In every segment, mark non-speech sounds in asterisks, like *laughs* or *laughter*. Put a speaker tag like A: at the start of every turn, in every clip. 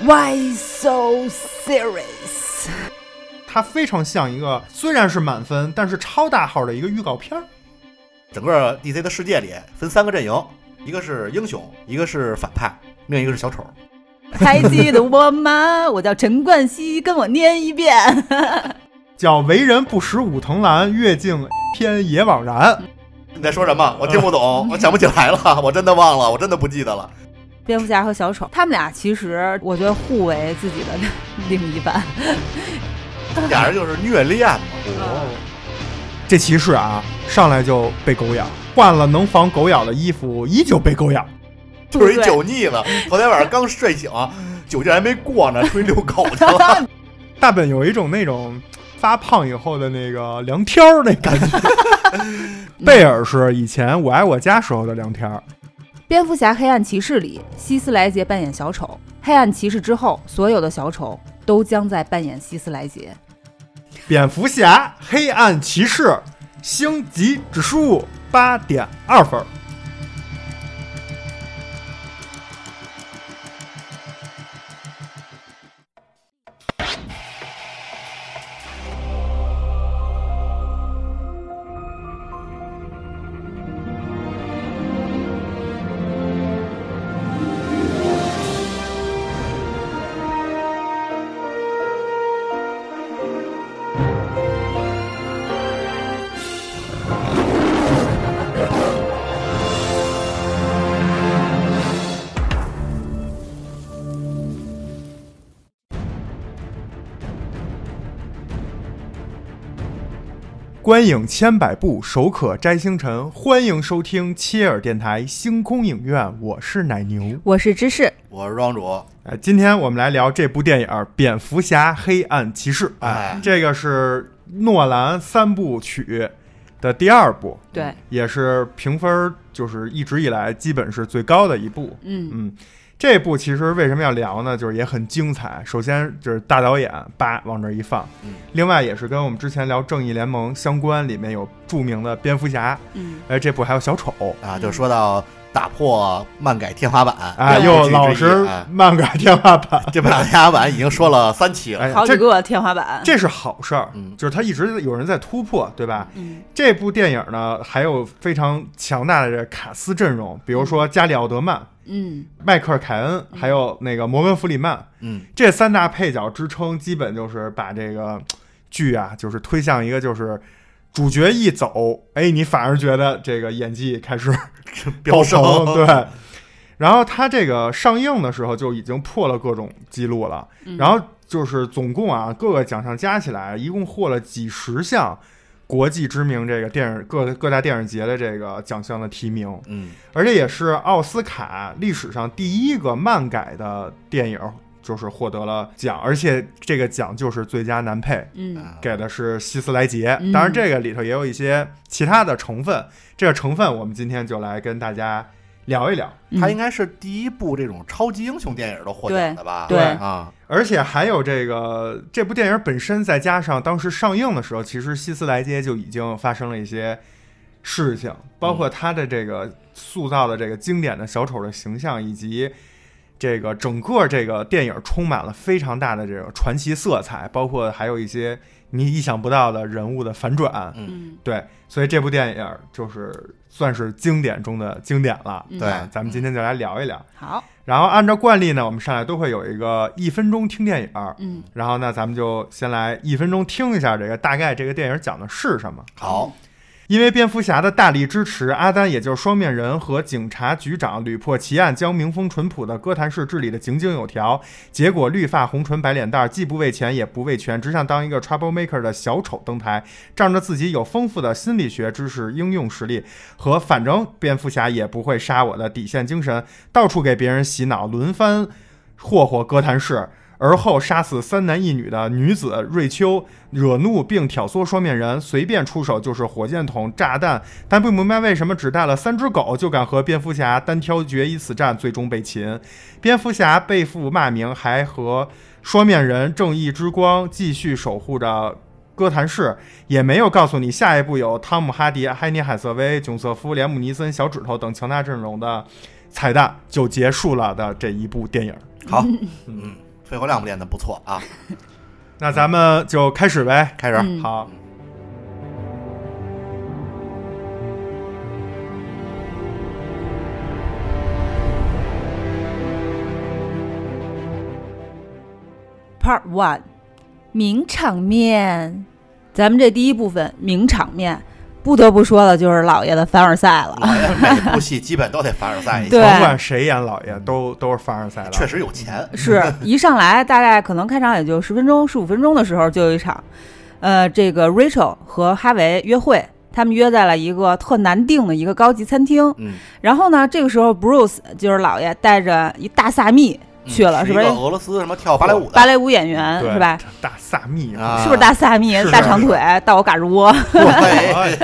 A: Why so serious？
B: 它非常像一个虽然是满分，但是超大号的一个预告片儿。
C: 整个 DC 的世界里分三个阵营，一个是英雄，一个是反派，另一个是小丑。
A: 还记得我吗？我叫陈冠希，跟我念一 *laughs* 遍。
B: 叫为人不识武藤兰，越境天也枉然。
C: 你在说什么？我听不懂，我想不起来了，我真的忘了，我真的不记得了。
A: 蝙蝠侠和小丑，他们俩其实我觉得互为自己的另一半。
C: 俩人就是虐恋嘛。
B: 这骑士啊，上来就被狗咬，换了能防狗咬的衣服，依旧被狗咬。
C: 就是一酒腻子，昨天晚上刚睡醒，酒劲还没过呢，出去遛狗去了。
B: 大本有一种那种发胖以后的那个凉天儿那感觉。贝尔是以前我爱我家时候的凉天儿，
A: 蝙蝠侠黑暗骑士里，希斯莱杰扮演小丑。黑暗骑士之后，所有的小丑都将在扮演希斯莱杰。
B: 蝙蝠侠、黑暗骑士，星级指数八点二分儿。观影千百步，手可摘星辰。欢迎收听切尔电台星空影院，我是奶牛。
A: 我是芝士，
C: 我是庄主，
B: 呃，今天我们来聊这部电影《蝙蝠侠：黑暗骑士》。哎
C: 哎，
B: 这个是诺兰三部曲的第二部，
A: 对，
B: 也是评分就是一直以来基本是最高的一部。
A: 嗯，
B: 嗯，这部其实为什么要聊呢？就是也很精彩。首先就是大导演叭往这儿一放，
C: 嗯
B: 另外也是跟我们之前聊《正义联盟》相关，里面有著名的蝙蝠侠，
A: 嗯，
B: 哎，这部还有小丑。
C: 啊，就说到打破漫改天花板
B: 啊，
A: 对
B: 又老实
C: 哎
B: 漫改天花板，
C: 这漫改天花板已经说了三期了。
B: 哎呀，
A: 好几
B: 这
A: 个天花板。
B: 这是好事儿，
C: 嗯
B: 就是他一直有人在突破，对吧？
A: 嗯，
B: 这部电影呢，还有非常强大的这卡斯阵容，比如说加里奥德曼、
A: 嗯，
B: 迈克尔凯恩，还有那个摩根弗里曼，
C: 嗯，
B: 这三大配角支撑，基本就是把这个嘖剧啊，就是推向一个就是。主角一走，哎，你反而觉得这个演技开始
C: 飙升
B: 爆棚 *laughs* 对。然后他这个上映的时候就已经破了各种记录了，
A: 嗯
B: 然后就是总共啊各个奖项加起来，一共获了几十项国际知名这个电影各各大电影节的这个奖项的提名，
C: 嗯，
B: 而且也是奥斯卡历史上第一个漫改的电影，就是获得了奖，而且这个奖就是最佳男配。
A: 嗯，
C: 啊
B: 给的是希斯莱杰
A: 嗯，
B: 当然这个里头也有一些其他的成分，这个成分我们今天就来跟大家聊一聊。
C: 他
A: 嗯
C: 应该是第一部这种超级英雄电影都获奖的吧？
A: 对对
C: 啊，
B: 而且还有这个这部电影本身，再加上当时上映的时候，其实希斯莱杰就已经发生了一些事情，包括他的这个塑造的这个经典的小丑的形象，以及这个整个这个电影充满了非常大的这种传奇色彩，包括还有一些你意想不到的人物的反转。
A: 嗯
B: 对，所以这部电影就是算是经典中的经典了。
A: 嗯
C: 对
B: 啊咱们今天就来聊一聊。
A: 好，
B: 然后按照惯例呢，我们上来都会有一个一分钟听电影儿。
A: 嗯
B: 然后呢，咱们就先来一分钟听一下这个大概这个电影讲的是什么。
C: 好，
B: 因为蝙蝠侠的大力支持，阿丹也就是双面人和警察局长屡破奇案，将民风淳朴的哥谭市治理的井井有条。结果绿发红唇白脸蛋儿既不为钱也不为权，只想当一个 trouble maker 的小丑登台，仗着自己有丰富的心理学知识、应用实力和反正蝙蝠侠也不会杀我的底线精神，到处给别人洗脑，轮番霍霍哥谭市。而后杀死三男一女的女子瑞秋，惹怒并挑唆双面人，随便出手就是火箭筒、炸弹。但不明白为什么只带了三只狗就敢和蝙蝠侠单挑决一死战，最终被擒。蝙蝠侠背负骂名，还和双面人正义之光继续守护着。哥谭市也没有告诉你下一步有汤姆·哈迪、海尼·海瑟薇、囧瑟夫、连姆·尼森、小指头等强
A: *laughs*
B: 大阵容的彩蛋，就结束了的这一部电影。
C: 好，嗯，肺活量练得不错啊，
B: 那咱们就开始呗。
C: 开始。
A: 嗯
B: 啊好，
A: Part One，名场面。咱们这第一部分名场面，不得不说的就是老爷的凡尔赛了。
C: 老爷每部戏基本都得凡尔赛一下，
A: 对
B: 甭管谁演老爷，都都是凡尔赛了。
C: 确实有钱，
A: 是一上来大概可能开场也就十分钟、十五分钟的时候，就有一场，呃，这个 Rachel 和哈维约会，他们约在了一个特难订的一个高级餐厅。
C: 嗯，
A: 然后呢，这个时候 Bruce 就是老爷带着一大萨蜜去了，
C: 嗯
A: 是
C: 是
A: 吧
C: 一？个俄罗斯什么跳芭蕾舞的
A: 芭蕾舞演员
B: 对
A: 是吧？？
B: 大萨密
C: 啊
A: 是不是大萨蜜、
B: 是
A: 大长腿、大我嘎吱窝？
C: *laughs* 对，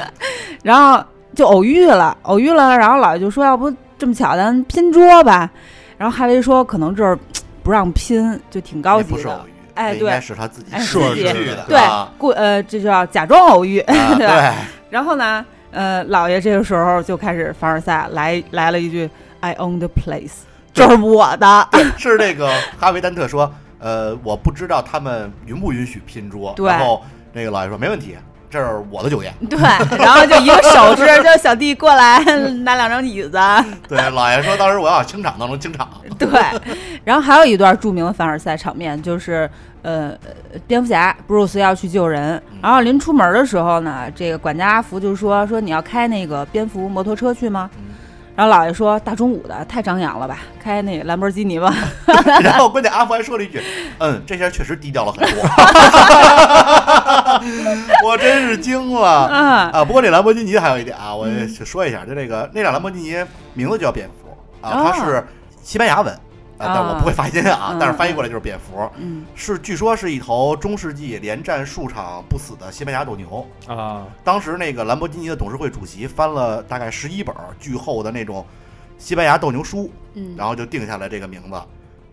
A: 然后就偶遇了，偶遇了，然后老爷就说：“要不这么巧，咱拼桌吧？”然后哈维说：“可能这儿不让拼，就挺高
C: 那
A: 级
C: 不是
A: 的。
C: 偶遇，
A: 哎
C: 那应
A: 对
C: 该是他自己
A: 哎
C: 设
B: 自
C: 置
B: 己
C: 的，
A: 对 *laughs*
C: 啊，
A: 故呃，这叫假装偶遇，
C: 啊
A: 对
C: 对
A: 吧然后呢，呃，老爷这个时候就开始凡尔赛，来来了一句 “I own the place”，
C: 对
A: 这是我的。
C: 对，是那个哈维丹特说，呃，我不知道他们允不允许拼桌，
A: 对
C: 然后那个老爷说没问题，这是我的酒店，
A: 对， *laughs* 然后就一个手势，就小弟过来拿两张椅子。
C: 对，老爷说当时我要清场，当中清场， *laughs*
A: 对，然后还有一段著名的凡尔赛场面，就是呃，呃蝙蝠侠 Bruce 要去救人，
C: 嗯
A: 然后临出门的时候呢，这个管家阿福就说说你要开那个蝙蝠摩托车去吗？
C: 嗯
A: 然后老爷说大中午的太张扬了吧，开那兰博基尼吧。
C: *laughs* 然后关键阿福还说了一句：“嗯，这下确实低调了很多。” *laughs* 我真是惊
A: *laughs*
C: 了
A: 嗯，
C: 啊！不过那兰博基尼还有一点啊，我也去说一下，就那个那辆兰博基尼名字就叫蝙蝠啊，
A: 哦
C: 它是西班牙文啊，但我不会发音啊
A: 嗯，
C: 但是翻译过来就是蝙蝠，
A: 嗯，
C: 是据说是一头中世纪连战数场不死的西班牙斗牛。
B: 啊，
C: 当时那个兰博基尼的董事会主席翻了大概十一本巨厚的那种西班牙斗牛书，
A: 嗯
C: 然后就定下来这个名字。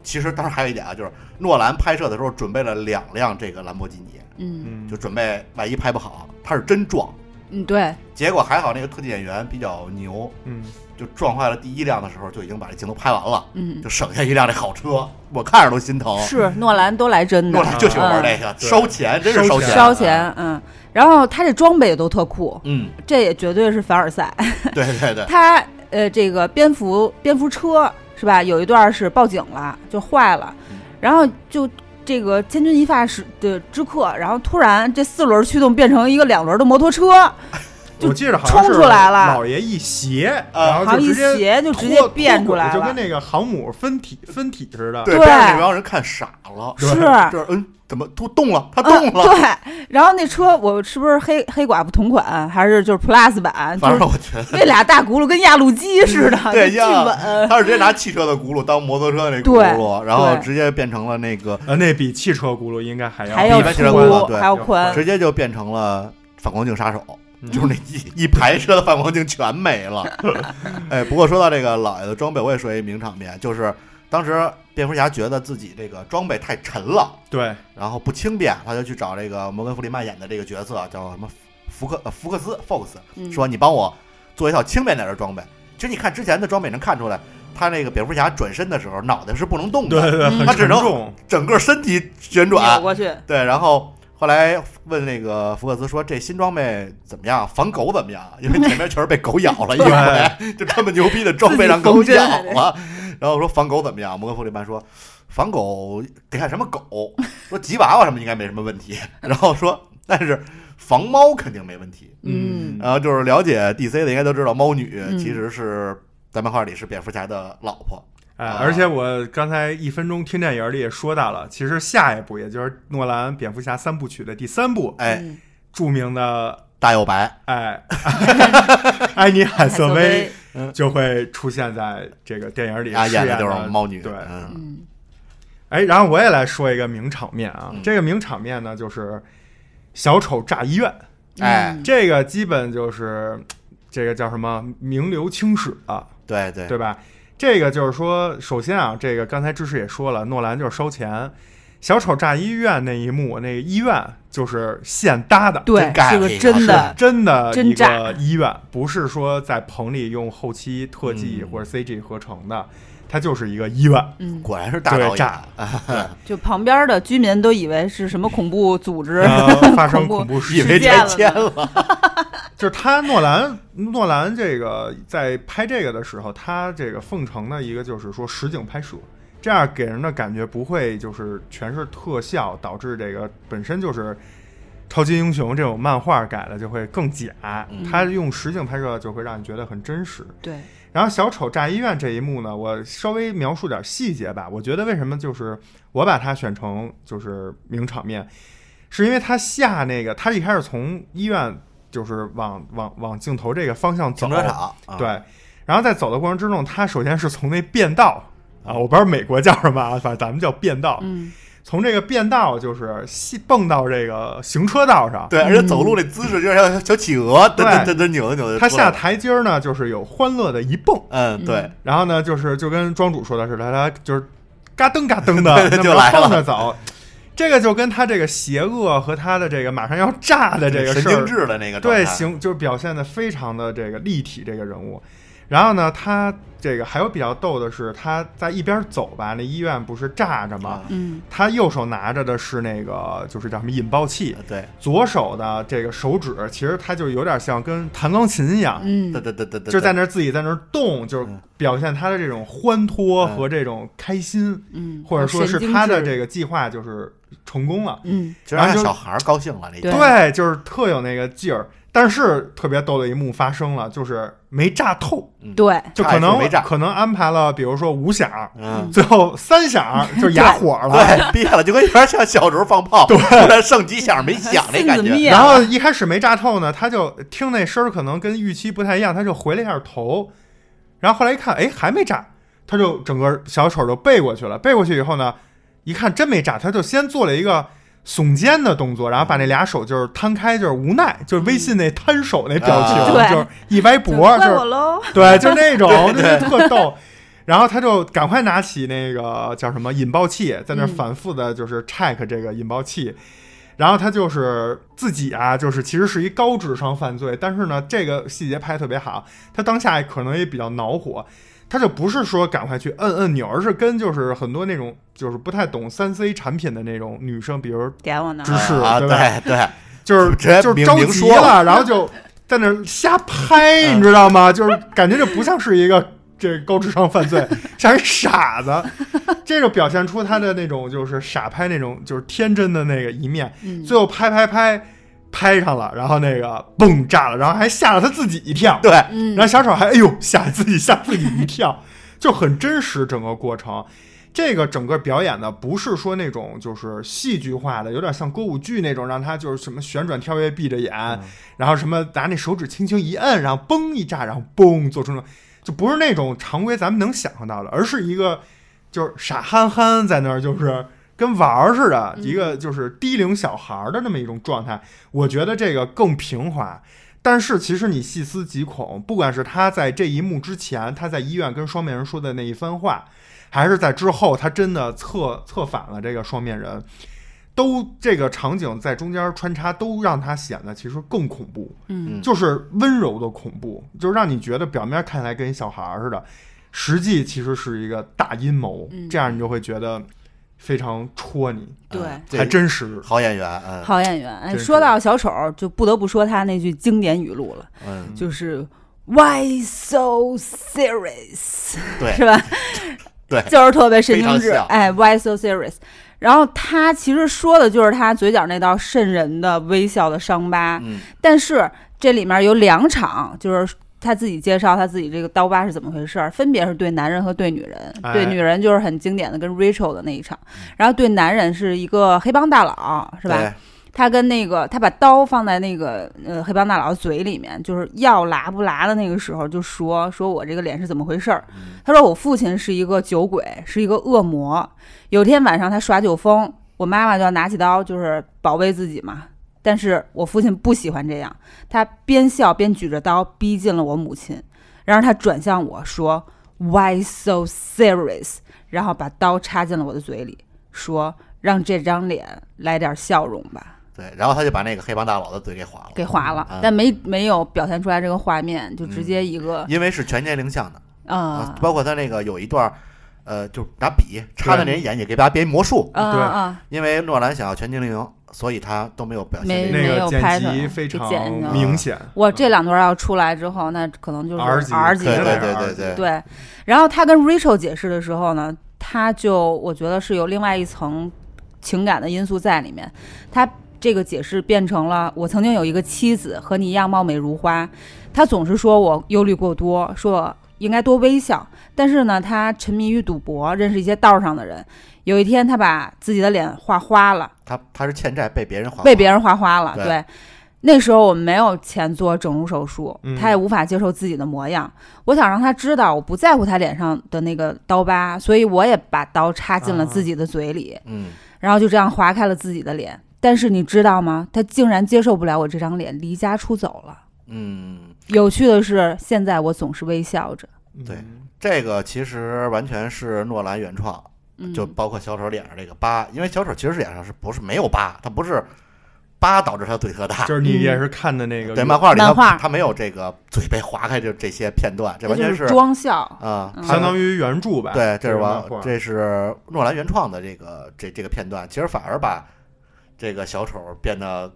C: 其实当时还有一点啊，就是诺兰拍摄的时候准备了两辆这个兰博基尼，
A: 嗯
B: 嗯，
C: 就准备万一拍不好，他是真撞。
A: 嗯，对，
C: 结果还好那个特技演员比较牛，
B: 嗯，
C: 就撞坏了第一辆的时候就已经把这镜头拍完了，
A: 嗯
C: 就省下一辆这好车，我看着都心疼。
A: 是诺兰都来真的
C: 哦诺，兰就喜欢玩这个，
B: 对
C: 烧钱真是
B: 烧
C: 钱，
A: 烧。钱，嗯，然后他这装备也都特酷，
C: 嗯，
A: 这也绝对是凡尔赛。
C: 对对对，
A: 他呃，这个蝙蝠蝙蝠车是吧？有一段是报警了，就坏了
C: 嗯，
A: 然后就这个千钧一发时的之刻，然后突然这四轮驱动变成一个两轮的摩托车，就
B: 我记着好像
A: 冲
B: 是
A: 出来了啊
B: 老爷一斜，
C: 呃
B: 然
A: 好
B: 后
A: 像
B: 就
A: 一
B: 直接
A: 斜就
B: 就
A: 直接变出来
B: 就跟
A: 了，
B: 那个航母分体分体似的。
C: 对，
A: 对
C: 被那帮人看傻了，
A: 是。
C: 就是嗯，怎么都动了？他
A: 嗯
C: 动了。
A: 对，然后那车我是不是黑黑寡妇同款，还是就是 Plus 版？就
C: 反
A: 是
C: 正我觉得
A: 那俩大轱辘跟压路机似
C: *laughs*
A: 的，
C: 对
A: 巨
C: 呀
A: *laughs* 稳。
C: 他是直接拿汽车的轱辘当摩托车的那
A: 对
C: 轱辘，然后
A: 对
C: 直接变成了那个，
B: 呃，那比汽车轱辘应该还要
A: 还
B: 比
A: 有
C: 一
B: 一般
C: 般
B: 汽
C: 汽
A: 粗
B: 车
C: 车
B: 轱
C: 轱
B: 辘
C: 辘对
A: 还有
B: 要
A: 宽，
C: 直接就变成了反光镜杀手，
B: 嗯
C: 就是那一一排车的反光镜全没
A: *laughs*
C: 了。哎，不过说到这个老爷的装备，我也说一名场面，就是当时蝙蝠侠觉得自己这个装备太沉了，
B: 对，
C: 然后不轻便，他就去找这个摩根弗里曼演的这个角色叫什么福克呃福克斯 Fox，
A: 嗯
C: 说你帮我做一套轻便点的装备。其实你看之前的装备能看出来，他那个蝙蝠侠转身的时候脑袋是不能动的，
B: 对对，
A: 嗯
B: 很
C: 他只
B: 沉
C: 能
B: 重
C: 整个身体旋
A: 扭
C: 转。
A: 嗯过去，
C: 对，然后后来问那个福克斯说：“这新装备怎么样？防狗怎么样？”因为前面全是被狗咬
B: *laughs*
C: 了，一回就这么牛逼的装备让狗咬了。然后说防狗怎么样？摩根弗里曼说：“防狗得看什么狗，说吉娃娃什么应该没什么问题。”然后说：“但是防猫肯定没问题。”
A: 嗯
C: 然后就是了解 DC 的应该都知道，猫女
A: 嗯
C: 其实是在漫画里是蝙蝠侠的老婆。
B: 哎，
C: 啊
B: 而且我刚才一分钟听电影里也说到了，其实下一部也就是诺兰蝙蝠侠三部曲的第三部，
C: 哎，
A: 嗯
B: 著名的
C: 大右白，
B: 哎 *laughs* 安妮海瑟
A: 薇
B: 薇，就会出现在这个电影里，
C: 啊，演
B: 饰
C: 的就
B: 了
C: 是猫女。
B: 对，
C: 嗯
A: 嗯
B: 哎，然后我也来说一个名场面啊，
C: 嗯
B: 这个名场面呢就是小丑炸医院，
C: 哎，
A: 嗯
B: 这个基本就是这个叫什么名留青史了、
C: 对对
B: 啊对吧？这个就是说，首先啊，这个刚才知识也说了，诺兰就是烧钱。小丑炸医院那一幕，那个医院就是现搭的，
A: 对
C: 真，干
A: 是
C: 了
A: 个
C: 这个
A: 真
B: 是
A: 的，
B: 真的
A: 真
B: 一
A: 炸
B: 个医院，不是说在棚里用后期特技
C: 嗯
B: 或者 CG 合成的，它就是一个
A: *laughs*
B: 医院。
A: 嗯，
C: 果然是大导
B: 对
C: 演
B: 炸
C: 啊，
A: 就旁边的居民都以为是什么恐怖组织， *laughs*
B: 呃发生
A: 恐
B: 恐怖
C: 以
B: 事
C: 为
B: 件，
A: 实
C: 拆
A: 践
C: 迁
A: 了
C: 了，
B: 就是他诺兰，诺兰这个在拍这个的时候，他这个奉承的一个就是说实景拍摄，这样给人的感觉不会就是全是特效，导致这个本身就是超级英雄这种漫画改的就会更假
C: 嗯。
B: 他用实景拍摄就会让你觉得很真实。
A: 对，
B: 然后小丑炸医院这一幕呢，我稍微描述点细节吧。我觉得为什么就是我把它选成就是名场面，是因为他下那个他一开始从医院就是往往往镜头这个方向走
C: 停，车场，啊，
B: 对，然后在走的过程之中，他首先是从那变道啊，我不知道美国叫什么，啊，反正咱们叫变道，
A: 嗯，
B: 从这个变道就是细蹦到这个行车道上。
C: 对，而且走路那姿势就像小企鹅，噔
B: 对
C: 噔噔噔扭的扭的，
B: 他下，台阶儿呢，就是有欢乐的一蹦，
C: 嗯，对
A: 嗯，
B: 然后呢，就是就跟庄主说的似的，他就是嘎噔嘎噔的那
C: 对 *laughs* 就
B: 么
C: 来了
B: 蹦着走。这个就跟他这个邪恶和他的这个马上要
A: 嗯
B: 炸的这个
C: 神
B: 事
C: 经
B: 儿，
C: 质的那个状态，
B: 对，行，就是表现的非常的这个立体这个人物。然后呢，他这个还有比较逗的是，他在一边走吧，那医院不是炸着吗
C: 啊？
A: 嗯，
B: 他右手拿着的是那个就是叫什么引爆器，
C: 对，
B: 左手的这个手指其实他就有点像跟弹钢琴一样，
A: 嗯
C: 对，对对对对，
B: 就在那儿自己在那儿动，就是
C: 嗯
B: 表现他的这种欢脱
C: 嗯
B: 和这种开心，
A: 嗯，
B: 或者说
A: 神
B: 是
A: 经
B: 他的
A: 质
B: 这个计划就是成功了。
A: 嗯，
C: 就让
B: 然后就
C: 小孩儿高兴了，那
A: 对
B: 对，就是特有那个劲儿。但是特别逗的一幕发生了，就是没炸透，
A: 对，
B: 就
C: 差
B: 可
C: 一步
B: 能
C: 哎没炸
B: 可能安排了，比如说五响，
C: 嗯，
B: 最后三响就
C: *laughs*
B: 哑火了。
C: 对，憋了，就跟有点像小时候放炮，突然剩几响没响那感
A: 性子
C: 觉，
A: 灭
B: 然后
A: 了
B: 一开始没炸透呢，他就听那声儿可能跟预期不太一样，他就回了一下头，然后后来一看，哎，还没炸，他就整个小丑就背过去了。背过去以后呢，一看真没炸，他就先做了一个耸肩的动作，然后把那俩手就是摊开，就是无奈，就是微信那摊手那表情，
C: 嗯，
A: 对
B: 就是一歪
A: 就
B: 脖，就
A: 怪我
B: 是
A: 喽，
B: 对，就那种就
C: 对
B: 是特逗。然后他就赶快拿起那个叫什么引爆器，在那儿
A: 嗯
B: 反复的就是 check 这个引爆器。然后他就是自己啊，就是其实是一高智商犯罪，但是呢，这个细节拍得特别好。他当下可能也比较恼火，他就不是说赶快去摁摁钮，而是跟就是很多那种就是不太懂三 C 产品的那种女生，比如
A: 点我呢，
B: 知识
C: 啊，
B: 对
C: 对
B: 吧
C: 对，
B: 就是
C: *laughs* 直接
B: 就是
C: 明
B: 着
C: 明
B: 急
C: 说了嗯
B: 了，然后就在那儿瞎
C: *laughs*
B: 拍，你知道吗？就是感觉这不像是一个这高智商犯罪，像一傻子。这就表现出他的那种就是傻拍那种就是天真的那个一面。
A: 嗯，
B: 最后拍拍拍拍上了，然后那个嘣炸了，然后还吓了他自己一跳。
C: 对，
A: 嗯
B: 然后小丑还哎呦吓自己吓自己一跳， *laughs* 就很真实整个过程。这个整个表演呢，不是说那种就是戏剧化的，有点像歌舞剧那种，让他就是什么旋转跳跃，闭着眼，然后什么拿那手指轻轻一摁，然后嘣一炸，然后嘣做出那种，就不是那种常规咱们能想象到的，而是一个就是傻憨憨在那儿就是。跟玩儿似的，一个就是低龄小孩儿的那么一种状态，我觉得这个更平滑。但是其实你细思极恐，不管是他在这一幕之前，他在医院跟双面人说的那一番话，还是在之后他真的策策反了这个双面人，都这个场景在中间穿插，都让他显得其实更恐怖，
A: 嗯
B: 就是温柔的恐怖，就让你觉得表面看起来跟一小孩儿似的，实际其实是一个大阴谋
A: 嗯，
B: 这样你就会觉得非常戳你，
A: 对。
C: 这
B: 还真实。
C: 好演员，嗯
A: 好演员，哎，
B: 呃真是
A: 说到小丑，就不得不说他那句经典语录了，
C: 嗯，
A: 就是 “Why so serious”，
C: 对
A: 是吧？
C: 对
A: *laughs* 就是特别神经
C: 非
A: 质
C: 常像，
A: 哎，“Why so serious”。然后他其实说的就是他嘴角那道渗人的微笑的伤疤，
C: 嗯
A: 但是这里面有两场，就是他自己介绍他自己这个刀疤是怎么回事儿，分别是对男人和对女人。
B: 哎
A: 对女人就是很经典的跟 Rachel 的那一场，然后对男人是一个黑帮大佬，是吧？
C: 对
A: 他跟那个他把刀放在那个呃黑帮大佬嘴里面，就是要拉不拉的那个时候，就说说我这个脸是怎么回事儿。他说我父亲是一个酒鬼，是一个恶魔。有天晚上他耍酒疯，我妈妈就要拿起刀就是保卫自己嘛。但是我父亲不喜欢这样，他边笑边举着刀逼近了我母亲，然后他转向我说 “Why so serious？” 然后把刀插进了我的嘴里，说让这张脸来点笑容吧，
C: 对，然后他就把那个黑帮大佬的嘴给划了，
A: 给划了，
C: 嗯
A: 但没没有表现出来这个画面，就直接一个
C: 因为是全年龄像的
A: 啊
C: 包括他那个有一段儿，呃，就是拿笔插在人眼睛，给大家编魔术，
A: 啊
B: 对
A: 啊，
C: 因为诺兰想要全精灵，所以他都没有表现
A: 没
C: 这
B: 那
C: 个
A: 没
B: 个
A: 有
B: 剪
A: 拍出
B: 辑
A: 来
B: 非
A: 给
B: 常
A: 剪了
B: 明显，
A: 我这两段要出来之后，那可能就是
B: R 级
A: R 级
B: 级
C: 对
A: 了
B: 的，
C: 对对对
B: R 级
C: 对
A: 对，然后他跟 Rachel 解释的时候呢，他就我觉得是有另外一层情感的因素在里面。他这个解释变成了我曾经有一个妻子和你一样貌美如花，他总是说我忧虑过多，说我应该多微笑。但是呢，他沉迷于赌博，认识一些道上的人。有一天，他把自己的脸画花了，
C: 他他是欠债被别人还，
A: 被别人划花了。
C: 对
A: 对，那时候我们没有钱做整容手术，
B: 嗯
A: 他也无法接受自己的模样。我想让他知道我不在乎他脸上的那个刀疤，所以我也把刀插进
C: 啊
A: 了自己的嘴里，
C: 嗯，
A: 然后就这样划开了自己的脸。但是你知道吗？他竟然接受不了我这张脸，离家出走了。
C: 嗯，
A: 有趣的是，现在我总是微笑着。
C: 对
B: 嗯
C: 这个其实完全是诺兰原创，
A: 嗯，
C: 就包括小丑脸上这个疤，因为小丑其实脸上是不是没有疤，他不是疤导致他嘴特大
B: 就。是你也是看的那个
C: 对漫画里
A: 漫
C: 他
A: 画
C: 他没有这个嘴被划开这这些片段，这
A: 他
C: 完
A: 就
C: 全
A: 是装笑。
C: 啊，
A: 嗯
B: 相当
C: 于
B: 于原著吧？
C: 对，这是
B: 漫
C: 王
B: 画，
C: 这是诺兰原创的这个这这个片段，其实反而把这个小丑变得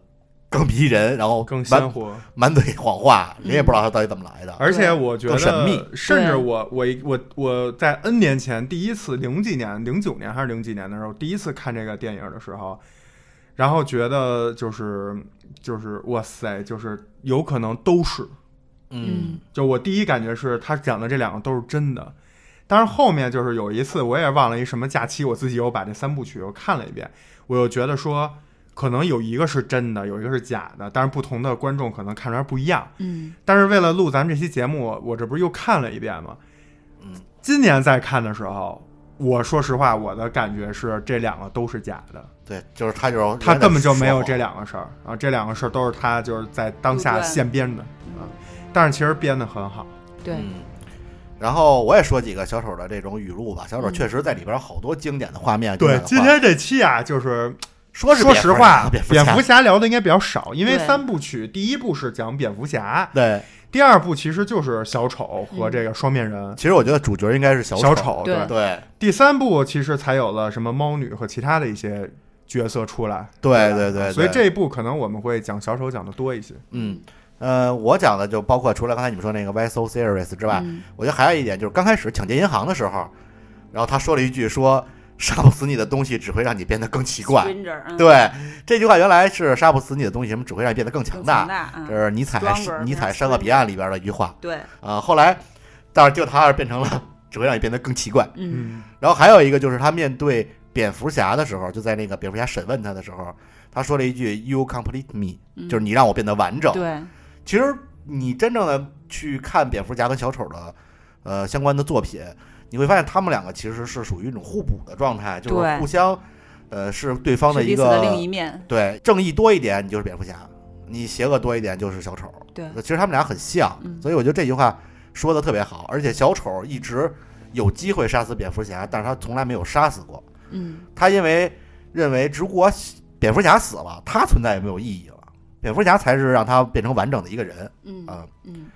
C: 更迷人，然后
B: 更鲜
C: 满
B: 活。
C: 满嘴谎话，人也不知道他到底怎么来的。
B: 而且我觉得，
C: 更神秘
B: 甚至
A: 对
B: 我我一我我在 N 年前第一次零几年零九年还是零几年的时候，第一次看这个电影的时候，然后觉得就是就是哇塞，就是有可能都是，
C: 嗯，
B: 就我第一感觉是他讲的这两个都是真的。但是后面就是有一次我也忘了一什么假期，我自己又把这三部曲又看了一遍，我又觉得说可能有一个是真的，有一个是假的，但是不同的观众可能看出来不一样。
A: 嗯，
B: 但是为了录咱们这期节目，我我这不是又看了一遍吗？
C: 嗯，
B: 今年再看的时候，我说实话，我的感觉是这两个都是假的，
C: 对，就是他就是
B: 他根本就没有
C: 说
B: 这两个事儿啊，这两个事儿都是他就是在当下
A: 对
B: 现编的啊，但是其实编的很好，
A: 对，
C: 嗯，然后我也说几个小丑的这种语录吧。小
A: 嗯
C: 丑确实在里边好多经典的画面。经典的
B: 哎今
C: 画
B: 天这期啊，就是
C: 说是
B: 说
C: 蝙蝠
B: 实话，
C: 侠蝙
B: 蝙蝠
C: 侠
B: 侠聊的应该比较少，因为
A: 对
B: 三部曲，第一部是讲蝙蝠侠，
C: 对，
B: 第二部其实就是小丑和这个双面人，
C: 其实我觉得主角应该是小
B: 小
C: 丑。
B: 丑
A: 对
C: 对
B: 第三部其实才有了什么猫女和其他的一些角色出来。
C: 对
B: 吧
C: 对对，
B: 啊所以
C: 对
B: 这一部可能我们会讲小丑讲的多一些。
C: 嗯。呃，我讲的就包括除了刚才你们说那个 Why So Serious 之外，
A: 嗯
C: 我觉得还有一点就是刚开始抢劫银行的时候，然后他说了一句说杀不死你的东西只会让你变得更奇怪。
A: Stranger，嗯
C: 对，这句话原来是杀不死你的东西什么只会让你变得更强
A: 更
C: 大
A: 强，大。嗯
C: 这是尼采
A: Stronger
C: 尼采《
A: than
C: 山河彼岸》里边的一句话。
A: 对，
C: 啊，后来，但是就他是变成了只会让你变得更奇怪。
A: 嗯
B: 嗯，
C: 然后还有一个就是他面对蝙蝠侠的时候，就在那个蝙蝠侠审问他的时候，他说了一句 “You complete me”，
A: 嗯
C: 就是你让我变得完整。
A: 对，
C: 其实你真正的去看蝙蝠侠跟小丑的呃相关的作品，你会发现他们两个其实是属于一种互补的状态，就是
A: 对
C: 互相呃是对方
A: 是
C: 一
A: 彼此
C: 个
A: 的另一面。
C: 对正义多一点，你就是蝙蝠侠；你邪恶多一点，就是小丑。
A: 对，
C: 其实他们俩很像，
A: 嗯
C: 所以我觉得这句话说的特别好。而且小丑一直有机会杀死蝙蝠侠，但是他从来没有杀死过。
A: 嗯，
C: 他因为认为如果蝙蝠侠死了，他存在也没有意义了。蝙蝠侠才是让他变成完整的一个人
A: 嗯
C: 啊、
A: 嗯，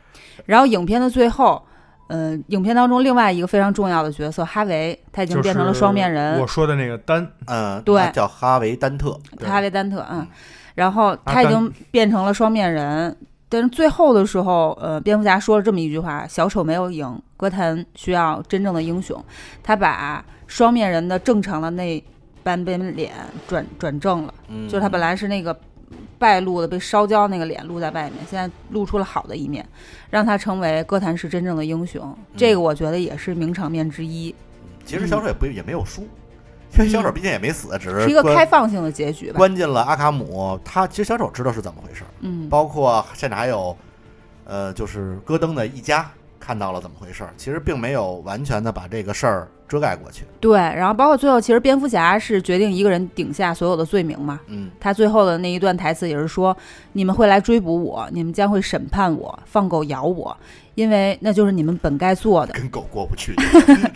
A: 然后影片的最后，呃，影片当中另外一个非常重要的角色哈维，他已经
B: 就
A: 变成了
B: 是
A: 双面人，
B: 我说的那个丹，
C: 嗯，
A: 对
C: 他叫哈维·丹特，
B: 对
A: 哈维丹特，嗯
C: 嗯，
A: 然后他已经变成了双面人，但是最后的时候，呃，蝙蝠侠说了这么一句话：“小丑没有赢，歌坛需要真正的英雄。”他把双面人的正常的那半边脸转转正了。
C: 嗯，
A: 就是他本来是那个败露的、被烧焦那个脸露在外面，现在露出了好的一面，让他成为歌坛是真正的英雄。
C: 嗯
A: 这个我觉得也是名场面之一，
C: 其实小丑也不也没有输，因为小丑毕竟也没死，只
A: 嗯是一
C: 是
A: 个开
C: 关
A: 放性的结局吧。
C: 关进了阿卡姆。他其实小丑知道是怎么回事，
A: 嗯，
C: 包括现在还有，呃，就是戈登的一家看到了怎么回事儿，其实并没有完全的把这个事儿遮盖过去。
A: 对。然后包括最后，其实蝙蝠侠是决定一个人顶下所有的罪名嘛。
C: 嗯，
A: 他最后的那一段台词也是说：“你们会来追捕我，你们将会审判我，放狗咬我，因为那就是你们本该做的。”
C: *laughs* 跟狗过不去，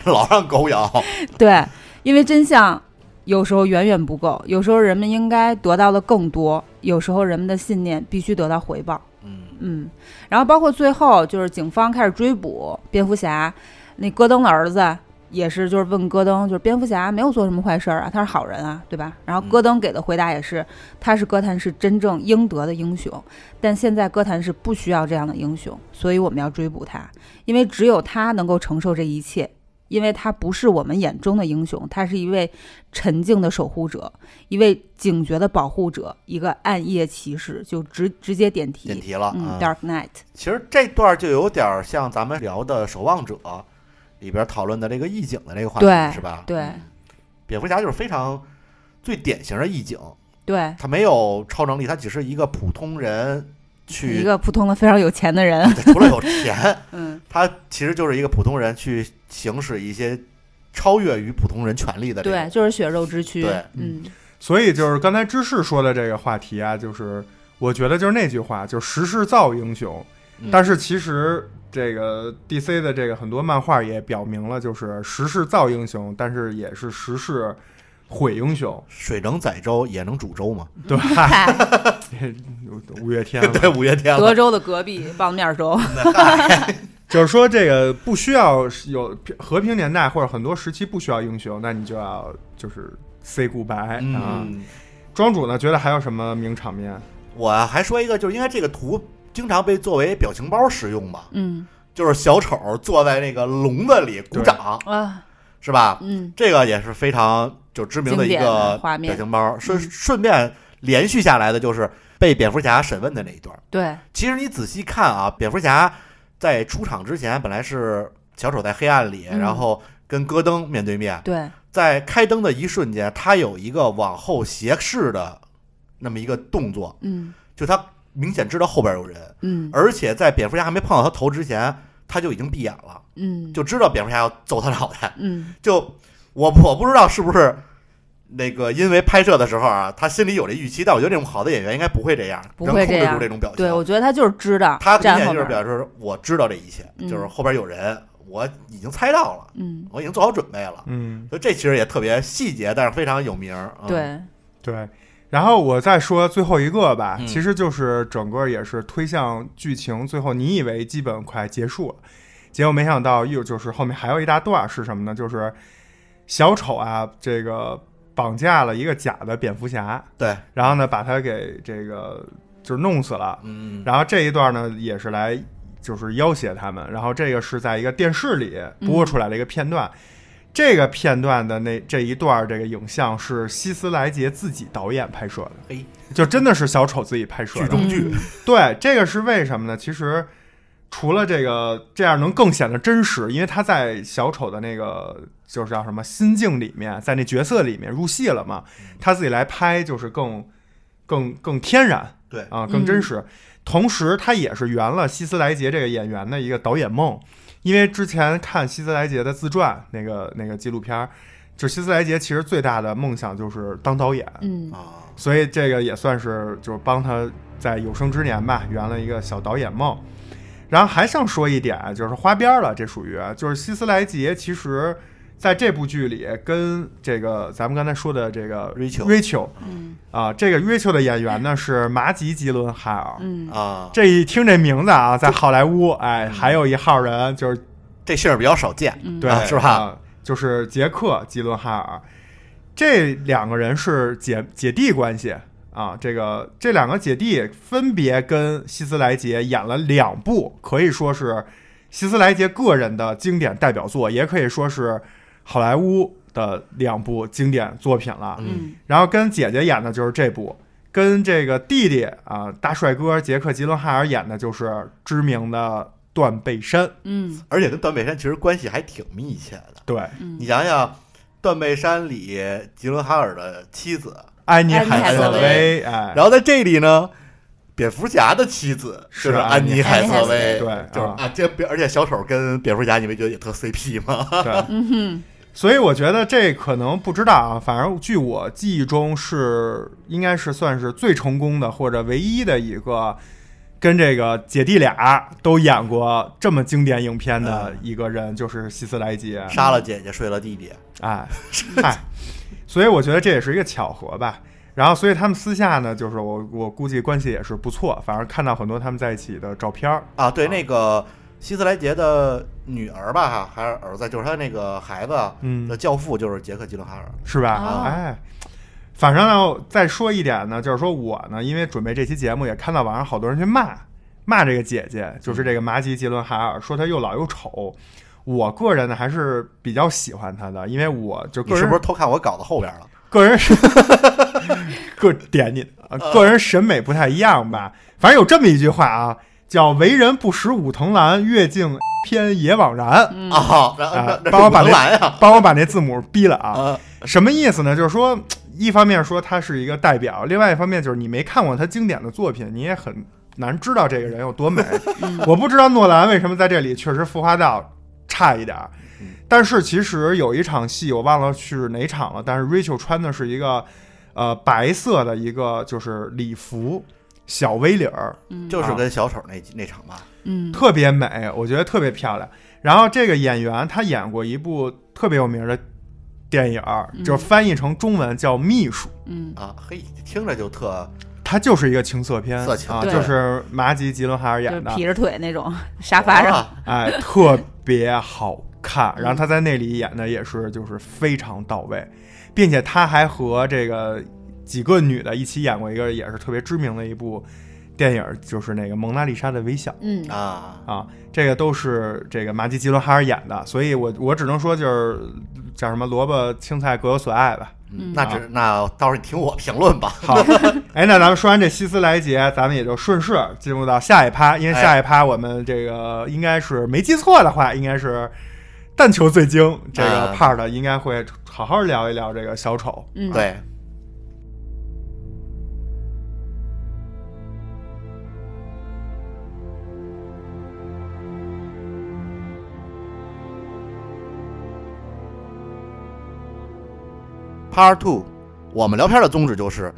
C: 老让狗咬。
A: 对，因为真相有时候远远不够，有时候人们应该得到的更多，有时候人们的信念必须得到回报。
C: 嗯
A: 嗯，然后包括最后就是警方开始追捕蝙蝠侠，那戈登的儿子也是就是问戈登，就是蝙蝠侠没有做什么坏事儿啊，他是好人啊，对吧？然后
C: 嗯
A: 戈登给的回答也是，他是哥谭市真正应得的英雄，但现在哥谭市不需要这样的英雄，所以我们要追捕他，因为只有他能够承受这一切。因为他不是我们眼中的英雄，他是一位沉静的守护者，一位警觉的保护者，一个暗夜骑士，就直直接点题。
C: 点题了。
A: 嗯
C: 嗯
A: ，Dark Knight，
C: 其实这段就有点儿像咱们聊的《守望者》里边讨论的这个义警的这个话
A: 对
C: 题，是吧？
A: 对
C: 嗯蝙蝠侠就是非常最典型的义警，
A: 对，
C: 他没有超能力，他只是一个普通人
A: 一
C: 去，
A: 个普通的非常有钱的人，
C: *laughs* 除了有钱，
A: 嗯，
C: 他其实就是一个普通人去行使一些超越于普通人权利的这
A: 对，
C: 种。
A: 就是血肉之躯，
C: 对
A: 嗯，
B: 所以就是刚才芝士说的这个话题啊，就是我觉得就是那句话，就是时势造英雄。
C: 嗯
B: 但是其实这个 DC 的这个很多漫画也表明了，就是时势造英雄，但是也是时势毁英雄。
C: 水能载舟，也能煮粥嘛。
B: 对吧？
A: 嗨，
B: 五月天
C: 嗯 *laughs* 对，五月天了
A: 德州的隔壁棒子面
C: *laughs*
A: 州，
B: 就是说这个不需要有和平年代或者很多时期不需要英雄，那你就要就是 say goodbye、啊。
C: 嗯，
B: 庄主呢，觉得还有什么名场面？
C: 我还说一个，就是因为这个图经常被作为表情包使用嘛，
A: 嗯
C: 就是小丑坐在那个笼子里鼓掌，
A: 啊，
C: 是吧？
A: 嗯，
C: 这个也是非常就知名的一
A: 经典
C: 个
A: 的画面
C: 表情包。顺
A: 嗯
C: 顺便连续下来的就是被蝙蝠侠审问的那一段。
A: 对，
C: 其实你仔细看啊，蝙蝠侠在出场之前本来是小丑在黑暗里，
A: 嗯
C: 然后跟戈登面对面，
A: 对，
C: 在开灯的一瞬间，他有一个往后斜视的那么一个动作，
A: 嗯
C: 就他明显知道后边有人，
A: 嗯
C: 而且在蝙蝠侠还没碰到他头之前，他就已经闭眼了，
A: 嗯，
C: 就知道蝙蝠侠要揍他脑袋。 *laughs*
A: 嗯
C: 就我我不知道是不是那个因为拍摄的时候啊，他心里有这预期，但我觉得这种好的演员应该不会这样，
A: 不
C: 能
A: 会
C: 控制
A: 这样
C: 住这种表情。
A: 对，我觉得他就是知道
C: 他明
A: 站
C: 显
A: 后
C: 就是
A: 面
C: 表
A: 儿，
C: 示我知道这一切，
A: 嗯
C: 就是后边有人，我已经猜到了，
A: 嗯，
C: 我已经做好准备了。
B: 嗯，
C: 所以这其实也特别细节，但是非常有名儿。嗯、
A: 对，
B: 对。然后我再说最后一个吧，
C: 嗯
B: 其实就是整个也是推向剧情，最后你以为基本快结束了，结果没想到又就是后面还有一大段儿是什么呢？就是小丑啊，这个绑架了一个假的蝙蝠侠，
C: 对，
B: 然后呢把他给这个就是弄死了，
C: 嗯，
B: 然后这一段呢，也是来就是要挟他们。然后这个是在一个电视里播出来的一个片段，这个片段的那这一段这个影像是希斯莱杰自己导演拍摄的，
C: 嘿，
B: 就真的是小丑自己拍摄
C: 哎剧
B: 的。
C: 中剧
A: 嗯，
B: 对，这个是为什么呢？其实除了这个这样能更显得真实，因为他在小丑的那个就是叫什么心境里面，在那角色里面入戏了嘛，他自己来拍就是更更更天然。
C: 对
B: 啊，更真实。同时，他也是圆了希斯莱杰这个演员的一个导演梦，因为之前看希斯莱杰的自传那个那个纪录片儿，就希斯莱杰其实最大的梦想就是当导演，
A: 嗯
C: 啊，
B: 所以这个也算是就是帮他在有生之年吧圆了一个小导演梦。然后还想说一点啊，就是花边儿了，这属于啊就是希斯莱杰其实在这部剧里跟这个咱们刚才说的这个
C: Rachel
B: Rachel
A: 嗯
B: 啊，这个 Rachel 的演员呢是麻吉吉伦海尔，
A: 嗯，
C: 啊，
B: 这一听这名字啊，在好莱坞，哎，还有一号人就是
C: 这姓儿比较少见。
A: 嗯
B: 对，
C: 啊是吧
B: 啊就是杰克·吉伦哈尔，这两个人是姐姐弟关系啊。这个这两个姐弟分别跟希斯莱杰演了两部，可以说是希斯莱杰个人的经典代表作，也可以说是好莱坞的两部经典作品了。
A: 嗯
B: 然后跟姐姐演的就是这部，跟这个弟弟啊、大帅哥杰克·吉伦哈尔演的就是知名的断背山。
A: 嗯
C: 而且跟断背山其实关系还挺密切的。
B: 对，
A: 嗯
C: 你想想，断背山里吉伦哈尔的妻子，
B: 安妮
A: 安妮
B: 海
A: 海
B: 瑟
A: 瑟
B: 薇，哎，
C: 然后在这里呢，蝙蝠侠的妻子就是安妮
A: 安妮
C: 瑟
A: 海
C: 薇，
B: 瑟啊薇对
C: 就是
B: 啊
C: 啊，这而且小丑跟蝙蝠侠，你没觉得也特
B: *laughs*
C: CP 吗？
B: 对，
A: 嗯哼，
B: 所以我觉得这可能不知道啊，反正据我呃记忆中是应该是算是最成功的或者唯一的一个跟这个姐弟俩都演过这么经典影片的一个人，就是希斯莱杰。
C: 杀了姐姐，睡了弟弟，
B: 哎， *laughs* 嗨，所以我觉得这也是一个巧合吧。然后，所以他们私下呢，就是我我估计关系也是不错，反正看到很多他们在一起的照片儿。
C: 啊，对，那个希斯莱杰的女儿吧，哈，还是儿子，就是他那个孩子
B: 嗯
C: 的，教父，就是杰克·吉伦哈尔。
B: 是吧？
A: 哦
B: 哎，反正呢，再说一点呢，就是说我呢，因为准备这期节目，也看到网上好多人去骂骂这个姐姐，就是这个麻吉·杰伦哈尔，说她又老又丑。我个人呢还是比较喜欢她的，因为我就
C: 你
B: 个
C: 是
B: 人
C: 不是偷看我稿子后边了？
B: 个人是个点你啊个人审美不太一样吧。反正有这么一句话啊，叫“为人不识武藤兰，越境偏野枉然
A: 嗯
C: 啊，然
B: 啊
C: 后
B: 帮我把那
C: 来呀”，，
B: 帮我把那字母逼了啊。
C: 啊，
B: 什么意思呢？就是说，一方面说他是一个代表，另外一方面就是你没看过他经典的作品，你也很难知道这个人有多美。 *laughs* 我不知道诺兰为什么在这里确实孵化道差一点儿
C: 嗯，
B: 但是其实有一场戏我忘了是哪场了，但是 Rachel 穿的是一个呃白色的一个就是礼服。小 V 领儿
A: 嗯
B: 啊
C: 就是跟小丑那那场吧，
A: 嗯
B: 特别美，我觉得特别漂亮。然后这个演员他演过一部特别有名的电影儿，
A: 嗯
B: 就翻译成中文叫《秘书》。
A: 嗯
C: 啊，嘿，听着就特
B: 它就是一个情色片，
C: 色情
B: 啊，
A: 对
B: 就是麻吉·吉伦哈尔
A: 就是
B: 演的
A: 劈，着腿那种沙发上，
C: 啊
A: *laughs*
B: 哎，特别好看。
A: 嗯
B: 然后他在那里演的也是就是非常到位，并且他还和这个几个女的一起演过一个也是特别知名的一部电影，就是那个《蒙娜丽莎的微笑》。
A: 嗯
C: 啊，
B: 啊，这个都是这个麻吉·吉伦哈尔演的，所以我我只能说就是叫什么萝卜青菜各有所爱吧。
A: 嗯
C: 那只那到时候你听我评论吧。 *laughs*
B: 好，哎，那咱们说完这希斯莱杰，咱们也就顺势进入到下一趴，因为
C: 哎
B: 下一趴我们这个应该是没记错的话，应该是但求最精这个
C: 啊
B: part 应该会好好聊一聊这个小丑。
A: 嗯，
C: 对，Part Two，我们聊天的宗旨就是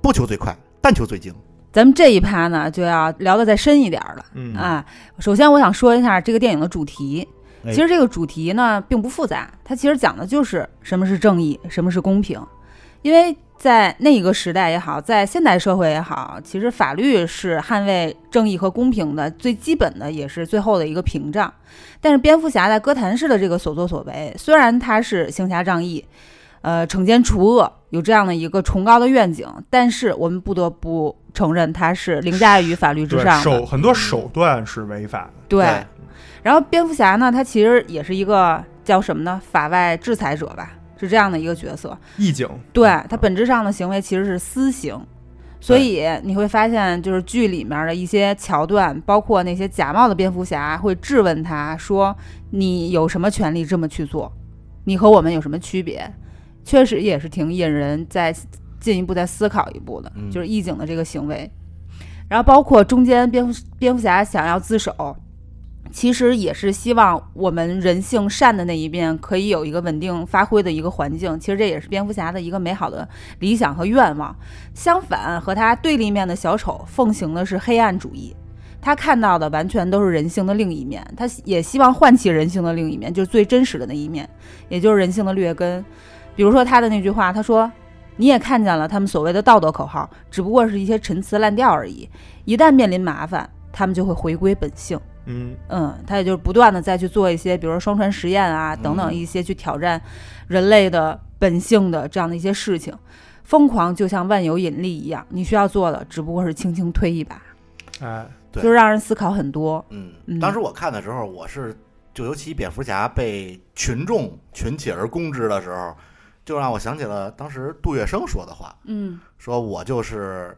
C: 不求最快，但求最精。
A: 咱们这一趴呢就要聊的再深一点儿了。
B: 嗯
A: 啊，首先我想说一下这个电影的主题。
C: 哎
A: 其实这个主题呢并不复杂，它其实讲的就是什么是正义，什么是公平。因为在那一个时代也好，在现代社会也好，其实法律是捍卫正义和公平的最基本的，也是最后的一个屏障。但是蝙蝠侠在哥谭市的这个所作所为，虽然他是行侠仗义，呃，惩奸除恶，有这样的一个崇高的愿景，但是我们不得不承认，他是凌驾于法律之
B: 对
A: 上，的。
B: 手很
C: 嗯
B: 多手段是违法的。
A: 对，然后蝙蝠侠呢，他其实也是一个叫什么呢？法外制裁者吧，是这样的一个角色。
B: 义警，
A: 对他本质上的行为其实是私刑，所以你会发现，就是剧里面的一些桥段，包括那些假冒的蝙蝠侠会质问他说：“你有什么权利这么去做？你和我们有什么区别？”确实也是挺引人在进一步再思考一步的，
C: 嗯
A: 就是义警的这个行为。然后包括中间蝙蝠蝙蝠侠想要自首，其实也是希望我们人性善的那一面可以有一个稳定发挥的一个环境。其实这也是蝙蝠侠的一个美好的理想和愿望。相反，和他对立面的小丑奉行的是黑暗主义。他看到的完全都是人性的另一面，他也希望唤起人性的另一面，就是最真实的那一面，也就是人性的劣根。比如说他的那句话，他说：“你也看见了，他们所谓的道德口号，只不过是一些陈词滥调而已。一旦面临麻烦，他们就会回归本性。”
B: 嗯，
A: 嗯，他也就是不断的再去做一些，比如说双船实验啊等等
C: 嗯
A: 一些去挑战人类的本性的这样的一些事情。疯狂就像万有引力一样，你需要做的只不过是轻轻推一把，
B: 哎，
C: 对
A: 就是让人思考很多。嗯
C: 嗯，当时我看的时候，我是就尤其蝙蝠侠被群众群起而攻之的时候，就让我想起了当时杜月笙说的话，
A: 嗯
C: 说我就是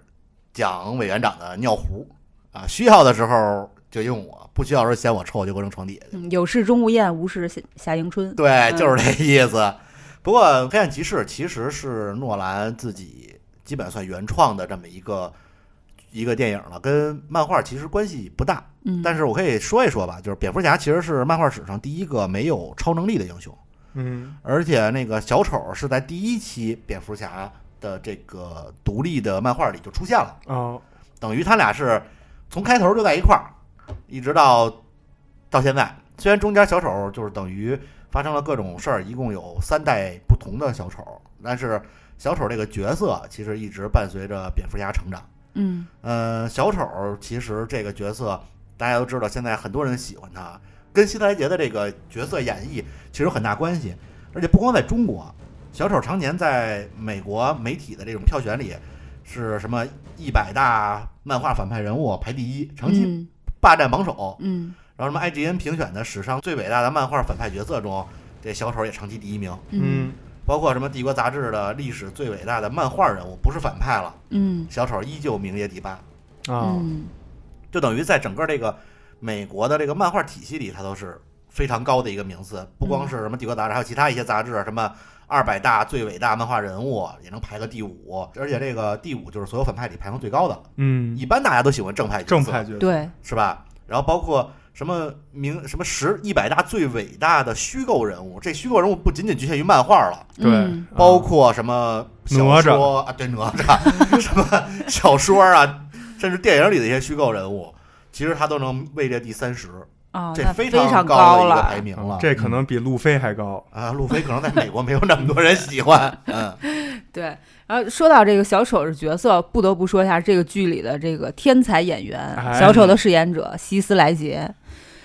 C: 蒋委员长的尿壶啊，需要的时候就用我，不需要的时候嫌我臭就给我扔床底下去。
A: 嗯，有事钟无艳，无事夏夏迎春。
C: 对，就是这意思。不过《黑暗骑士》其实是诺兰自己基本算原创的这么一个一个电影了，跟漫画其实关系不大。
A: 嗯，
C: *laughs* 但是我可以说一说吧，就是蝙蝠侠其实是漫画史上第一个没有超能力的英雄，
B: 嗯，
C: 而且那个小丑是在第一期蝙蝠侠的这个独立的漫画里就出现了，
B: 哦，
C: 等于他俩是从开头就在一块儿，一直到到现在。虽然中间小丑就是等于发生了各种事儿，一共有三代不同的小丑，但是小丑这个角色其实一直伴随着蝙蝠侠成长。
A: 嗯
C: 呃，小丑其实这个角色大家都知道，现在很多人喜欢他，跟希特莱杰的这个角色演绎其实有很大关系。而且不光在中国，小丑常年在美国媒体的这种票选里是什么一百大漫画反派人物排第一，长期
A: 嗯
C: 霸占榜首。
A: 嗯
C: 然后什么 IGN 评选的史上最伟大的漫画反派角色中，这小丑也长期第一名。
A: 嗯
C: 包括什么帝国杂志的历史最伟大的漫画人物，不是反派了，
A: 嗯
C: 小丑依旧名列第八。
B: 啊，
A: 嗯
C: 就等于在整个这个美国的这个漫画体系里，它都是非常高的一个名次。不光
B: 嗯
C: 是什么《帝国杂志》，还有其他一些杂志，什么二百大最伟大漫画人物也能排个第五，而且这个第五就是所有反派里排行最高的。
B: 嗯，
C: 一般大家都喜欢正派角
B: 正
C: 色，
B: 派角色，
A: 对，
C: 是吧？然后包括什么名什么十一百大最伟大的虚构人物，这虚构人物不仅仅局限于漫画了。
B: 对，
A: 嗯
B: 啊
C: 包括什么小说啊，对哪吒， *laughs* 什么小说啊，甚至电影里的一些虚构人物，其实他都能位列第三十，
A: 啊，
C: 这
A: 那
C: 非
A: 常
C: 高的一个
A: 了
C: 排。名了。
B: 哦这可能比路飞还高。
C: 啊，路飞可能在美国没有那么多人喜欢，嗯，
A: 对，然后说到这个小丑的角色，不得不说一下这个剧里的这个天才演员，
B: 哎
A: 小丑的饰演者希斯莱杰。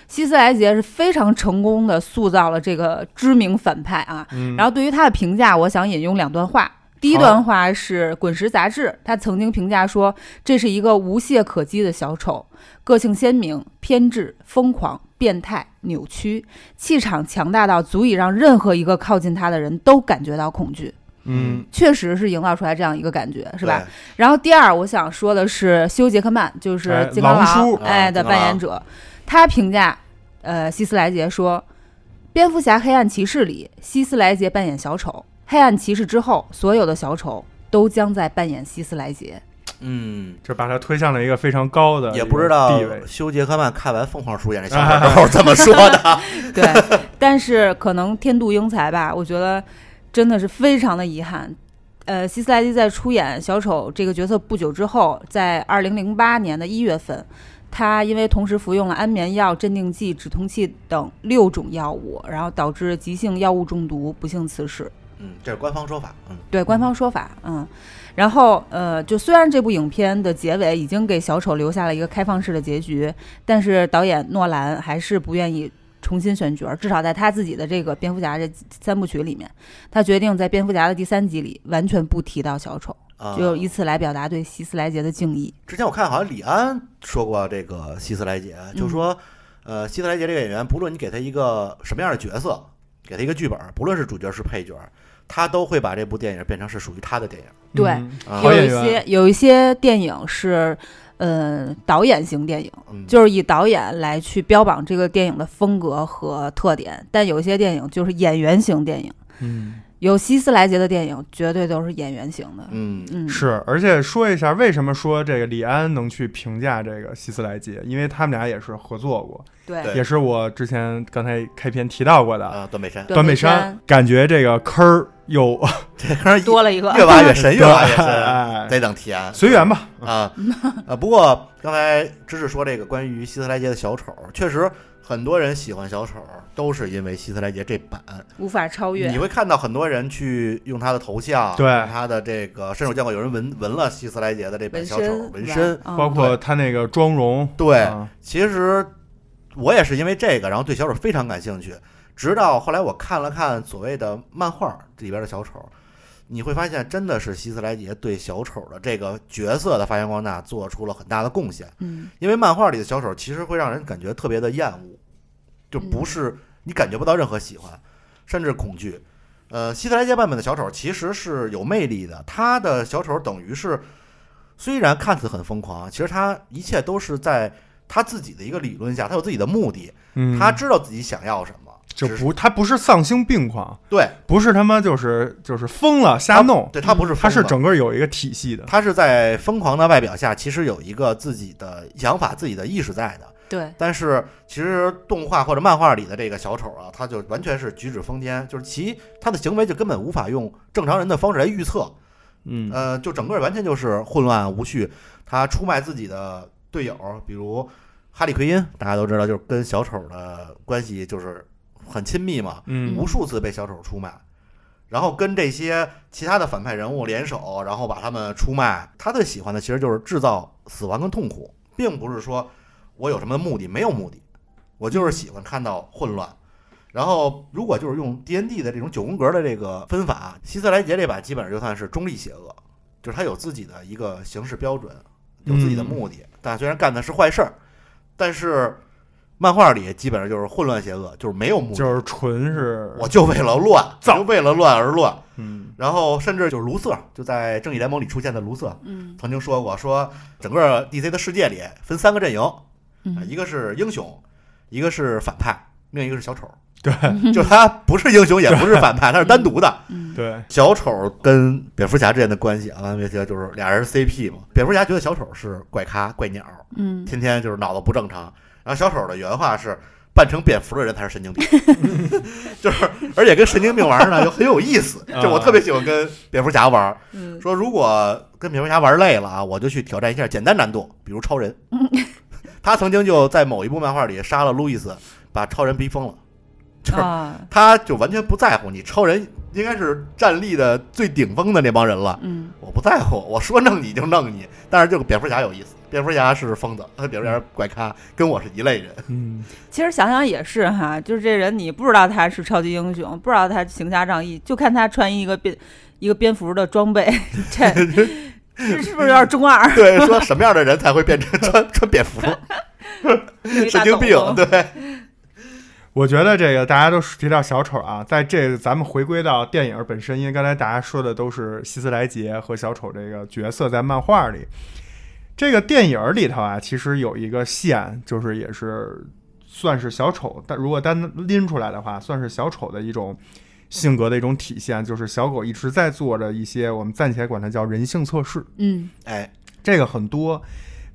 A: 希斯莱杰是非常成功的塑造了这个知名反派啊。
B: 嗯，
A: 然后对于他的评价，我想引用两段话。第一段话是《滚石》杂志，他曾经评价说，这是一个无懈可击的小丑，个性鲜明、偏执、疯狂、变态、扭曲，气场强大到足以让任何一个靠近他的人都感觉到恐惧。
B: 嗯
A: 确实是营造出来这样一个感觉， *laughs* 是吧
C: 对？？
A: 然后第二，我想说的是休·杰克曼，就是
B: 哎
A: 金刚
B: 狼
A: 狼
B: 叔
A: 哎
C: 啊
A: 的
C: 金刚狼
A: 扮演者，他评价呃希斯莱杰说，《蝙蝠侠：黑暗骑士》里希斯莱杰扮演小丑，黑暗骑士之后所有的小丑都将在扮演希斯莱杰。
C: 嗯，
B: 这把他推向了一个非常高的
C: 也不知道
B: 呃地位。
C: 休·杰克曼看完凤凰叔演这
B: *laughs*
C: 小丑之后怎么说的，
A: 对，但是可能天妒英才吧，我觉得真的是非常的遗憾。呃，希斯莱杰在出演小丑这个角色不久之后，在二零零八年的一月份，他因为同时服用了安眠药、镇定剂、止痛剂等六种药物，然后导致急性药物中毒，不幸辞世。
C: 嗯，这是官方说法，嗯，
A: 对官方说法，嗯，然后呃，就虽然这部影片的结尾已经给小丑留下了一个开放式的结局，但是导演诺兰还是不愿意重新选角，至少在他自己的这个蝙蝠侠这三部曲里面，他决定在蝙蝠侠的第三集里完全不提到小丑，
C: 啊，
A: 就以此来表达对希斯莱杰的敬意。
C: 之前我看好像李安说过这个希斯莱杰，就说，呃，希斯莱杰这个演员，不论你给他一个什么样的角色，给他一个剧本，不论是主角是配角，他都会把这部电影变成是属于他的电影。
A: 对
B: 嗯
C: 啊
B: 好
A: 有
B: 演
A: 一
B: 员
A: 些有一些电影是，呃，导演型电影，
C: 嗯，
A: 就是以导演来去标榜这个电影的风格和特点，但有一些电影就是演员型电影，
B: 嗯，
A: 有希斯莱杰的电影绝对都是演员型的。
C: 嗯，
A: 嗯，
B: 是，而且说一下为什么说这个李安能去评价这个希斯莱杰，因为他们俩也是合作过，
A: 对
C: 对
B: 也是我之前刚才开篇提到过的
C: 啊，段北山，
A: 对
B: 段
A: 段
B: 北
A: 北
B: 山
A: 山，
B: 感觉这个坑儿又
C: 这坑
A: 多了一个，
C: 越挖越深，
B: *laughs*
C: 越挖越深，
B: 哎
C: 得等提案。
B: 随缘吧， *laughs*
C: 啊啊！不过刚才知识说这个关于希斯莱杰的小丑，确实很多人喜欢小丑，都是因为希斯莱杰这版。
A: 无法超越
C: 你。会看到很多人去用他的头像，
B: 对
C: 用他的这个，甚至我见过有人纹纹了希斯莱杰的这本
A: 纹
C: 小丑
A: 身，
C: 纹
A: 是吧
C: 身。
A: 嗯
B: 包括他那个妆容，
C: 对，
B: 啊
C: 其实我也是因为这个，然后对小丑非常感兴趣。直到后来我看了看所谓的漫画里边的小丑，你会发现真的是希斯莱杰对小丑的这个角色的发扬光大做出了很大的贡献。
A: 嗯
C: 因为漫画里的小丑其实会让人感觉特别的厌恶，就不是你感觉不到任何喜欢，甚至恐惧。呃，希特莱杰版本的小丑其实是有魅力的，他的小丑等于是虽然看似很疯狂，其实他一切都是在他自己的一个理论下，他有自己的目的，
B: 嗯，
C: 他知道自己想要什么，
B: 就
C: 只是
B: 不他不是丧心病狂，
C: 对
B: 不是他妈就是就是疯了瞎
C: 他
B: 弄，
C: 对他不是
B: 他是
C: 疯的
B: 整个有一个体系的，
C: 他是在疯狂的外表下，其实有一个自己的想法、自己的意识在的。
A: 对，
C: 但是其实动画或者漫画里的这个小丑啊，他就完全是举止疯癫，就是其他的行为就根本无法用正常人的方式来预测，呃
B: 嗯
C: 呃，就整个完全就是混乱无序，他出卖自己的队友，比如哈利奎因，大家都知道，就是跟小丑的关系就是很亲密嘛，
B: 嗯
C: 无数次被小丑出卖，然后跟这些其他的反派人物联手，然后把他们出卖。他最喜欢的其实就是制造死亡跟痛苦，并不是说我有什么目的，没有目的，我就是喜欢看到混乱。然后，如果就是用 D N D 的这种九宫格的这个分法，希斯莱杰这把基本上就算是中立邪恶，就是他有自己的一个行事标准，有自己的目的。但虽然干的是坏事儿，但是漫画里基本上就是混乱邪恶，就是没有目的，
B: 就是纯是，
C: 我就为了乱，
B: 造
C: 就为了乱而乱。
B: 嗯
C: 然后甚至就是卢瑟，就在正义联盟里出现的卢瑟，
A: 嗯
C: 曾经说过，说整个 DC 的世界里分三个阵营，
A: 嗯
C: 一个是英雄，一个是反派，另一个是小丑。
B: 对
C: 就他不是英雄，也不是反派，他是单独的。
A: 嗯
B: 对，
C: 小丑跟蝙蝠侠之间的关系啊，刚才提到就是俩人是 CP 嘛。蝙蝠侠觉得小丑是怪咖、怪鸟，
A: 嗯，
C: 天天就是脑子不正常。然后小丑的原话是：“扮成蝙蝠的人才是神经病。” *laughs* 就是，而且跟神经病玩儿呢，就很有意思。就我特别喜欢跟蝙蝠侠玩儿，
A: 嗯
C: 说如果跟蝙蝠侠玩累了啊，我就去挑战一下简单难度，比如超人。 *laughs* 他曾经就在某一部漫画里杀了路易斯，把超人逼疯了。就是
A: 啊，
C: 他就完全不在乎你，超人应该是战力的最顶峰的那帮人了。
A: 嗯
C: 我不在乎，我说弄你就弄你。但是这个蝙蝠侠有意思，蝙蝠侠是疯子，他蝙蝠侠是怪咖，跟我是一类人。 *laughs*
B: 嗯，
A: 其实想想也是哈，就是这人你不知道他是超级英雄，不知道他行侠仗义，就看他穿一个蝙一个蝙蝠的装备，
C: *laughs*
A: 这是是不是有点中二？
C: 对，说什么样的人才会
A: *laughs*
C: 变成穿穿蝙蝠
A: 有一
C: 神
A: 大
C: 经
A: 斗
C: 病？
A: 篷
C: 对，
B: 我觉得这个大家都提到小丑啊，在这个咱们回归到电影本身，因为刚才大家说的都是希斯莱杰和小丑这个角色在漫画里，这个电影里头啊，其实有一个线，就是也是算是小丑，但如果单拎出来的话，算是小丑的一种性格的一种体现，就是小狗一直在做着一些我们暂且管它叫人性测试，
A: 嗯
C: 哎，
B: 这个很多。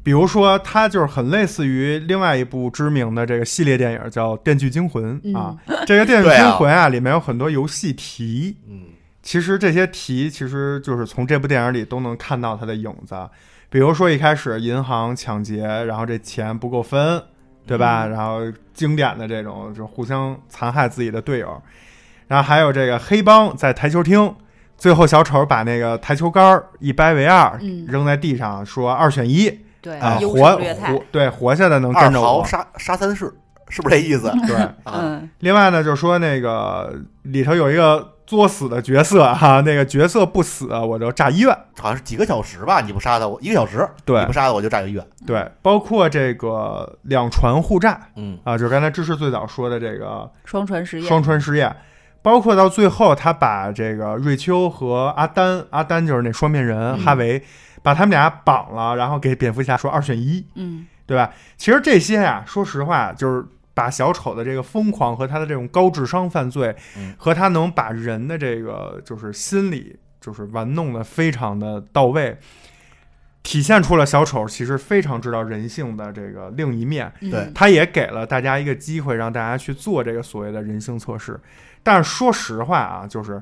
B: 比如说，它就是很类似于另外一部知名的这个系列电影，叫《电锯惊魂》啊。这个《电锯
C: 对啊
B: 惊魂》啊，里面有很多游戏题，
C: 嗯，
B: 其实这些题其实就是从这部电影里都能看到它的影子。比如说一开始银行抢劫，然后这钱不够分，对吧？
A: 嗯
B: 然后经典的这种就互相残害自己的队友，然后还有这个黑帮在台球厅，最后小丑把那个台球杆儿一掰为二，
A: 嗯
B: 扔在地上，说二选一
A: 对
B: 啊，
A: 优
B: 活
A: 胜劣汰，
B: 活对活下来能
C: 二
B: 跟着
C: 豪
B: 我，
C: 杀杀三世，是不是这意思？
B: 对。
C: 啊，
A: 嗯
B: 另外呢，就说那个里头有一个作死的角色哈、那个角色不死，啊我就炸医院。
C: 好像是几个小时吧？你不杀他，我一个小时，
B: 对
C: 你不杀他我就炸个医院。
B: 对，包括这个两船互炸
C: 嗯，
B: 啊，就是刚才芝士最早说的这个
A: 双船实验，
B: 双船实验，包括到最后他把这个瑞秋和阿丹，阿丹就是那双面人、哈维，把他们俩绑了，然后给蝙蝠侠说二选一，
A: 嗯
B: 对吧？其实这些啊，说实话就是。把小丑的这个疯狂和他的这种高智商犯罪，
C: 嗯
B: 和他能把人的这个就是心理就是玩弄的非常的到位，体现出了小丑其实非常知道人性的这个另一面。
A: 嗯
C: 对
B: 他也给了大家一个机会，让大家去做这个所谓的人性测试。但是说实话啊，就是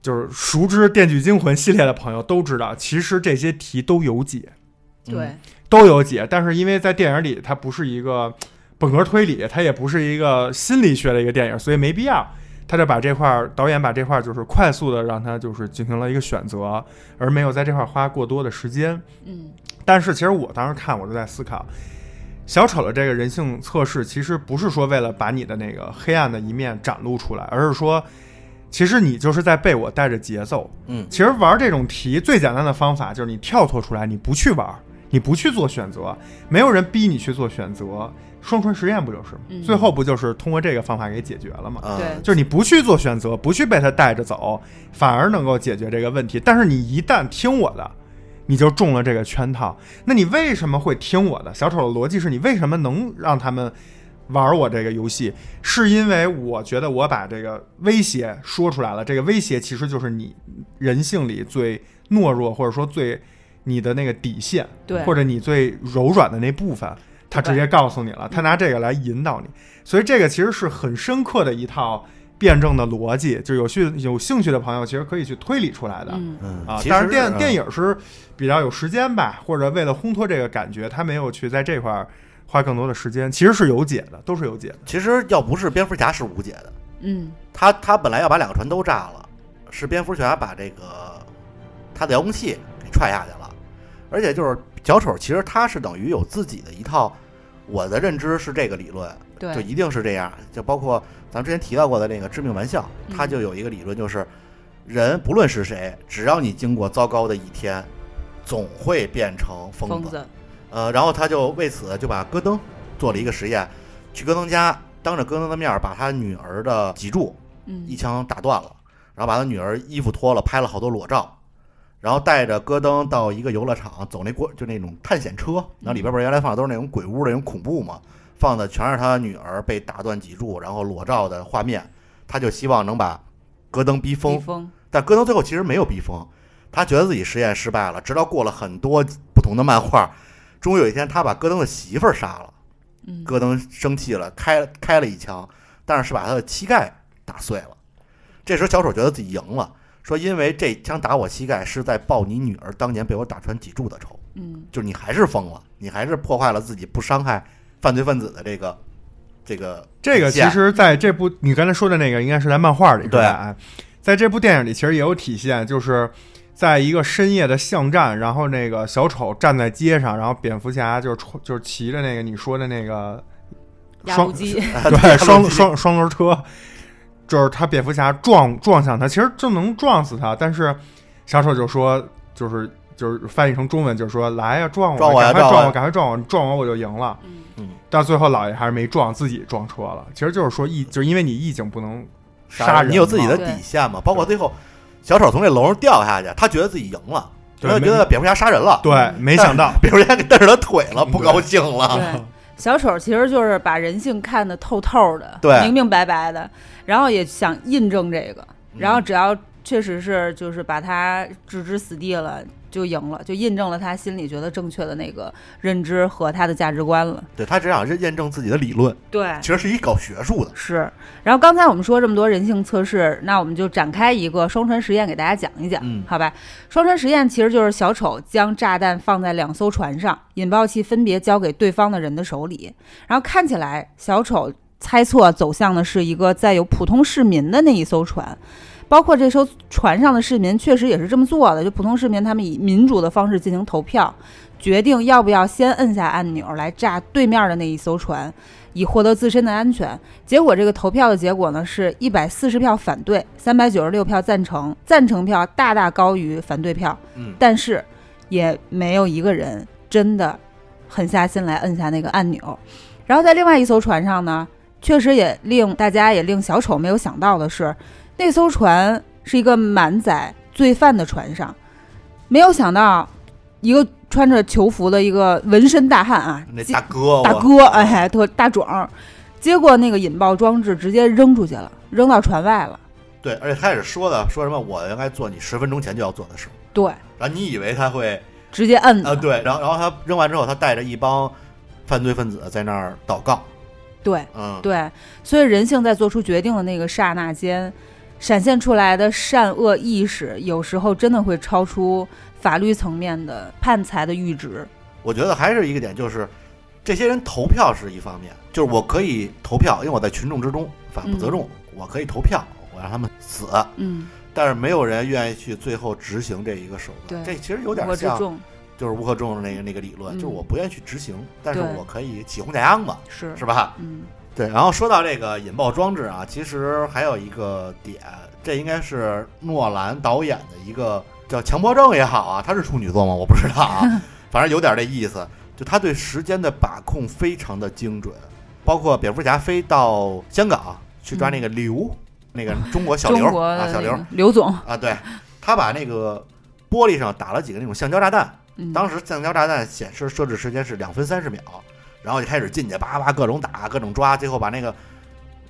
B: 就是熟知《电锯惊魂》系列的朋友都知道，其实这些题都有解，嗯
C: 嗯
A: 对，
B: 都有解。但是因为在电影里，它不是一个本格推理，它也不是一个心理学的一个电影，所以没必要。他就把这块儿导演把这块儿就是快速的让他就是进行了一个选择，而没有在这块儿花过多的时间。
A: 嗯
B: 但是其实我当时看，我就在思考，小丑的这个人性测试其实不是说为了把你的那个黑暗的一面展露出来，而是说，其实你就是在被我带着节奏。
C: 嗯
B: 其实玩这种题最简单的方法就是你跳脱出来，你不去玩，你不去做选择，没有人逼你去做选择。双唇实验不就是吗？
A: 嗯
B: 最后不就是通过这个方法给解决了吗？
C: 啊，
A: 对
B: 就是你不去做选择，不去被他带着走，反而能够解决这个问题。但是你一旦听我的，你就中了这个圈套。那你为什么会听我的？小丑的逻辑是你为什么能让他们玩我这个游戏？是因为我觉得我把这个威胁说出来了，这个威胁其实就是你人性里最懦弱，或者说最你的那个底线，
A: 对
B: 或者你最柔软的那部分。他直接告诉你了，他拿这个来引导你，所以这个其实是很深刻的一套辩证的逻辑，就有趣有兴趣的朋友其实可以去推理出来的。
A: 嗯，
C: 嗯
B: 啊
C: 其，实
B: 但是电电
C: 影
B: 影是比较有时间吧，或者为了烘托这个感觉，他没有去在这块儿花更多的时间，其实是有解的，都是有解的。
C: 其实要不是蝙蝠侠是无解的，
A: 嗯，
C: 他他本来要把两个船都炸了，是蝙蝠侠把这个他的遥控器给踹下去了，而且就是小丑其实他是等于有自己的一套，我的认知是这个理论，就
A: 对，
C: 一定是这样。就包括咱们之前提到过的那个致命玩笑，
A: 嗯
C: 他就有一个理论，就是人不论是谁，只要你经过糟糕的一天，总会变成疯子。
A: 疯子，
C: 呃，然后他就为此就把戈登做了一个实验，去戈登家当着戈登的面儿把他女儿的脊柱一
A: 嗯
C: 枪打断了，然后把他女儿衣服脱了，拍了好多裸照，然后带着戈登到一个游乐场，走那过就那种探险车，然后里边不是原来放的都是那种鬼屋的那种恐怖嘛，放的全是他女儿被打断脊柱，然后裸照的画面，他就希望能把戈登逼
A: 逼，
C: 疯
A: 疯，
C: 但戈登最后其实没有逼疯，他觉得自己实验失败了，直到过了很多不同的漫画，终于有一天他把戈登的媳妇儿杀了，
A: 嗯，
C: 戈登生气了，开开了一枪，但是是把他的膝盖打碎了。这时候小丑觉得自己赢了，说因为这枪打我膝盖是在报你女儿当年被我打穿脊柱的仇，
A: 嗯
C: 就是你还是疯了，你还是破坏了自己不伤害犯罪分子的这个这个
B: 这个
C: 底
B: 其
C: *laughs* 线
B: 实在这部你刚才说的那个应该是在漫画里，是吧
C: 对
B: 哎在这部电影里其实也有体现，就是在一个深夜的巷战，然后那个小丑站在街上，然后蝙蝠侠就是穿就是骑着那个你说的那个
A: 压路
B: 双
A: 机，
B: 对双
C: 机
B: 双双轮车，就是他蝙蝠侠撞撞向他，其实就能撞死他，但是小丑就说就是就是翻译成中文就是说来呀、撞我
C: 撞我呀
B: 赶快
C: 撞我
B: 撞
C: 呀
B: 赶快撞我撞我我就赢了。
A: 嗯
B: 但最后老爷还是没撞，自己撞车了。其实就是说意，就是因为你意境不能杀人嘛，
C: 你有自己的
A: 对
C: 底线嘛。包括最后小丑从这楼上掉下去，他觉得自己赢了，
B: 对
C: 他觉得蝙蝠侠杀人了，
B: 对，没想到，
C: 蝙蝠侠给蹬着他腿了，不高兴了。
A: 对。小丑其实就是把人性看得透透的，
C: 对
A: 明明白白的，然后也想印证这个，
C: 嗯
A: 然后只要确实是就是把他置之死地了，就赢了，就印证了他心里觉得正确的那个认知和他的价值观了。
C: 对他只想认验证自己的理论，
A: 对，
C: 其实是一搞学术的。
A: 是。然后刚才我们说这么多人性测试，那我们就展开一个双船实验给大家讲一讲，
C: 嗯
A: 好吧？双船实验其实就是小丑将炸弹放在两艘船上，引爆器分别交给对方的人的手里，然后看起来小丑猜测走向的是一个载有普通市民的那一艘船。包括这艘船上的市民确实也是这么做的，就普通市民他们以民主的方式进行投票，决定要不要先摁下按钮来炸对面的那一艘船，以获得自身的安全。结果这个投票的结果呢是一百四十票反对，三百九十六票赞成，赞成票大大高于反对票，
C: 嗯，
A: 但是也没有一个人真的狠下心来摁下那个按钮。然后在另外一艘船上呢，确实也令大家也令小丑没有想到的是，那艘船是一个满载罪犯的船上，没有想到一个穿着囚服的一个纹身大汉啊，
C: 那
A: 几
C: 大哥，我
A: 大哥，，
C: 啊
A: 哎，特大壮，结果那个引爆装置直接扔出去了，扔到船外了。
C: 对，而且开始说的说什么我应该做你十分钟前就要做的事，
A: 对，
C: 然后你以为他会
A: 直接摁
C: 啊？
A: 了。
C: 对，然后然后他扔完之后，他带着一帮犯罪分子在那儿祷告，
A: 对
C: 嗯，
A: 对，所以人性在做出决定的那个刹那间，闪现出来的善恶意识，有时候真的会超出法律层面的判裁的阈值。
C: 我觉得还是一个点，就是这些人投票是一方面，就是我可以投票，因为我在群众之中，反不责众，我可以投票，我让他们死。
A: 嗯，
C: 但是没有人愿意去最后执行这一个手段，
A: 对
C: 这其实有点
A: 我之
C: 像
A: 重
C: 就是乌合众人那个那个理论，
A: 嗯
C: 就是我不愿意去执行，但是
A: 对
C: 我可以起哄架秧子，
A: 是
C: 是吧？
A: 嗯
C: 对。然后说到这个引爆装置啊，其实还有一个点，这应该是诺兰导演的一个叫强迫症也好啊，他是处女座吗？我不知道
A: *laughs*
C: 啊，反正有点这意思，就他对时间的把控非常的精准，包括蝙蝠侠飞到香港去抓那个刘，那个中国
A: 嗯
C: 小
A: 中
C: 刘
A: 国
C: 啊，
A: 的那
C: 小刘
A: 个刘总，
C: 啊，对他把那个玻璃上打了几个那种橡胶炸弹。
A: 嗯，
C: 当时橡胶炸弹显示设置时间是两分三十秒，然后就开始进去叭叭各种打各种抓，最后把那个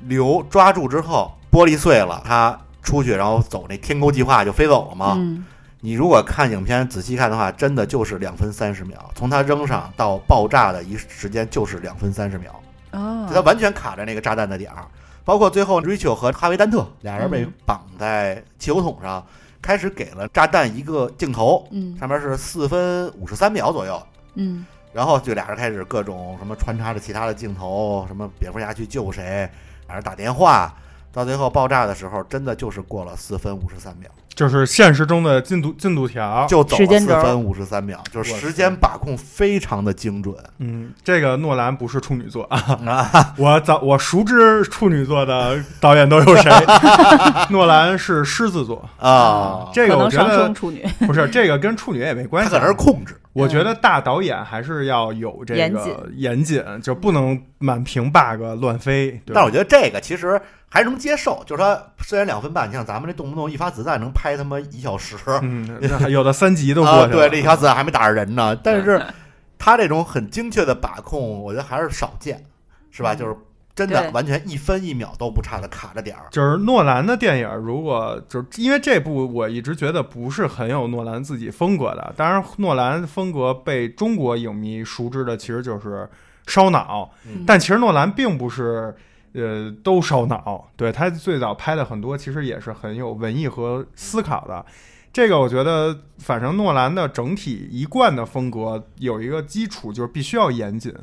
C: 刘抓住之后，玻璃碎了，他出去然后走那天钩计划就飞走了嘛。
A: 嗯
C: 你如果看影片仔细看的话，真的就是两分三十秒，从他扔上到爆炸的一时间就是两分三十秒，
A: 哦
C: 他，完全卡在那个炸弹的点儿。包括最后 Rachel 和哈维·丹特俩人被
A: 嗯
C: 绑在汽油桶上，开始给了炸弹一个镜头，
A: 嗯
C: 上面是四分五十三秒左右，
A: 嗯
C: 然后就俩人开始各种什么穿插着其他的镜头，什么蝙蝠侠去救谁，俩人打电话，到最后爆炸的时候，真的就是过了四分五十三秒，
B: 就是现实中的进度进度条。
C: 就走
A: 时
C: 了
A: 间
C: 四
A: 轴
C: 分五十三秒，就是
B: 哇塞
C: 时间把控非常的精准
B: 嗯，这个诺兰不是处女座 *laughs* 啊，
C: 啊！ *laughs*
B: 我早我熟知处女座的导演都有
C: *laughs*
B: 谁？诺兰是狮子座，
C: 啊
B: 这
A: 可
B: 个
A: 能
B: 我觉
A: 上升
B: 得
A: 处女，
B: *laughs* 不是这个跟处女也没关
C: 他
B: 系，啊
C: 可能是控制，
B: 我觉得大导演还是要有这
A: 严
B: 个
A: 谨
B: 严谨，就不能满屏 bug 乱飞。对吧
C: 但我觉得这个其实还能接受，就是说虽然两分半，你像咱们这动不动一发子弹能拍他妈一小时，
B: 嗯，那有的三级都
C: 啊，
B: 过去了。
C: 对，这一条子弹还没打着人呢。但是他这种很精确的把控，我觉得还是少见，是吧？
A: 嗯
C: 就是真的
A: 对
C: 完全一分一秒都不差的卡着点儿。
B: 就是诺兰的电影，如果就是因为这部，我一直觉得不是很有诺兰自己风格的。当然，诺兰风格被中国影迷熟知的其实就是烧脑，
C: 嗯
B: 但其实诺兰并不是呃都烧脑，对他最早拍的很多其实也是很有文艺和思考的。这个我觉得，反正诺兰的整体一贯的风格有一个基础，就是必须要严谨，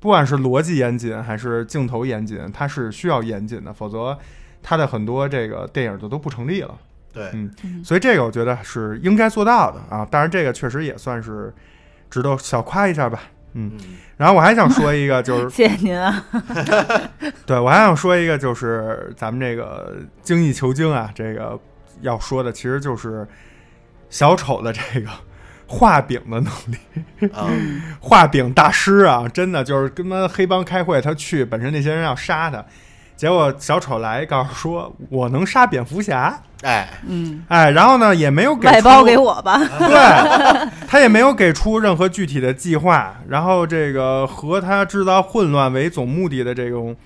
B: 不管是逻辑严谨还是镜头严谨，它是需要严谨的，否则他的很多这个电影就都不成立了。
C: 对，
B: 嗯
A: 嗯
B: 所以这个我觉得是应该做到的啊。当然，这个确实也算是值得小夸一下吧。嗯，
C: 嗯，
B: 然后我还想说一个，
A: *laughs*
B: 就是
A: 谢谢您啊，
B: 对，我还想说一个，就是咱们这个精益求精啊，这个要说的其实就是小丑的这个画饼的能力，
C: 啊，
B: *laughs* 画饼大师啊，真的就是跟他黑帮开会，他去，本身那些人要杀他，结果小丑来告诉说，我能杀蝙蝠侠，
C: 哎，
A: 嗯，
B: 哎，然后呢也没有给
A: 外包
B: 出
A: 给我吧，
B: *laughs* 对他也没有给出任何具体的计划，然后这个和他制造混乱为总目的的这种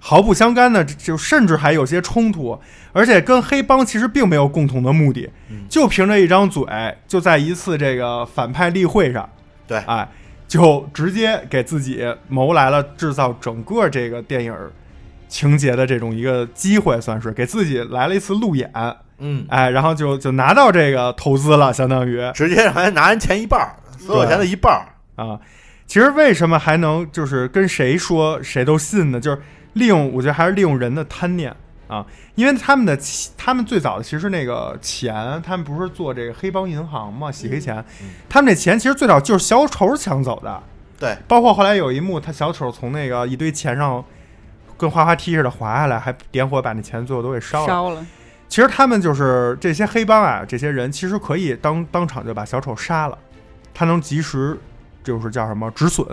B: 毫不相干的，就甚至还有些冲突，而且跟黑帮其实并没有共同的目的
C: 嗯，
B: 就凭着一张嘴，就在一次这个反派例会上，
C: 对
B: 哎，就直接给自己谋来了制造整个这个电影情节的这种一个机会，算是给自己来了一次路演，
C: 嗯，
B: 哎，然后就就拿到这个投资了，相当于，
C: 直接让人拿人钱一半儿，所有
B: 对
C: 钱的一半儿。
B: 啊。其实为什么还能就是跟谁说谁都信呢？就是利用，我觉得还是利用人的贪念啊，因为他们的起他们最早其实那个钱，他们不是做这个黑帮银行嘛，洗黑钱，
C: 嗯
B: 他们这钱其实最早就是小丑抢走的，
C: 对，
B: 包括后来有一幕，他小丑从那个一堆钱上跟滑滑梯似的滑下来，还点火把那钱最后都给烧了。
A: 烧了，
B: 其实他们就是这些黑帮啊，这些人其实可以当当场就把小丑杀了，他能及时就是叫什么止
C: *laughs*
B: 损，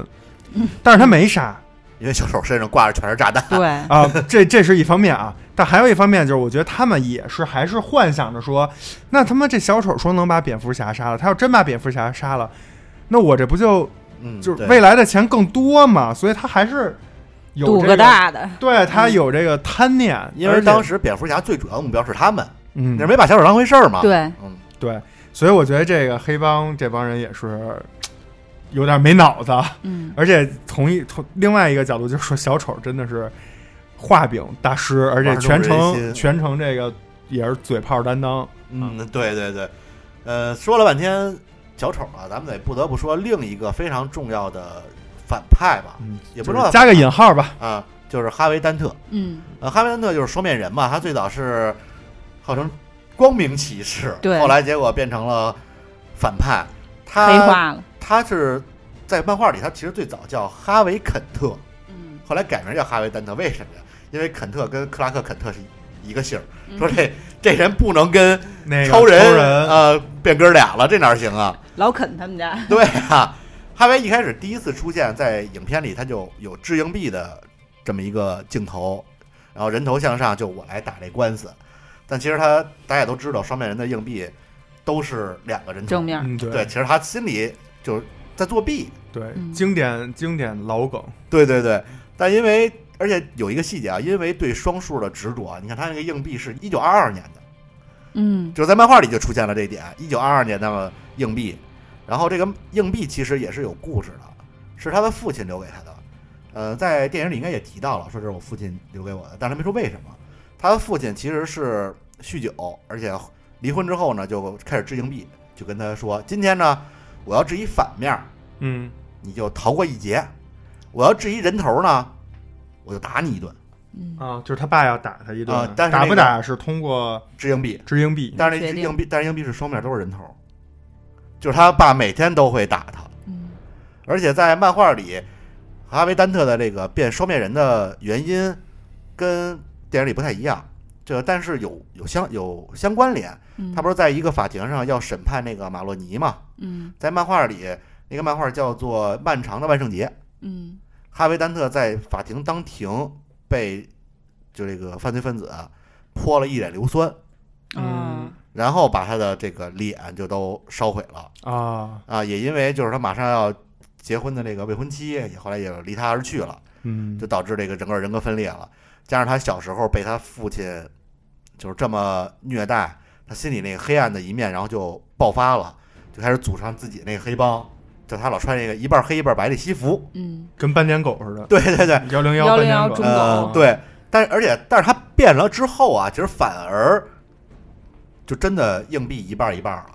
B: 但是他没杀
C: 因为小丑身上挂着全是炸弹。
A: 对，
B: 啊、这这是一方面啊。但还有一方面就是，我觉得他们也是还是幻想着说，那他妈这小丑说能把蝙蝠侠杀了，他要真把蝙蝠侠杀了，那我这不就
C: 嗯，
B: 就是
C: 对
B: 未来的钱更多嘛？所以他还是有、这
A: 赌个，大的，
B: 对他有这个贪念，
C: 嗯因为当
B: 时
C: 时蝙蝠侠最主要的目标是他们，
B: 嗯
C: 你是没把小丑当回事儿嘛？，
A: 对，
C: 嗯，
B: 对，所以我觉得这个黑帮这帮人也是有点没脑子，啊
A: 嗯，
B: *laughs* 而且同一同另外一个角度就是说，小丑真的是画饼大师，而且全
C: 玩弄人心
B: 程全程这个也是嘴炮担当。
C: 嗯，对对对，呃，说了半天小丑啊，咱们得不得不说另一个非常重要的反派吧，
B: 嗯，
C: 也不
B: 就
C: 知
B: 是
C: 道
B: 加个引号吧。
C: 啊，就是哈维·丹特。
A: 嗯，
C: 呃，哈维·丹特就是双面人嘛，他最早是号称光明骑士，
A: 对
C: 后来结果变成了反派。
A: 黑
C: 他
A: 化了，
C: 他是在漫画里，他其实最早叫哈维·肯特，
A: 嗯，
C: 后来改名叫哈维·丹特，为什么呀？因为肯特跟克拉克·肯特是一个姓儿，
A: 嗯
C: 说这这人不能跟
B: 那个
C: 超人
B: 超人，
C: 呃变哥俩了，这哪儿行啊？
A: 老肯他们家，
C: *laughs* 对啊，哈维一开始第一次出现在影片里，他就有掷硬币的这么一个镜头，然后人头向上，就我来打这官司。但其实他大家也都知道，双面人的硬币都是两个人头
A: 正面儿，
B: 嗯，对
C: 对，其实他心里就是在作弊。
B: 对
A: 嗯
B: 经典经典老梗。
C: 对对对，但因为而且有一个细节啊，因为对双数的执着啊，你看他那个硬币是一九二二年的，
A: 嗯，
C: 就是在漫画里就出现了这一点，一九二二年的硬币，然后这个硬币其实也是有故事的，是他的父亲留给他的。呃，在电影里应该也提到了，说这是我父亲留给我的，但是他没说为什么。他的父亲其实是酗酒，而且离婚之后呢，就开始掷硬币，就跟他说：“今天呢，我要掷一反面，
B: 嗯，
C: 你就逃过一劫；我要掷一人头呢，我就打你一顿。
A: 嗯，
B: 啊，就是他爸要打他一顿，
C: 啊但是
B: 打
C: 那
B: 不
C: 个
B: 打是通过”
C: 掷硬币，
B: 掷硬币，
C: 但是那
A: 决
C: 掷
A: 定
C: 硬币，但是硬币是双面都是人头，就是他爸每天都会打他。
A: 嗯
C: 而且在漫画里，哈维·丹特的这个变双面人的原因跟电影里不太一样，这但是有有相有相关联。
A: 嗯，
C: 他不是在一个法庭上要审判那个马洛尼嘛？
A: 嗯
C: 在漫画里，那个漫画叫做《漫长的万圣节》，
A: 嗯
C: 哈维·丹特在法庭当庭被就这个犯罪分子泼了一脸硫酸，
A: 啊
C: 然后把他的这个脸就都烧毁了。
B: 啊，
C: 啊，也因为就是他马上要结婚的这个未婚妻，也后来也离他而去了，
B: 嗯
C: 就导致这个整个人格分裂了。加上他小时候被他父亲就是这么虐待，他心里那个黑暗的一面，然后就爆发了，就开始组上自己那个黑帮。就他老穿那个一半黑一半白的西服， *laughs*
A: 嗯
B: 跟斑点狗似的，
C: 对对对，
B: 幺零幺
A: 101
B: 斑点狗
A: 中，国
C: 呃，对，但是而且但是他变了之后啊，其实反而就真的硬币一半一半了，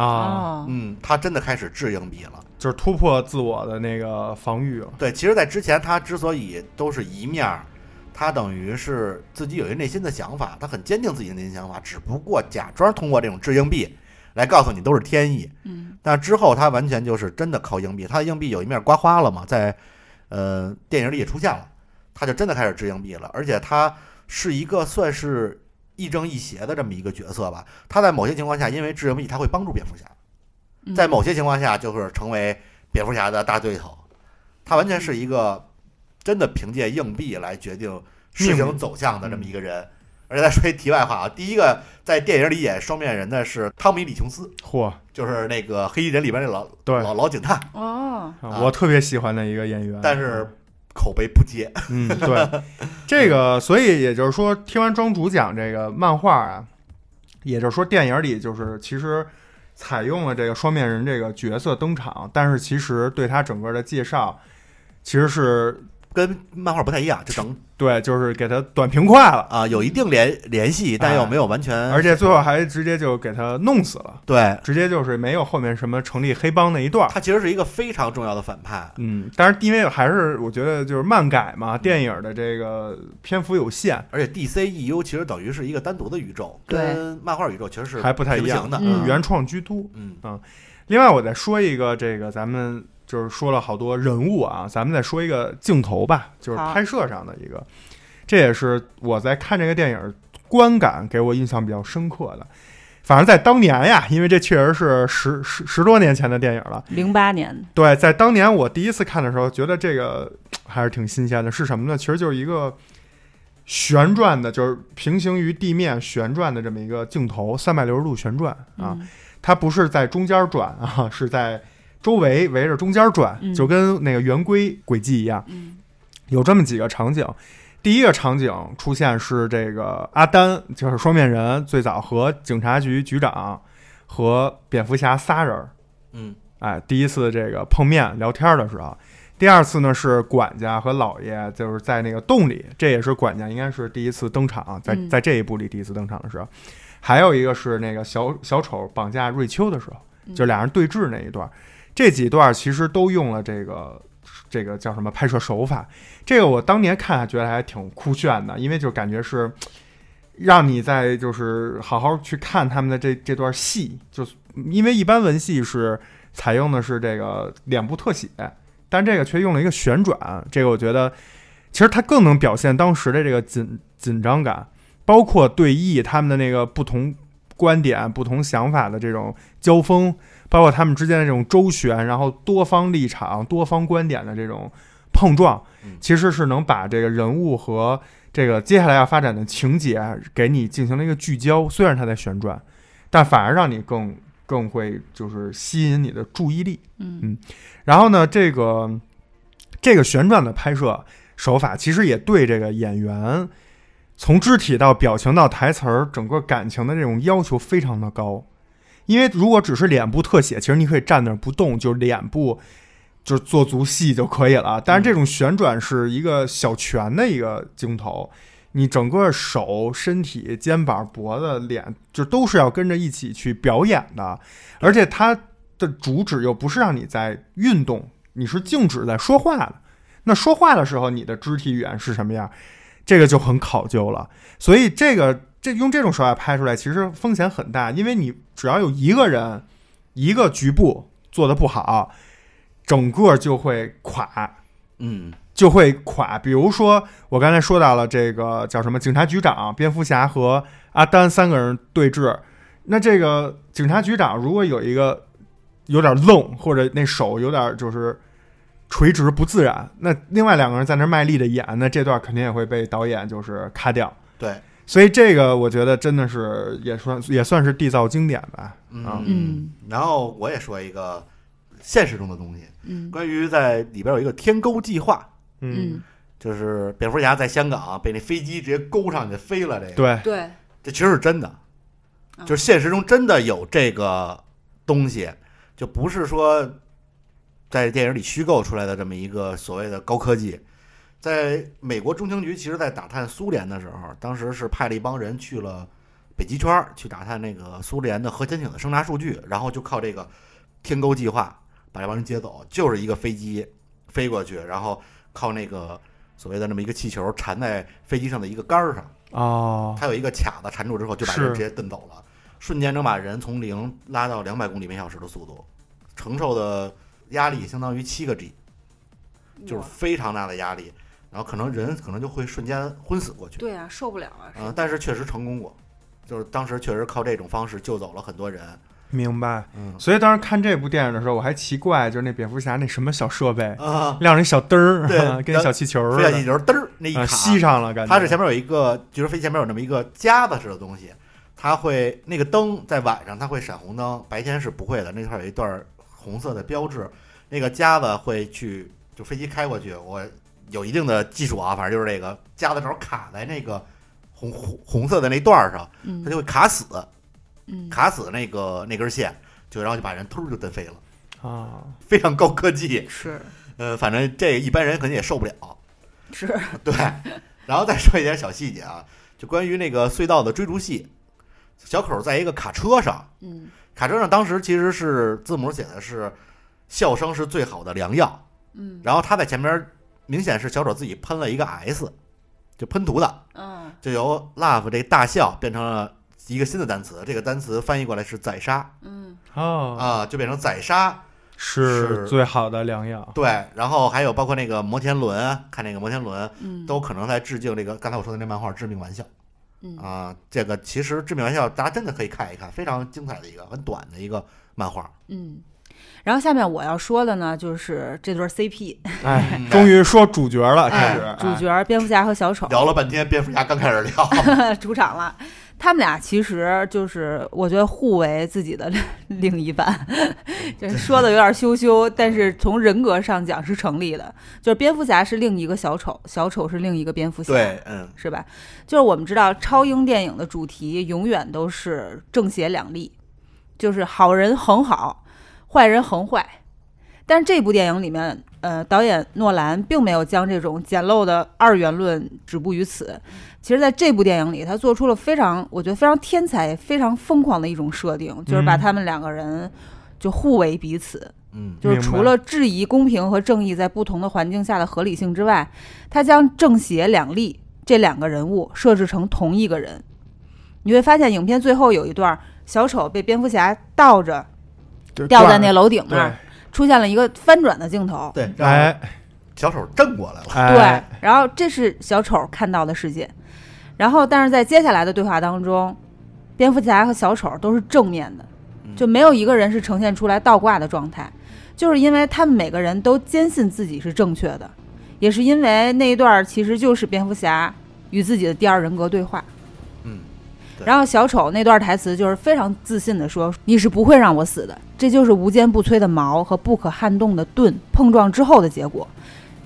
B: 啊，
A: 哦
C: 嗯，他真的开始掷硬币了。
B: 就是突破自我的那个防御了，
C: 对，其实，在之前他之所以都是一面儿，他等于是自己有一个内心的想法，他很坚定自己的内心想法，只不过假装通过这种掷硬币来告诉你都是天意。
A: 嗯
C: 但之后他完全就是真的靠硬币，他的硬币有一面刮花了嘛，在呃电影里也出现了，他就真的开始掷硬币了，而且他是一个算是亦正亦邪的这么一个角色吧。他在某些情况下，因为掷硬币，他会帮助蝙蝠侠。
A: 嗯
C: 在某些情况下就是成为蝙蝠侠的大对头。他完全是一个真的凭借硬币来决定事
B: 命嗯
C: 情
B: 运
C: 走向的这么一个人。而且再说一题外话啊，第一个在电影里演双面人的是汤米·李琼斯，
B: 嚯！
C: 就是那个《黑衣人》里边那老
B: 对啊
C: 老老警探，
A: 哦
C: 啊
B: 我特别喜欢的一个演员，
C: 但是口碑不接。
B: 嗯， *laughs* 对，这个，所以也就是说，听完庄主讲这个漫画啊，也就是说，电影里就是其实采用了这个双面人这个角色登场，但是其实对他整个的介绍，其实是
C: 跟漫画不太一样，就整
B: 对，就是给他短平快了，
C: 啊、有一定联联系，但又没有完全。
B: 哎而且最后还直接就给他弄死了，
C: 对
B: 直接就是没有后面什么成立黑帮那一段儿。
C: 他其实是一个非常重要的反派，
B: 嗯，但是因为还是我觉得就是漫改嘛，电影的这个篇幅有限，
C: 而且 DCEU 其实等于是一个单独的宇宙，
A: 对
C: 跟漫画宇宙其实是
B: 还不太一
C: 平
B: 样
C: 行的。
A: 嗯
B: 原创居多。
C: 嗯，
B: 另外，我再说一个，这个咱们就是说了好多人物啊，咱们再说一个镜头吧，就是
A: 好
B: 拍摄上的一个，这也是我在看这个电影观感给我印象比较深刻的。反正，在当年呀，因为这确实是十十十多年前的电影了。
A: 零八年
B: 对，在当年我第一次看的时候，觉得这个嘖还是挺新鲜的。是什么呢？其实就是一个旋转的，就是平行于地面旋转的这么一个镜头，三百六十度旋转啊。
A: 嗯
B: 它不是在中间转啊， *laughs* 是在周围围着中间转，
A: 嗯
B: 就跟那个圆规轨迹一样。
A: 嗯
B: 有这么几个场景，第一个场景出现是这个阿丹，就是双面人，最早和警察局局长和蝙蝠侠仨人儿，
C: 嗯，
B: 哎，第一次这个碰面聊天的时候。第二次呢是管家和老爷，就是在那个洞里，这也是管家应该是第一次登场，啊在
A: 嗯
B: 在这一部里第一次登场的时候，还有一个是那个小小丑绑架瑞秋的时候，
A: 嗯
B: 就俩人对峙那一段，这几段其实都用了这个这个叫什么拍摄手法，这个我当年看还觉得还挺酷炫的，因为就感觉是让你在就是好好去看他们的这这段戏，就是因为一般文戏是采用的是这个脸部特写，但这个却用了一个旋转，这个我觉得其实它更能表现当时的这个紧紧张感，包括对弈他们的那个不同观点、不同想法的这种交锋，包括他们之间的这种周旋，然后多方立场、多方观点的这种碰撞
C: 嗯，
B: 其实是能把这个人物和这个接下来要发展的情节给你进行了一个聚焦。虽然它在旋转，但反而让你更更会就是吸引你的注意力。
A: 嗯
B: 然后呢，这个这个旋转的拍摄手法，其实也对这个演员从肢体到表情到台词儿，整个感情的这种要求非常的高。因为如果只是脸部特写，其实你可以站那儿不动，就脸部就是做足戏就可以了啊。但是这种旋转是一个小拳的一个镜头，你整个手、身体、肩膀、脖子、脸，就都是要跟着一起去表演的。而且它的主旨又不是让你在运动，你是静止在说话的。那说话的时候，你的肢体语言是什么样，这个就很考究了。所以这个这用这种手法拍出来，其实风险很大，因为你只要有一个人一个局部做的不好，整个就会垮，
C: 嗯，
B: 就会垮。比如说我刚才说到了这个叫什么警察局长、蝙蝠侠和阿丹三个人对峙，那这个警察局长如果有一个有点愣，或者那手有点就是。垂直不自然，那另外两个人在那儿卖力的演，那这段肯定也会被导演就是咔掉。
C: 对，
B: 所以这个我觉得真的是也算也算是缔造经典吧。啊
A: 嗯
C: 然后我也说一个现实中的东西，
A: 嗯
C: 关于在里边有一个天钩计划，
A: 嗯，
C: 就是蝙蝠侠在香港被那飞机直接勾上去飞了，这个
B: 对，
A: 对，
C: 这其实是真的，
A: 啊
C: 就是现实中真的有这个东西，就不是说在电影里虚构出来的这么一个所谓的高科技。在美国中情局，其实在打探苏联的时候，当时是派了一帮人去了北极圈儿去打探那个苏联的核潜艇的声呐数据，然后就靠这个天钩计划把这帮人接走，就是一个飞机飞过去，然后靠那个所谓的那么一个气球缠在飞机上的一个杆儿上。
B: 哦，
C: 它有一个卡子缠住之后，就把
B: 是
C: 人直接蹬走了，瞬间能把人从零拉到两百公里每小时的速度，承受的压力相当于七个 G，就是非常大的压力，然后可能人可能就会瞬间昏死过去。
A: 对啊，受不了啊
C: 嗯、但是确实成功过，就是当时确实靠这种方式救走了很多人。
B: 明白。
C: 嗯
B: 所以当时看这部电影的时候，我还奇怪，就是那蝙蝠侠那什么小设备， *laughs*
C: 啊，
B: 亮着一小灯儿，*laughs*
C: 对
B: 跟小气球
C: 飞
B: 似
C: 下
B: 的，
C: 去就是嘚儿那一卡，
B: 啊，吸上了，感觉
C: 它是前面有一个，就是飞机前面有那么一个夹子似的东西，它会那个灯在晚上它会闪红灯，白天是不会的。那块儿有一段红色的标志，那个夹子会去，就飞机开过去，我有一定的技术啊，反正就是这个夹子正好卡在那个红红红色的那段儿上，
A: 嗯
C: 它就会卡死，
A: 嗯，
C: 卡死那个那根线，就然后就把人突就蹬飞了，
B: 啊，
C: 非常高科技。
A: 是
C: 呃，反正这一般人肯定也受不了。
A: 是，
C: *laughs* 对，然后再说一点小细节啊，就关于那个隧道的追逐戏，小口在一个卡车上，
A: 嗯
C: 卡车上当时其实是字母写的是“笑声是最好的良药
A: 嗯”，
C: 然后他在前面明显是小丑自己喷了一个 S，就喷涂的，
A: 嗯
C: 就由 laugh 这大笑变成了一个新的单词，这个单词翻译过来是宰杀
A: 嗯
B: 哦，
C: 啊，就变成宰杀。
B: 是
C: 是
B: 最好的良药，
C: 对，然后还有包括那个摩天轮，看那个摩天轮
A: 嗯，
C: 都可能在致敬这个刚才我说的那漫画《致命玩笑》。
A: 嗯
C: 啊，这个其实《致命玩笑》大家真的可以看一看，非常精彩的一个很短的一个漫画。
A: 嗯。然后下面我要说的呢，就是这对 CP
B: 哎
C: 嗯，
B: 终于说主角了，
C: 哎
B: 开始
A: 主角蝙蝠侠和小丑
C: 聊了半天，蝙蝠侠刚开始聊，
A: *laughs* 出场了。他们俩其实就是，我觉得互为自己的另一半， *laughs* 这说的有点羞羞，但是从人格上讲是成立的。就是蝙蝠侠是另一个小丑，小丑是另一个蝙蝠侠，
C: 对，嗯，
A: 是吧？就是我们知道，超英电影的主题永远都是正邪两立，就是好人很好，坏人很坏。但是这部电影里面，呃，导演诺兰并没有将这种简陋的二元论止步于此。其实，在这部电影里，他做出了非常，我觉得非常天才、非常疯狂的一种设定，就是把
B: 嗯
A: 他们两个人就互为彼此。
C: 嗯，
A: 就是
B: 明白
A: 除了质疑公平和正义在不同的环境下的合理性之外，他将正邪两立这两个人物设置成同一个人。你会发现，影片最后有一段，小丑被蝙蝠侠倒着
B: 对
A: 吊在那楼顶那
B: 对
A: 儿，出现了一个翻转的镜头。
C: 对，然后
B: 哎
C: 小丑正过来了，
A: 对
B: 哎，，
A: 然后这是小丑看到的世界。然后，但是在接下来的对话当中，蝙蝠侠和小丑都是正面的，
C: 嗯
A: 就没有一个人是呈现出来倒挂的状态，就是因为他们每个人都坚信自己是正确的，也是因为那一段儿其实就是蝙蝠侠与自己的第二人格对话。
C: 嗯，对
A: 然后小丑那段台词就是非常自信的说：“你是不会让我死的，这就是无坚不摧的矛和不可撼动的盾碰撞之后的结果。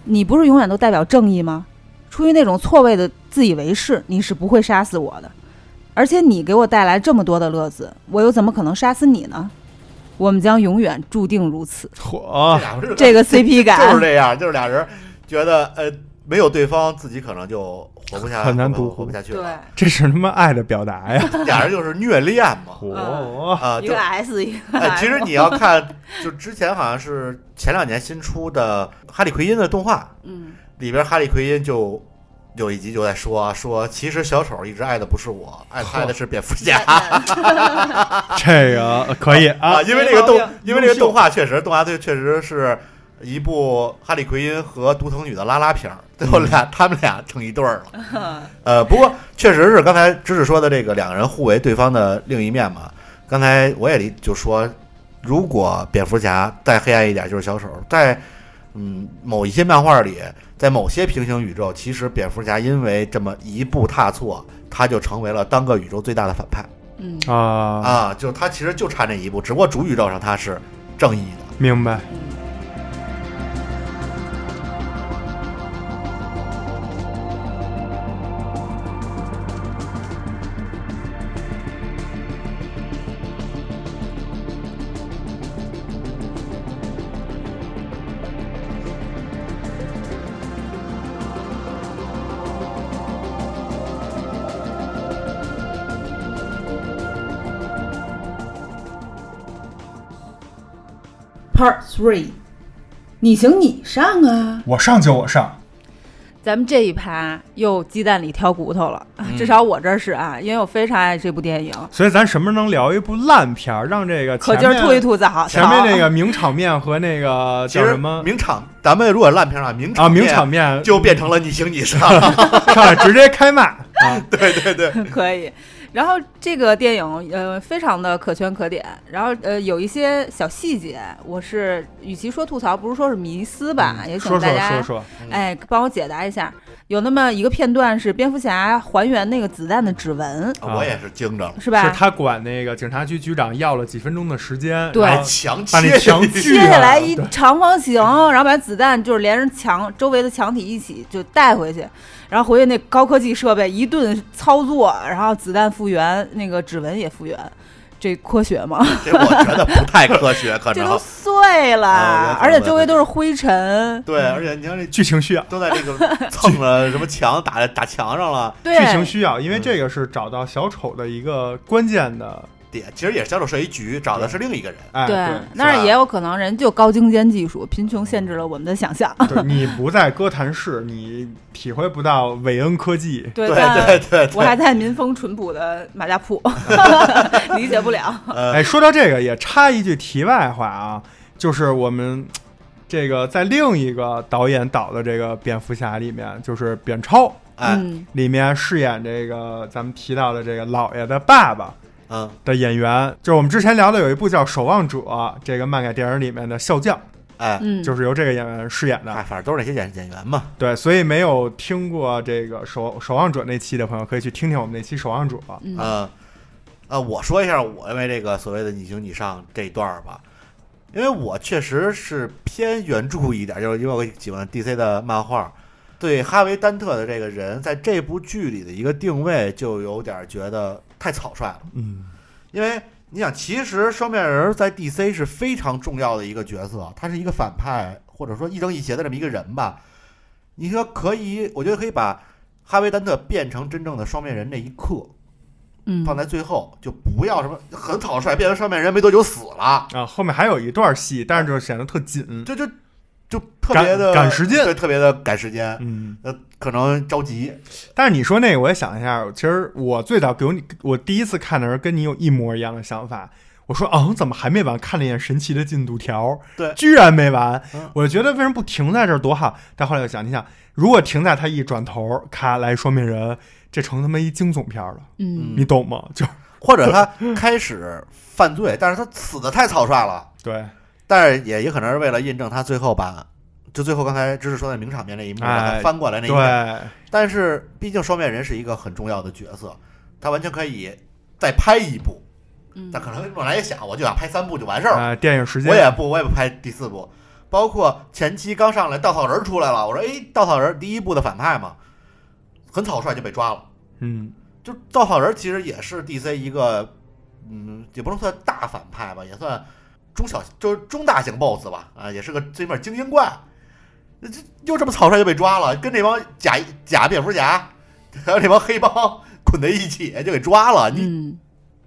A: 你不是永远都代表正义吗？出于那种错位的自以为是，你是不会杀死我的。而且你给我带来这么多的乐子，我又怎么可能杀死你呢？我们将永远注定如
C: *laughs*
A: 此。
C: 这
B: 嚯，
C: 俩不是
A: 这个 CP 感
C: *laughs* 就是这样，嗯就是俩人觉得呃没有对方，自己可能就活不下
B: 很难
C: 活
B: 独
C: 不活
A: *laughs*
C: 不下去
A: 对
C: 了。，
B: 这是他妈爱的表达呀！
C: 俩人就是虐恋
B: *laughs*
C: 嘛，
B: 嚯，
A: *laughs*
C: 啊，
A: 一
C: 就
A: 个 S 一个 M。
C: 哎，其实你要看，就之前好像是前两年新出的哈利奎因的动画
A: 嗯
C: 里边，哈利奎因就有一集就在说说，其实小丑一直爱的不是我，爱他爱的是蝙蝠侠
A: *laughs*
C: 嗯
B: 这个可以啊，
C: *laughs* 啊，因为这个
A: 没毛
C: 动
A: 病，
C: 因为这
B: 优
C: 个
B: 秀
C: 动画确实，动画队确实是一部哈利奎因和独藤女的拉拉片儿，最后俩他们俩成一对儿了。
A: 嗯
C: 呃，不过确实是刚才芝芝说的这个两个人互为对方的另一面嘛。刚才我也理就说，如果蝙蝠侠再黑暗一点就是小丑，在嗯某一些漫画里，在某些平行宇宙，其实蝙蝠侠因为这么一步踏错，他就成为了单个宇宙最大的反派
A: *laughs* 嗯，
B: 啊，
C: 啊！就他其实就差这一步，只不过主宇宙上他是正义的。
B: 明白。
A: Part Three，你行你上啊！
B: 我上就我上，
A: 咱们这一趴又鸡蛋里挑骨头了，啊
C: 嗯
A: 至少我这是啊，因为我非常爱这部电影，
B: 所以咱什么时候能聊一部烂片儿，让这个
A: 可
B: 前
A: 劲儿
B: 面
A: 吐一吐槽。
B: 前面那个名场面和那个
C: 其
B: 叫
C: 实
B: 什么
C: 名场，咱们如果烂片儿啊，名
B: 啊
C: 场
B: 名
C: 面
B: 场啊面
C: 就
B: *laughs*
C: 变成了你行你上。
B: 上来直接开
C: *laughs*
B: 骂啊！
C: 对对对，
A: *laughs* 可以。然后这个电影呃非常的可圈可点，然后呃有一些小细节，我是与其说吐槽，不如说是迷思吧，也请
B: 嗯说
A: 大
B: 说
A: 家
B: 说说，
A: 哎帮我解答一下。有那么一个片段是蝙蝠侠还原那个子弹的指纹，
B: 啊
C: 我也是惊着了。
A: 是
B: 是
A: 吧？
B: 他管那个警察局局长要了几分钟的时间，
A: 对
B: 然
C: 还
B: 后
C: 强
B: 把那
C: 切
B: 墙
C: 你
B: 锯
A: 切下来
B: 了
A: 一
B: 对
A: 长方形，然后把子弹就是连着墙周围的墙体一起就带回去，然后回去那高科技设备一顿操作，然后子弹复原，那个指纹也复原，这科学吗？
C: 这我觉得不太科学，可
A: 这都
C: 能
A: 碎了，
C: 啊我
A: 而
C: 也
A: 且
C: 看
A: 周围都是灰尘。
C: 对，而且你看这
B: 剧情需要，
C: 都在
A: *laughs*
C: 这个蹭了什么墙打打墙上了
A: 对，
B: 剧情需要，因为这个是找到小丑的一个关键的
C: 点，其实也是小丑是一局，找的是另一个人。
B: 哎，
A: 对
B: 对，
A: 但
C: 吧
A: 是也有可能人就高精尖技术，贫穷限制了我们的想象。
B: 对你不在哥谭市，你体会不到韦恩
A: *laughs*
B: 科技。
A: *laughs* 对
C: 对
A: 但
C: 对对对，
A: 我还在民风淳朴的马家铺， *laughs* 理解不了。
C: 呃，
B: 哎，说到这个，也插一句题外话啊，就是我们这个在另一个导演导的这个蝙蝠侠里面，就是扁超
C: 哎，
A: 嗯，
B: 里面饰演这个咱们提到的这个老爷的爸爸
C: 嗯，
B: 的演员，就是我们之前聊的有一部叫《守望者》这个漫改电影里面的笑匠，
C: 哎，
A: 嗯，
B: 就是由这个演员饰演的
C: 哎，。反正都是那些演演员嘛。
B: 对，所以没有听过这个守《守望者》那期的朋友，可以去听听我们那期《守望者》。
A: 嗯
C: 嗯，呃，我说一下我认为这个所谓的你行你上这一段儿吧，因为我确实是偏原著一点，就是因为我喜欢 DC 的漫画。对哈维·丹特的这个人，在这部剧里的一个定位，就有点觉得太草率了。
B: 嗯，
C: 因为你想，其实双面人儿在 DC 是非常重要的一个角色，他是一个反派或者说亦正亦邪的这么一个人吧。你说可以，我觉得可以把哈维·丹特变成真正的双面人那一刻
A: 嗯，
C: 放在最后，就不要什么很草率，变成双面人没多久死了，
B: 啊，后面还有一段戏，但是就显得特紧。
C: 就就就特别的
B: 嗯赶赶时间
C: 对，特别的赶时间，
B: 嗯，
C: 呃，可能着急，
B: 但是你说那个，我也想一下，其实我最早有你，我第一次看的时候跟你有一模一样的想法。我说，嗯，怎么还没完？看了一眼神奇的进度条，
C: 对
B: 居然没完。
C: 嗯
B: 我就觉得为什么不停在这儿多好？但后来又想，你想，如果停在他一转头，咔来双面人，这成他妈一惊悚片了，
A: 嗯
B: 你懂吗？就
C: 或者他开始犯罪，但是他死的太草率了。
B: 对，
C: 但是也也可能是为了印证他最后把，就最后刚才知识说的名场面那一幕，
B: 哎
C: 让他翻过来那一幕。
B: 对，
C: 但是毕竟双面人是一个很重要的角色，他完全可以再拍一部。
A: 嗯
C: 但可能本来也想，我就想拍三部就完事儿了，
B: 啊，电影时间
C: 我也不我也不拍第四部。包括前期刚上来稻草人出来了，我说哎，稻草人第一部的反派嘛，很草率就被抓了。
B: 嗯，
C: 就稻草人其实也是 DC 一个，嗯，也不能算大反派吧，也算中小就是中大型 BOSS 吧，啊，也是个最起码精英怪，那这又这么草率就被抓了，跟那帮假假蝙蝠侠，还有那帮黑帮捆在一起就给抓了，你
A: 嗯，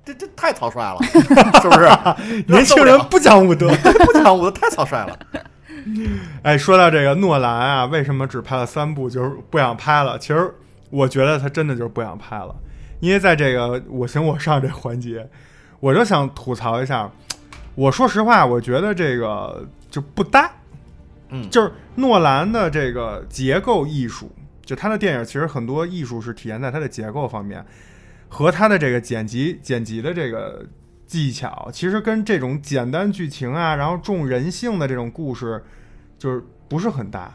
C: 这这太草率了， *laughs* 是不是？
B: 年轻人不讲武德。
C: 不讲武德太草率了，
B: 哎，说到这个诺兰啊，为什么只拍了三部，就是不想拍了？其实我觉得他真的就是不想拍了，因为在这个我行我上这环节，我就想吐槽一下。我说实话，我觉得这个就不搭，
C: 嗯
B: 就是诺兰的这个结构艺术，就他的电影其实很多艺术是体现在它的结构方面，和他的这个剪辑剪辑的这个技巧，其实跟这种简单剧情啊，然后重人性的这种故事，就是不是很搭。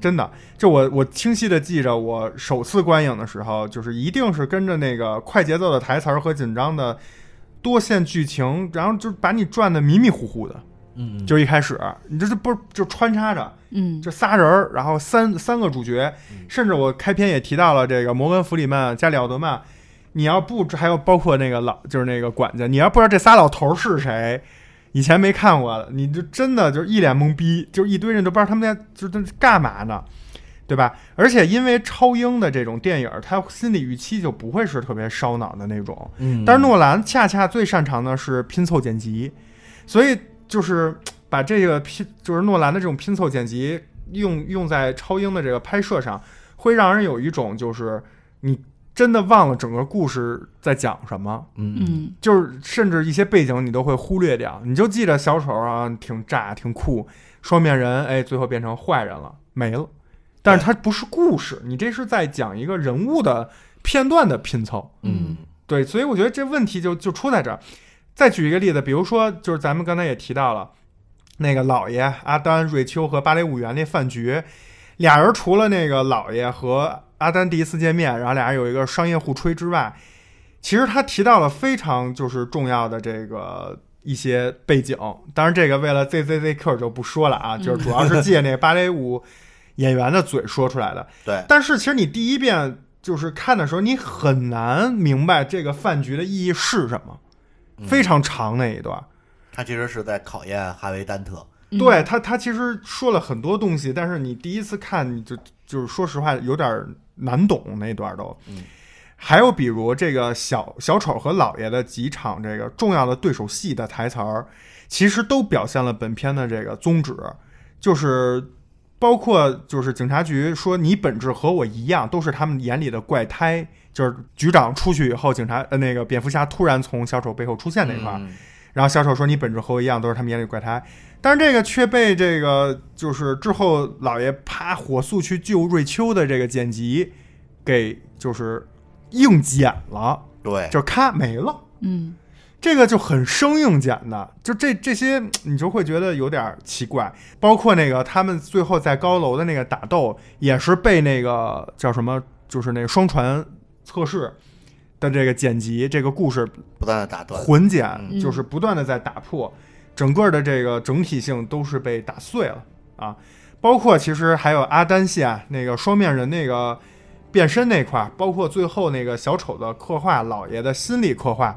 B: 真的，就我我清晰的记着，我首次观影的时候，就是一定是跟着那个快节奏的台词儿和紧张的多线剧情，然后就把你转的迷迷糊糊的。
C: 嗯
B: 就一开始，你这这不是就穿插着，
A: 嗯，
B: 就仨人儿，然后三三个主角，甚至我开篇也提到了这个摩根·弗里曼、加里·奥德曼，你要不还有包括那个老就是那个管家，你要不知道这仨老头儿是谁，以前没看过，你就真的就是一脸懵逼，就是一堆人都不知道他们在就是干嘛呢，对吧？而且因为超英的这种电影儿，他心理预期就不会是特别烧脑的那种，
C: 嗯
B: 但是诺兰恰恰最擅长的是拼凑剪辑，所以就是把这个拼，就是诺兰的这种拼凑剪辑用用在超英的这个拍摄上，会让人有一种就是你真的忘了整个故事在讲什么，
C: 嗯
A: 嗯
B: 就是甚至一些背景你都会忽略掉，你就记着小丑啊挺炸挺酷，双面人哎最后变成坏人了没了，但是它不是故事，你这是在讲一个人物的片段的拼凑。
A: 嗯
B: 对，所以我觉得这问题就就出在这儿。再举一个例子，比如说，就是咱们刚才也提到了，那个老爷阿丹、瑞秋和芭蕾舞园那饭局，俩人除了那个老爷和阿丹第一次见面，然后俩人有一个商业互吹之外，其实他提到了非常就是重要的这个一些背景。当然，这个为了 ZZZQ 就不说了啊，就是主要是借那个芭蕾舞演员的嘴说出来的。
C: 对，
B: 但是其实你第一遍就是看的时候，你很难明白这个饭局的意义是什么，
C: 嗯
B: 非常长那一段。
C: 他其实是在考验哈维·丹特，
A: 嗯
B: 对他，他其实说了很多东西，但是你第一次看，你就就是说实话有点难懂那段都。
C: 嗯
B: 还有比如这个小小丑和老爷的几场这个重要的对手戏的台词儿，其实都表现了本片的这个宗旨，就是包括就是警察局说你本质和我一样，都是他们眼里的怪胎，就是局长出去以后，警察呃那个蝙蝠侠突然从小丑背后出现那块儿，
C: 嗯
B: 然后小丑说你本质和我一样，都是他们眼里怪胎。但是这个却被这个就是之后老爷啪火速去救瑞秋的这个剪辑给就是硬剪了，
C: 对，
B: 就咔没了。
A: 嗯
B: 这个就很生硬剪的，就这这些你就会觉得有点儿奇怪。包括那个他们最后在高楼的那个打斗，也是被那个叫什么，就是那个双船测试的这个剪辑，这个故事
C: 不断的打断，
B: 混剪，
A: 嗯
B: 就是不断的在打破，整个的这个整体性都是被打碎了啊。包括其实还有阿丹线那个双面人那个变身那块儿，包括最后那个小丑的刻画，老爷的心理刻画，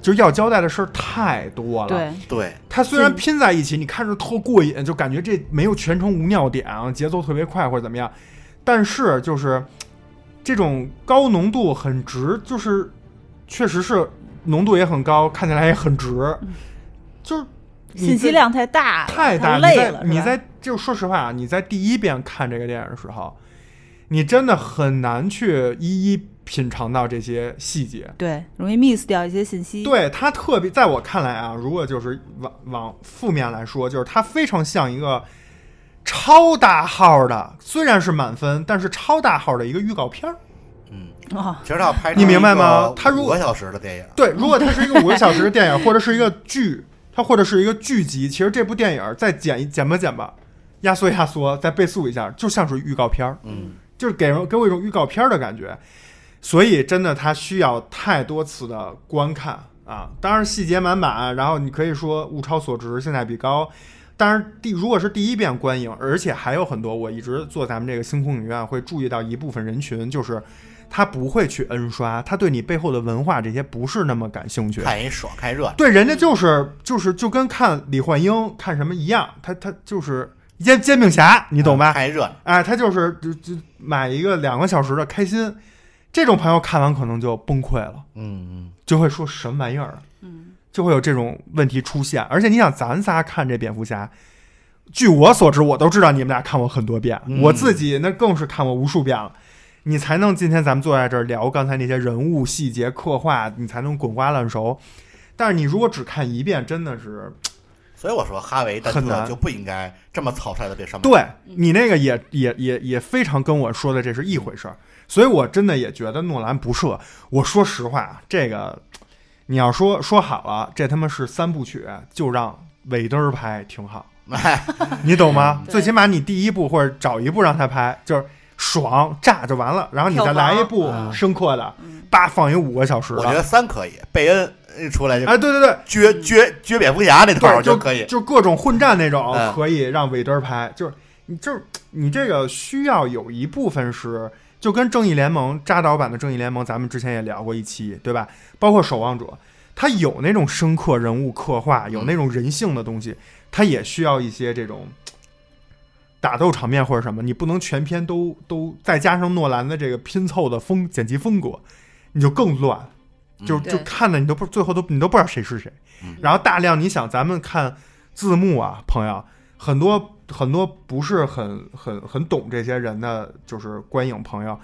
B: 就要交代的事儿太多了。
A: 对，
C: 对，
B: 它虽然
A: 嗯
B: 拼在一起，你看着特过瘾，就感觉这没有全程无尿点啊，节奏特别快或者怎么样，但是就是这种高浓度很值，就是确实是浓度也很高，看起来也很值，就是你
D: 嗯信息
B: 在
D: 量太大了，
B: 太大，
D: 累
B: 你在
D: 了，
B: 你
D: 是吧
B: 在就说实话啊，你在第一遍看这个电影的时候，你真的很难去一一品尝到这些细节。
A: 对，容易 miss 掉一些信息。，
B: 对它特别，在我看来啊，如果就是往往负面来说，就是它非常像一个超大号的，虽然是满分，但是超大号的一个预告片儿。
C: 嗯，
A: 哦，
C: 其实他要拍成
B: 你明白吗
C: 一个
B: 他如
C: 五个小时的电影，
B: 对，如果它是一个五个小时的电影，或者是一个剧，它或者是一个剧集，其实这部电影再剪一剪吧剪吧，压缩压缩，再倍速一下，就像是预告片儿。
C: 嗯，
B: 就是给人给我一种预告片儿的感觉，所以真的它需要太多次的观看啊。当然细节满满，然后你可以说物超所值，性价比高。当然第如果是第一遍观影，而且还有很多，我一直做咱们这个星空影院会注意到一部分人群，就是他不会去 N 刷，他对你背后的文化这些不是那么感兴趣。
C: 看一爽，看一热闹。
B: 对，人家就是就是就跟看李焕英看什么一样，他他就是煎煎饼侠，你懂吧？
C: 看一热闹，
B: 哎，他就是就就买一个两个小时的开心，这种朋友看完可能就崩溃了，
C: 嗯
B: 就会说什么玩意儿啊，
A: 嗯，
B: 就会有这种问题出现。而且你想，咱仨看这蝙蝠侠，据我所知，我都知道你们俩看过很多遍，
C: 嗯
B: 我自己那更是看过无数遍了。你才能今天咱们坐在这儿聊刚才那些人物细节刻画，你才能滚瓜烂熟。但是你如果只看一遍，真的是
C: 嗯。所以我说哈维单
B: 很
C: 特
B: 难
C: 就不应该这么草率的被上面。
B: 对你那个也也也也非常跟我说的这是一回事儿，所以我真的也觉得诺兰不赦。我说实话，这个你要说说好了，这他妈是三部曲，就让尾灯儿拍挺
C: *laughs*
B: 好，你懂吗？
A: 对
B: 最起码你第一部或者找一部让他拍，就是爽炸就完了，然后你再来一部
C: 票房嗯
B: 深刻的
A: 嗯，
B: 叭放一五个小时
C: 我觉
B: 的，
C: 得三可以，贝恩一出来就
B: 哎，对对对。
C: 撅撅撅蝙蝠侠那套
B: 对，
C: 就
B: 就
C: 可以。
B: 就各种混战那种
C: 嗯
B: 可以让韦德拍，就是你就是你这个需要有一部分是就跟正义联盟扎导版的正义联盟，咱们之前也聊过一期，对吧？包括守望者，它有那种深刻人物刻画，
C: 嗯
B: 有那种人性的东西，它也需要一些这种。打斗场面或者什么，你不能全篇都都再加上诺兰的这个拼凑的风剪辑风格，你就更乱，就
C: 嗯
B: 就
A: 对
B: 看的你都不最后都你都不知道谁是谁
C: 嗯。
B: 然后大量你想咱们看字幕啊，朋友，很多很多不是很很很懂这些人的就是观影朋友，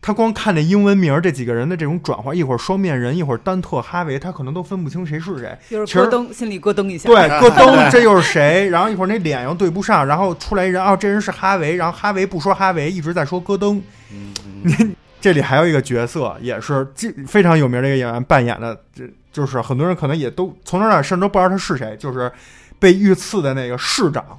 B: 他光看那英文名儿这几个人的这种转换，一会儿双面人，一会儿丹特哈维，他可能都分不清谁是谁。
A: 就
B: 其
A: 是
B: 实
A: 咯噔，心里咯噔一下。
B: 对，咯
C: 对
B: 噔，这又是谁？然后一会儿那脸又对不上，然后出来一人，哦，这人是哈维，然后哈维不说哈维，一直在说咯噔。
C: 嗯
B: 这里还有一个角色，也是这非常有名的一个演员扮演的，这就是很多人可能也都从头到尾甚至都不知道他是谁，就是被遇刺的那个市长。嗯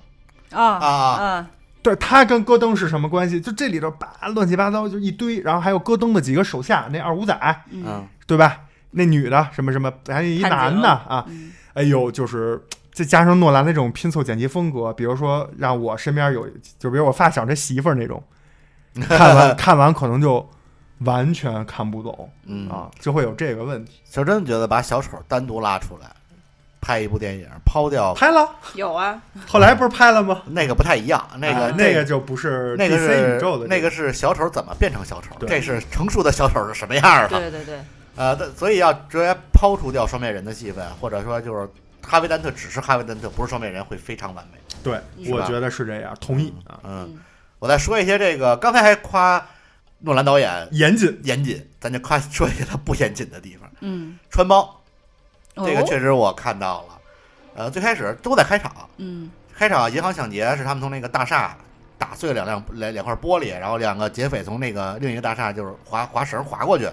A: 啊
C: 啊，
A: 啊，
B: 对他跟戈登是什么关系？就这里头吧，乱七八糟就一堆，然后还有戈登的几个手下，那二五仔，
A: 嗯，
B: 对吧？那女的什么什么，还有一
A: 探
B: 男
A: 长
B: 的啊，
A: 嗯
B: 哎呦，就是再加上诺兰那种拼凑剪辑风格，比如说让我身边有，就比如我发小这媳妇儿那种，嗯
C: *laughs*
B: 看完看完可能就完全看不懂。
C: 嗯
B: 啊，就会有这个问题。
C: 其实真的觉得把小丑单独拉出来拍一部电影，抛掉
B: 拍了，
A: 有
B: *laughs*
A: 啊，
B: 后来不是拍了吗？
C: 那个不太一样，那个
B: 啊那个就不是
C: 那个
B: DC
C: 是
B: 宇宙的
C: 那个是小丑怎么变成小丑，
B: 对
C: 这是成熟的小丑是什么样儿的？
A: 对对对，
C: 呃，但所以要直接抛除掉双面人的戏份，或者说就是哈维丹特只是哈维丹特，不是双面人会非常完美。
B: 对，
A: 是
B: 我
C: 吧
B: 觉得是这样，同意啊，
C: 嗯，
A: 嗯
C: 我再说一些这个，刚才还夸诺兰导演
B: 严谨。
C: 严谨，咱就夸说一些他不严谨的地方。
A: 嗯，
C: 穿帮这个
A: 哦
C: 确实我看到了，呃，最开始都在开场，
A: 嗯
C: 开场银行抢劫是他们从那个大厦打碎了两辆两两块玻璃，然后两个劫匪从那个另一个大厦就是划划绳划过去，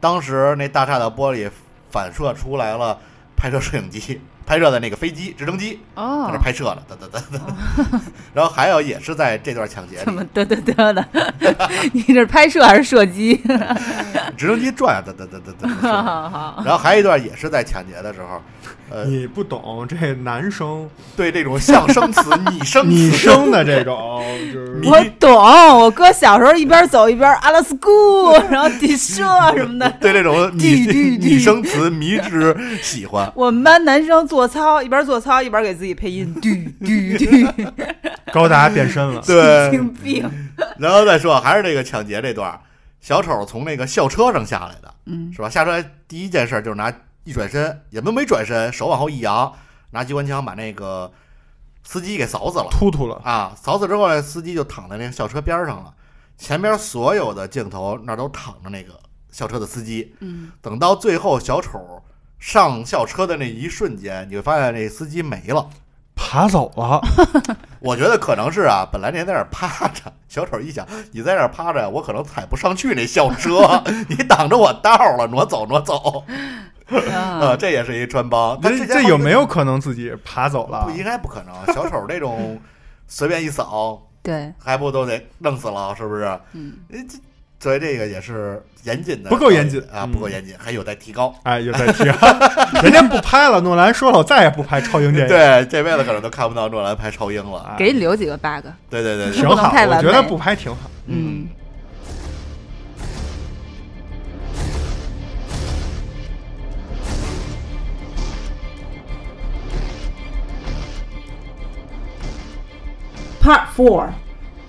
C: 当时那大厦的玻璃反射出来了拍摄摄影机拍摄的那个飞机直升机在那
A: 哦，
C: 拍摄了，哒哒哒哒。 *laughs* 然后还有也是在这段抢劫
A: 怎
C: 里，
A: 么嘚嘚嘚的？ *laughs* 你这是拍摄还是射击？ *laughs*
C: 直升机转哒哒哒哒
A: 好
C: 哒。
A: 好好，
C: 然后还有一段也是在抢劫的时候，呃，
B: 你不懂这男生
C: 对这种象声词、拟声
B: 女
C: 词，
B: 生的这
C: *laughs*
B: 种，就是
C: 你
A: 我懂。我哥小时候一边走一边阿拉斯库，然后底射什么的。
C: 对这种
A: 地
C: 拟
A: 地地
C: 拟声词迷之喜
A: *laughs*
C: 欢。，
A: 我们班男生做操，一边做操一边给自己配音，嘟嘟嘟，
B: 高达变身了
A: 神
C: *laughs* 对，
A: 经病。
C: 然后再说还是这个抢劫这段儿，小丑从那个校车上下来的，
A: 嗯
C: 是吧？下车第一件事就是拿一转身，也都没转身，手往后一扬，拿机关枪把那个司机给扫死了
B: 突突了，
C: 啊！扫死之后呢，司机就躺在那个校车边儿上了，前边所有的镜头那儿都躺着那个校车的司机。
A: 嗯
C: 等到最后小丑上校车的那一瞬间，你会发现那司机没了。
B: 爬走了，
C: *laughs* 我觉得可能是啊，本来您在那儿趴着，小丑一想，你在那儿趴着，我可能踩不上去那校车，你挡着我道了，挪走挪走。呃，
A: 啊，
C: 这也是一穿帮。但
B: 这这有没有可能自己爬走了
C: 不？应该不可能，小丑这种随便一扫，
A: 对，
C: 还不都得弄死了？是不是？
A: 嗯
C: 呃这所以这个也是严谨的，
B: 不够严谨
C: 啊，
B: 嗯
C: 不够严谨，还有待提高。
B: 哎，又在提啊，
C: *laughs*
B: 人家不拍了，诺兰说了，我再也不拍超英电影，
C: 对，这辈子可能都看不到诺兰拍超英了。
B: 啊
A: 给你留几个 bug。
C: 对对对对，
B: 挺
A: 不能
B: 好，
A: 太
B: 我
A: 完
B: 觉得
A: 美
B: 不拍挺好。
A: 嗯，
D: Part Four，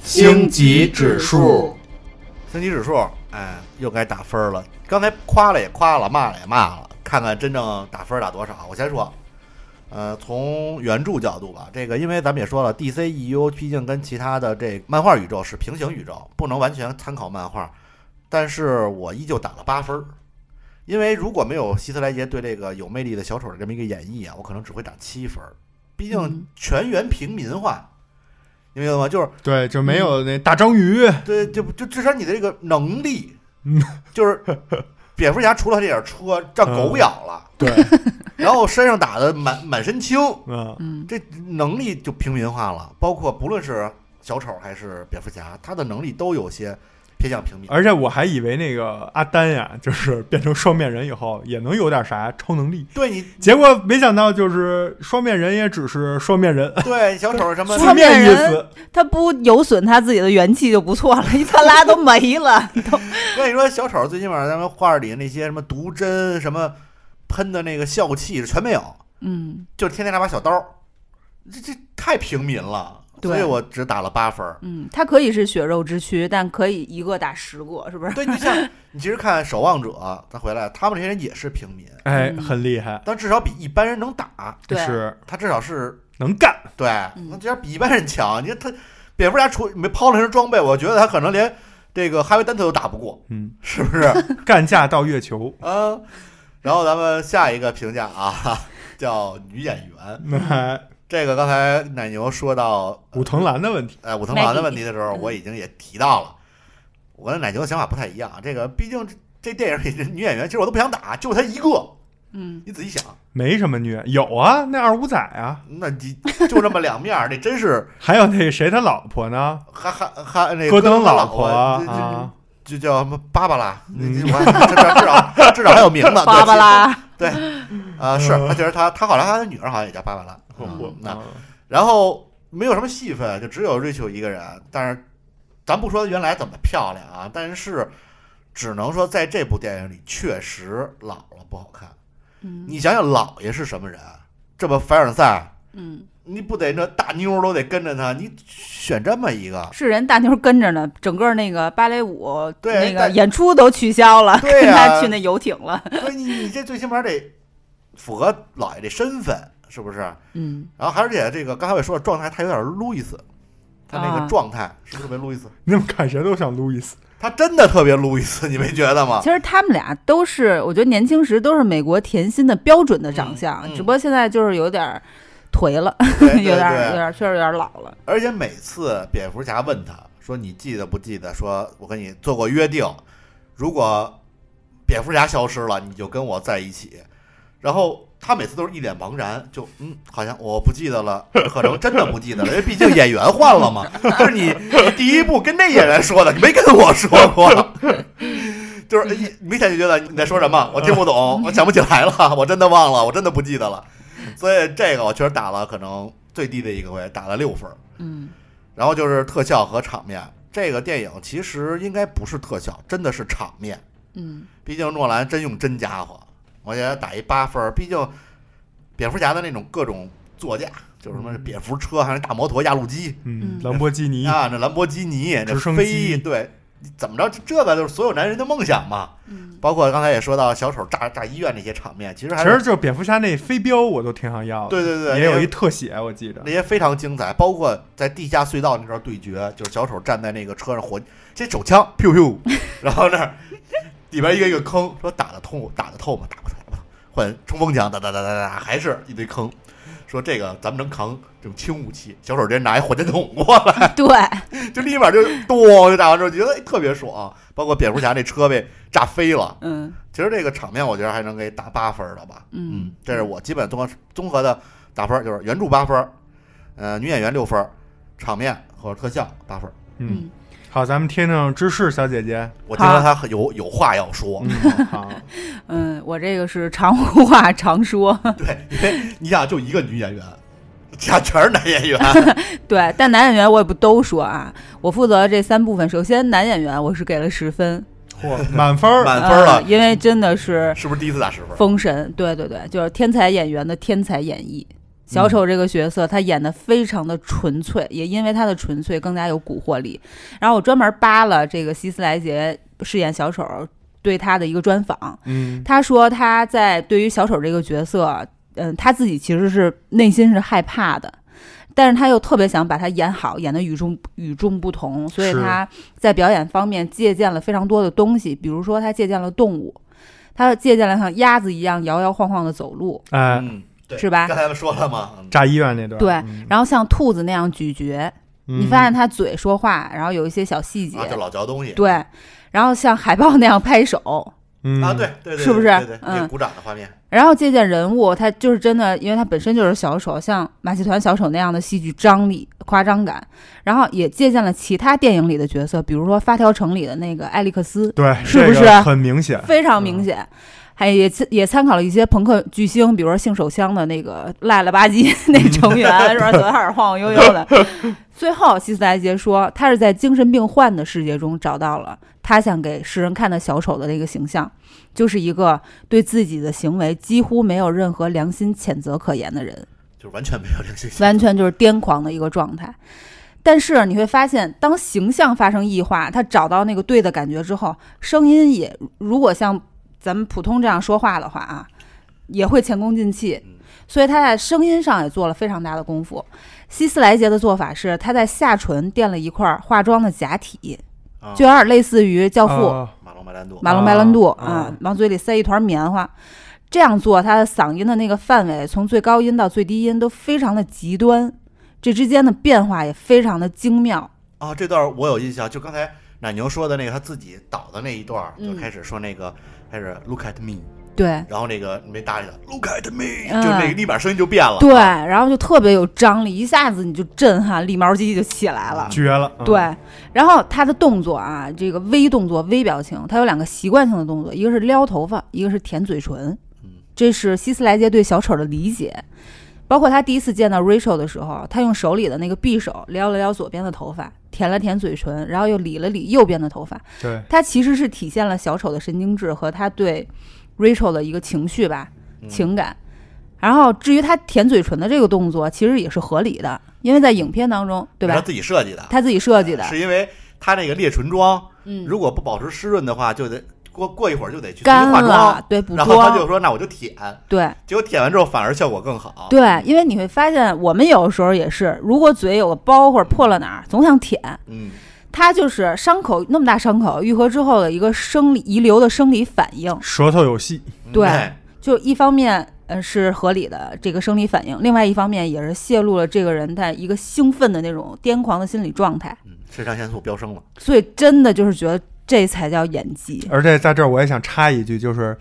C: 星级指数，星级指数，哎，又该打分了。刚才夸了也夸了，骂了也骂了，看看真正打分打多少。我先说，呃，从原著角度吧，这个因为咱们也说了，DC EU 毕竟跟其他的这漫画宇宙是平行宇宙，不能完全参考漫画，但是我依旧打了八分儿。因为如果没有希特莱杰对这个有魅力的小丑的这么一个演绎啊，我可能只会打七分儿。毕竟
D: 嗯
C: 全员平民化，你明白吗？就是
B: 对，就没有那大章鱼，
C: 对，就就至少你的这个能力，就是蝙蝠侠除了这点车让狗咬了，
B: 对，
C: 然后身上打的满满身青，
B: *laughs* 嗯，
A: 嗯，
C: 这能力就平民化了。包括不论是小丑还是蝙蝠侠，他的能力都有些偏向平民。
B: 而且我还以为那个阿丹呀，就是变成双面人以后也能有点啥超能力，
C: 对你，
B: 结果没想到就是双面人也只是双面人，
C: 对小丑什么
A: 双
B: 字
A: 面
B: 面意
A: 人
B: 思。
A: 他不有损他自己的元气就不错了， *laughs* 一克拉都没了，都
C: 我跟你说，小丑最起码咱们画里那些什么毒针、什么喷的那个笑气全没有，
A: 嗯
C: 就是天天拿把小刀儿，这这太平民了。
A: 对
C: 所以我只打了八分儿。
A: 嗯，他可以是血肉之躯，但可以一个打十个，是不是？
C: 对，你像你其实看《守望者》，咱回来，他们这些人也是平民，
B: 哎，
A: 嗯
B: 很厉害，
C: 但至少比一般人能打，
B: 这
A: 对
B: 是
C: 他至少是
B: 能干。
C: 对，
A: 嗯
C: 那至少比一般人强。你看他蝙蝠侠除没抛了身装备，我觉得他可能连这个哈维丹特都打不过，
B: 嗯，
C: 是不是？ *laughs* 啊、
B: 干架到月球，
C: 然后咱们下一个评价啊，叫女演员。
B: 那还
C: 这个刚才奶牛说到
B: 武藤兰的问题，
C: 呃，武藤兰的
A: Maggie
C: 问题的时候，
A: 嗯
C: 我已经也提到了，我跟奶牛的想法不太一样。这个毕竟这这电影里的女演员，其实我都不想打，就她一个。
A: 嗯，
C: 你仔细想，
B: 没什么虐，有啊，那二五仔啊，
C: 那你就这么两面儿，这真是
B: 还有那谁他老婆呢，
C: 哈哈哈那
B: 戈
C: 个
B: 登
C: 老
B: 老婆
C: 这这
B: 啊，
C: 就叫什么芭芭拉，
B: 嗯
C: 这这我还至少至少至少还有名字，对
A: 芭芭拉，
C: 对啊，是
B: 嗯
C: 他觉得他他好像他的女儿好像也叫芭芭拉，
B: 我我
C: 那然后没有什么戏份，就只有 Rachel 一个人。但是，咱不说原来怎么漂亮啊，但是只能说在这部电影里确实老了不好看。
A: 嗯
C: 你想想，老爷是什么人？这不凡尔赛，
A: 嗯，，
C: 你不得那大妞儿都得跟着他？你选这么一个
A: 是人大妞跟着呢，整个那个芭蕾舞
C: 对
A: 那个
C: 但
A: 演出都取消了，
C: 对
A: 跟
C: 呀
A: 他去那游艇了，
C: 所以你你这最起码得符合老爷这身份，是不是？
A: 嗯，
C: 然后而且这个刚才我也说了，状态他有点路易斯，他那个
A: 啊
C: 状态是不是特别路易斯？
B: 你怎么看谁都像路易斯，
C: 他真的特别路易斯，你没觉
A: *laughs*
C: 得吗？
A: 其实他们俩都是，我觉得年轻时都是美国甜心的标准的长相，
C: 嗯嗯
A: 只不过现在就是有点儿颓了，
C: 对
A: *laughs*
C: 对
A: 有点儿
C: 对
A: 有点儿确实有点儿老了。
C: 而且每次蝙蝠侠问他说：“你记得不记得？说我跟你做过约定，如果蝙蝠侠消失了，你就跟我在一起。”然后他每次都是一脸茫然，就嗯，好像我不记得了，可能真的不记得了，因为毕竟演员换了嘛。 *laughs* 就是你你第一部跟那演员说的，你没跟我说过。 *laughs* 就是一明显就觉得你在说什么，我听不懂，我想不起来了，我真的忘了，我真的不记得了。所以这个我确实打了可能最低的一个回，打了六分。
A: 嗯，
C: 然后就是特效和场面。这个电影其实应该不是特效，真的是场面。
A: 嗯，
C: 毕竟诺兰真用真家伙，我给他打一八分儿。毕竟蝙蝠侠的那种各种座驾，就是什么蝙蝠车，还是大摩托、压路机
B: 嗯，
A: 嗯
B: 兰博基尼，
C: 啊，那兰博基尼、那
B: 直升机
C: 飞，对，怎么着？这个就是所有男人的梦想嘛。
A: 嗯，
C: 包括刚才也说到小丑炸炸医院那些场面，其实还
B: 其
C: 是
B: 实就是蝙蝠侠那飞镖我都挺想要的，
C: 对对对，
B: 也有
C: 那
B: 一
C: 些
B: 特写我记着嗯
C: 那，些非常精彩，包括在地下隧道那段对决，就是小丑站在那个车上火，这手枪，噗噗，然后那儿里边一个一个坑，说打得通，打得透吗？打不透，打不透，换冲锋枪，哒哒哒哒哒，还是一堆坑。说这个咱们能扛这种轻武器，小丑直接拿一火箭筒过来，
A: *laughs* 对，
C: 就立马就咚就打完之后，觉得哎特别爽。包括蝙蝠侠那车被炸飞了，
A: 嗯
C: 其实这个场面我觉得还能给打八分儿的吧。
A: 嗯
C: 嗯，这是我基本综合综合的打分儿，就是原著八分儿，呃，女演员六分儿，场面和特效八分儿。
B: 嗯，好，咱们听听芝士小姐
C: *laughs*
B: 姐，
C: 我听到他很有有话要说，
B: 嗯，好，
A: 嗯，我这个是常话常说， *laughs*
C: 对，因为 *laughs* 你想就一个女演员，其他全是男演
A: *laughs*
C: 员，
A: 对，但男演员我也不都说啊，我负责这三部分。首先，男演员我是给了十分，
B: 嚯，满分儿，
C: 满分了
A: 呃因为真的是
C: 是不是第一次打十分儿？
A: 封神，对对对，就是天才演员的天才演绎，小丑这个角色他演的非常的纯粹，也因为他的纯粹更加有蛊惑力。然后我专门扒了这个希斯莱杰饰演小丑对他的一个专访，
B: 嗯
A: 他说他在对于小丑这个角色，嗯，他自己其实是内心是害怕的，但是他又特别想把他演好，演的与众与众不同，所以
B: 是
A: 他在表演方面借鉴了非常多的东西，比如说他借鉴了动物，他借鉴了像鸭子一样摇摇晃晃的走路，
B: 哎，
C: 嗯，对，
A: 是吧
C: 刚才说了嘛，嗯
B: 炸医院那段，
A: 对
B: 嗯
A: 然后像兔子那样咀嚼，你发现他嘴说话，然后有一些小细节
C: 嗯啊，，就老嚼东西，
A: 对，然后像海豹那样拍手，
B: 嗯
C: 啊，对，对对，对
A: 是不是
C: 对对，
A: 嗯
C: 那鼓掌的画面，
A: 然后借鉴人物，他就是真的，因为他本身就是小丑，像马戏团小丑那样的戏剧张力、夸张感，然后也借鉴了其他电影里的角色，比如说《发条城》里的那个艾利克斯，
B: 对，
A: 是
B: 这
A: 不
B: 个
A: 是
B: 很明显？
A: 非常明显。还也参也参考了一些朋克巨星，比如说性手枪的那个赖了吧唧那成员，是吧？走得开始晃晃悠悠的。最后，希斯莱杰说，他是在精神病患的世界中找到了他想给世人看的小丑的那个形象，就是一个对自己的行为几乎没有任何良心谴责可言的人，
C: 就完全没有 *laughs* 灵性。
A: 完全就是癫狂的一个状态。但是你会发现，当形象发生异化，他找到那个对的感觉之后，声音也如果像咱们普通这样说话的话啊，也会前功尽弃
C: 嗯。
A: 所以他在声音上也做了非常大的功夫。希斯莱杰的做法是，他在下唇垫了一块化妆的假体，
C: 啊
A: 就有点类似于《教父》
B: 啊
C: 马龙白兰度，
A: 马龙白兰度
B: 啊
A: 啊，往嘴里塞一团棉花。这样做，他的嗓音的那个范围，从最高音到最低音都非常的极端，这之间的变化也非常的精妙。
C: 啊，这段我有印象，就刚才奶牛说的那个他自己倒的那一段儿，就
A: 嗯
C: 开始说那个开始 look at me，
A: 对
C: 然后那个没搭理他，look at me，
A: 嗯
C: 就那个立马声音就变了，
A: 对，然后就特别有张力，一下子你就震撼，立毛肌就起来了。
B: 绝了，嗯
A: 对，然后他的动作啊，这个微动作、微表情，他有两个习惯性的动作，一个是撩头发，一个是舔嘴唇
C: 嗯。
A: 这是希斯莱杰对小丑的理解，包括他第一次见到 Rachel 的时候，他用手里的那个匕首撩了撩左边的头发，舔了舔嘴唇，然后又理了理右边的头发。
B: 对，
A: 他其实是体现了小丑的神经质和他对 Rachel 的一个情绪吧，
C: 嗯
A: 情感。然后至于他舔嘴唇的这个动作，其实也是合理的，因为在影片当中，对
C: 是他
A: 吧？
C: 自己设计的，
A: 他自己设计的，
C: 是因为他那个裂唇妆，
A: 嗯，
C: 如果不保持湿润的话，就得过过一会儿就得去重
A: 干
C: 新化
A: 了
C: 妆，， *laughs*
A: 对，补
C: 然后他就
A: 妆，
C: 说那我就舔，
A: 对
C: 结果舔完之后反而效果更好，
A: 对，因为你会发现，我们有时候也是，如果嘴有个包或者破了哪儿，总想舔，
C: 嗯，
A: 它就是伤口那么大伤口愈合之后的一个生理遗留的生理反应，
B: 舌头有戏，
C: 嗯
A: 对
C: 哎
A: 就一方面。呃，是合理的这个生理反应，另外一方面也是泄露了这个人在一个兴奋的那种癫狂的心理状态，
C: 嗯肾上腺素飙升了，
A: 所以真的就是觉得这才叫演技。
B: 而且在这儿我也想插一句，就是，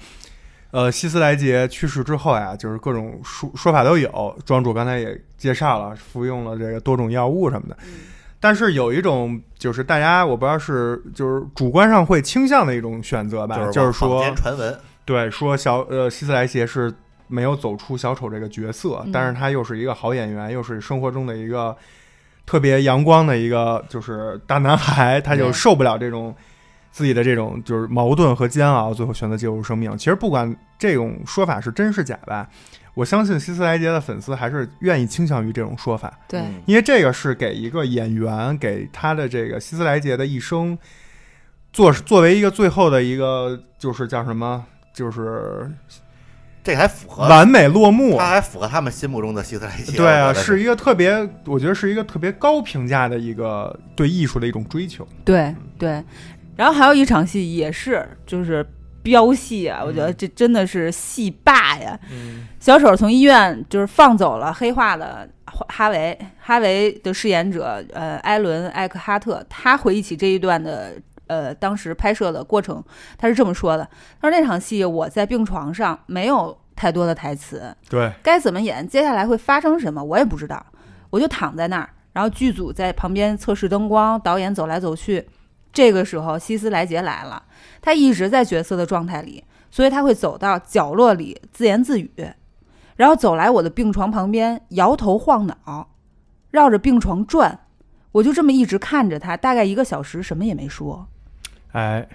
B: 呃，希斯莱杰去世之后呀，就是各种说说法都有。庄主刚才也介绍了，服用了这个多种药物什么的。但是有一种就是大家我不知道是就是主观上会倾向的一种选择吧，
C: 是
B: 就是
C: 坊坊
B: 说
C: 间传闻，
B: 对说小呃希斯莱杰是没有走出小丑这个角色，但是他又是一个好演员，又是生活中的一个特别阳光的一个就是大男孩，他就
A: 对
B: 受不了这种自己的这种就是矛盾和煎熬，最后选择结束生命。其实不管这种说法是真是假吧，我相信希斯莱杰的粉丝还是愿意倾向于这种说法，
A: 对，
C: 嗯
B: 因为这个是给一个演员给他的这个希斯莱杰的一生做作为一个最后的一个就是叫什么？就是
C: 这还符合
B: 完美落幕，
C: 他还符合他们心目中的希斯莱杰。
B: 对啊，
C: 我觉得
B: 是一个特别，我觉得是一个特别高评价的一个对艺术的一种追求。
A: 对对，然后还有一场戏也是，就是飙戏啊，我觉得这真的是戏霸呀！
B: 嗯，
A: 小丑从医院就是放走了黑化的哈哈维，哈维的饰演者呃艾伦艾克哈特，他回忆起这一段的呃当时拍摄的过程，他是这么说的：他说那场戏我在病床上没有太多的台词，
B: 对，
A: 该怎么演，接下来会发生什么，我也不知道。我就躺在那儿，然后剧组在旁边测试灯光，导演走来走去。这个时候，希斯莱杰来了，他一直在角色的状态里，所以他会走到角落里自言自语，然后走来我的病床旁边，摇头晃脑，绕着病床转。我就这么一直看着他，大概一个小时，什么也没说。
B: 哎，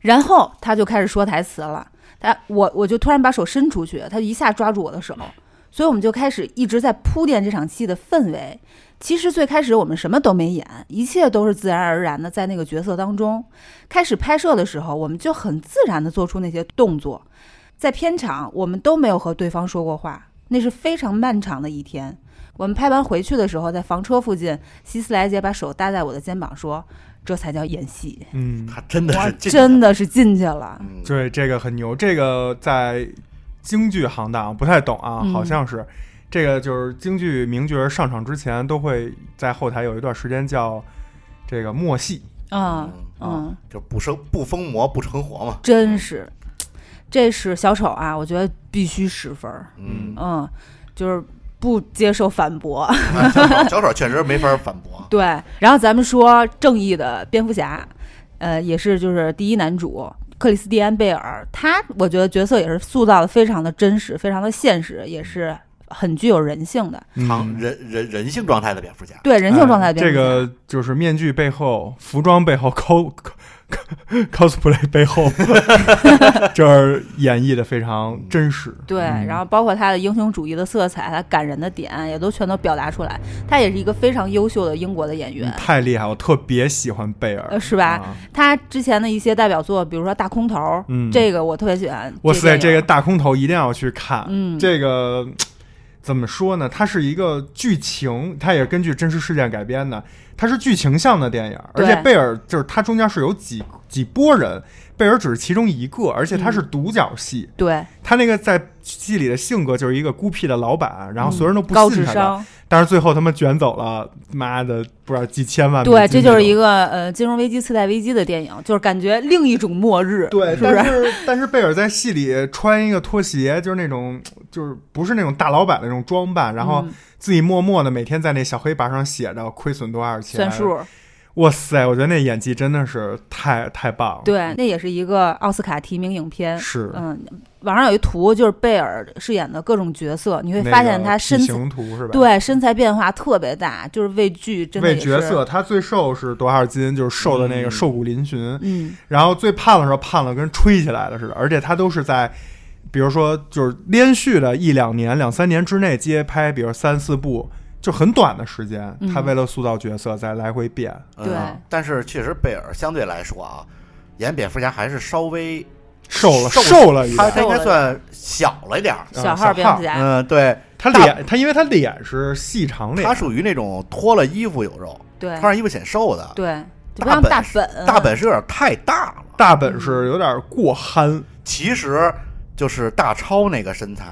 A: 然后他就开始说台词了。他我我就突然把手伸出去，他一下抓住我的手，所以我们就开始一直在铺垫这场戏的氛围。其实最开始我们什么都没演，一切都是自然而然的在那个角色当中。开始拍摄的时候，我们就很自然的做出那些动作。在片场，我们都没有和对方说过话，那是非常漫长的一天。我们拍完回去的时候，在房车附近，希斯莱杰把手搭在我的肩膀说：“这才叫演戏，
B: 嗯，
C: 他真的是进去了
A: 真的是进去了。
C: 嗯
B: 对，这个很牛，这个在京剧行当不太懂啊，
A: 嗯
B: 好像是这个就是京剧名角上场之前都会在后台有一段时间叫这个默戏，”
A: 嗯
B: 嗯
A: 嗯，
C: 就不生不疯魔不成活嘛，
A: 真是，这是小丑啊，我觉得必须十分儿。
C: 嗯，
A: 嗯，就是不接受反驳。 *laughs*
C: 啊小丑小丑确实没法反驳，
A: 对，然后咱们说正义的蝙蝠侠，呃，也是就是第一男主克里斯蒂安贝尔，他我觉得角色也是塑造的非常的真实，非常的现实，也是很具有人性的，
C: 常啊人人人性状态的蝙蝠侠，
A: 对人性状态
B: 哎
A: 的蝙
B: 这
A: 蝠侠。
B: 个就是面具背后、服装背后、cos *laughs* cosplay 背
A: *laughs*
B: 后，就是演绎的非常真实。
A: 对，
B: 嗯
A: 然后包括他的英雄主义的色彩，他感人的点也都全都表达出来。他也是一个非常优秀的英国的演员，
B: 嗯太厉害，我特别喜欢贝尔，
A: 呃是吧
B: 啊
A: 他之前的一些代表作，比如说《大空头》，
B: 嗯，
A: 这个我特别喜欢。
B: 哇塞，
A: 这
B: 这
A: 电
B: 个
A: 影
B: 大空头一定要去看。
A: 嗯
B: 这个怎么说呢？它是一个剧情，它也是根据真实事件改编的，它是剧情向的电影。而
A: 对
B: 且贝尔就是它中间是有几几波人，贝尔只是其中一个，而且他
A: 嗯
B: 是独角戏。
A: 对
B: 他那个在戏里的性格就是一个孤僻的老板，然后所有人都不
A: 嗯高
B: 信
A: 智
B: 他的，
A: 商，
B: 但是最后他们卷走了，妈的，不知道几千万美金那
A: *laughs* 对，这
B: 种。
A: 就是一个呃金融危机、次贷危机的电影，就是感觉另一种末日，
B: 对，
A: 是不
B: 但
A: 是？
B: 是但是贝尔在戏里穿一个拖鞋，就是那种就是不是那种大老板的那种装扮，然后
A: 嗯
B: 自己默默的每天在那小黑板上写着亏损多少钱，
A: 算。数，
B: 哇塞，我觉得那演技真的是太太棒了。，
A: 对，那也是一个奥斯卡提名影片。
B: 是
A: 嗯，网上有一图，就是贝尔饰演的各种角色，你会
B: 那
A: 发现
B: 个
A: 他身
B: 体
A: 材、
B: 型图是吧？。
A: 对身材变化特别大，就是为剧真的
B: 为
A: 也是
B: 角色，，他最瘦是多少斤？就是瘦的那个
C: 嗯
B: 瘦骨嶙峋，
A: 嗯，
B: 然后最胖的时候胖的跟吹起来的似的，而且他都是在，比如说就是连续的一两年、两三年之内接拍，比如三四部，就很短的时间，
A: 嗯
B: 他为了塑造角色在来回变。
C: 嗯
A: 对
C: 但是确实贝尔相对来说啊，演蝙蝠侠还是稍微
B: 瘦了，
C: 瘦
B: 瘦了一
C: 他
B: 点，
C: 他应该算小了一点儿，
B: 小
A: 小号
B: 号
A: 蝙蝠侠，
C: 嗯，对
B: 他脸，他因为他脸是细长脸
C: 他，属于那种脱了衣服有肉，
A: 对
C: 穿上衣服显瘦的，
A: 对，就不
C: 大
A: 像
C: 本
A: 大本啊
C: 大本是有点太大了。
B: 大本是有点过憨，
C: 其实就是大超那个身材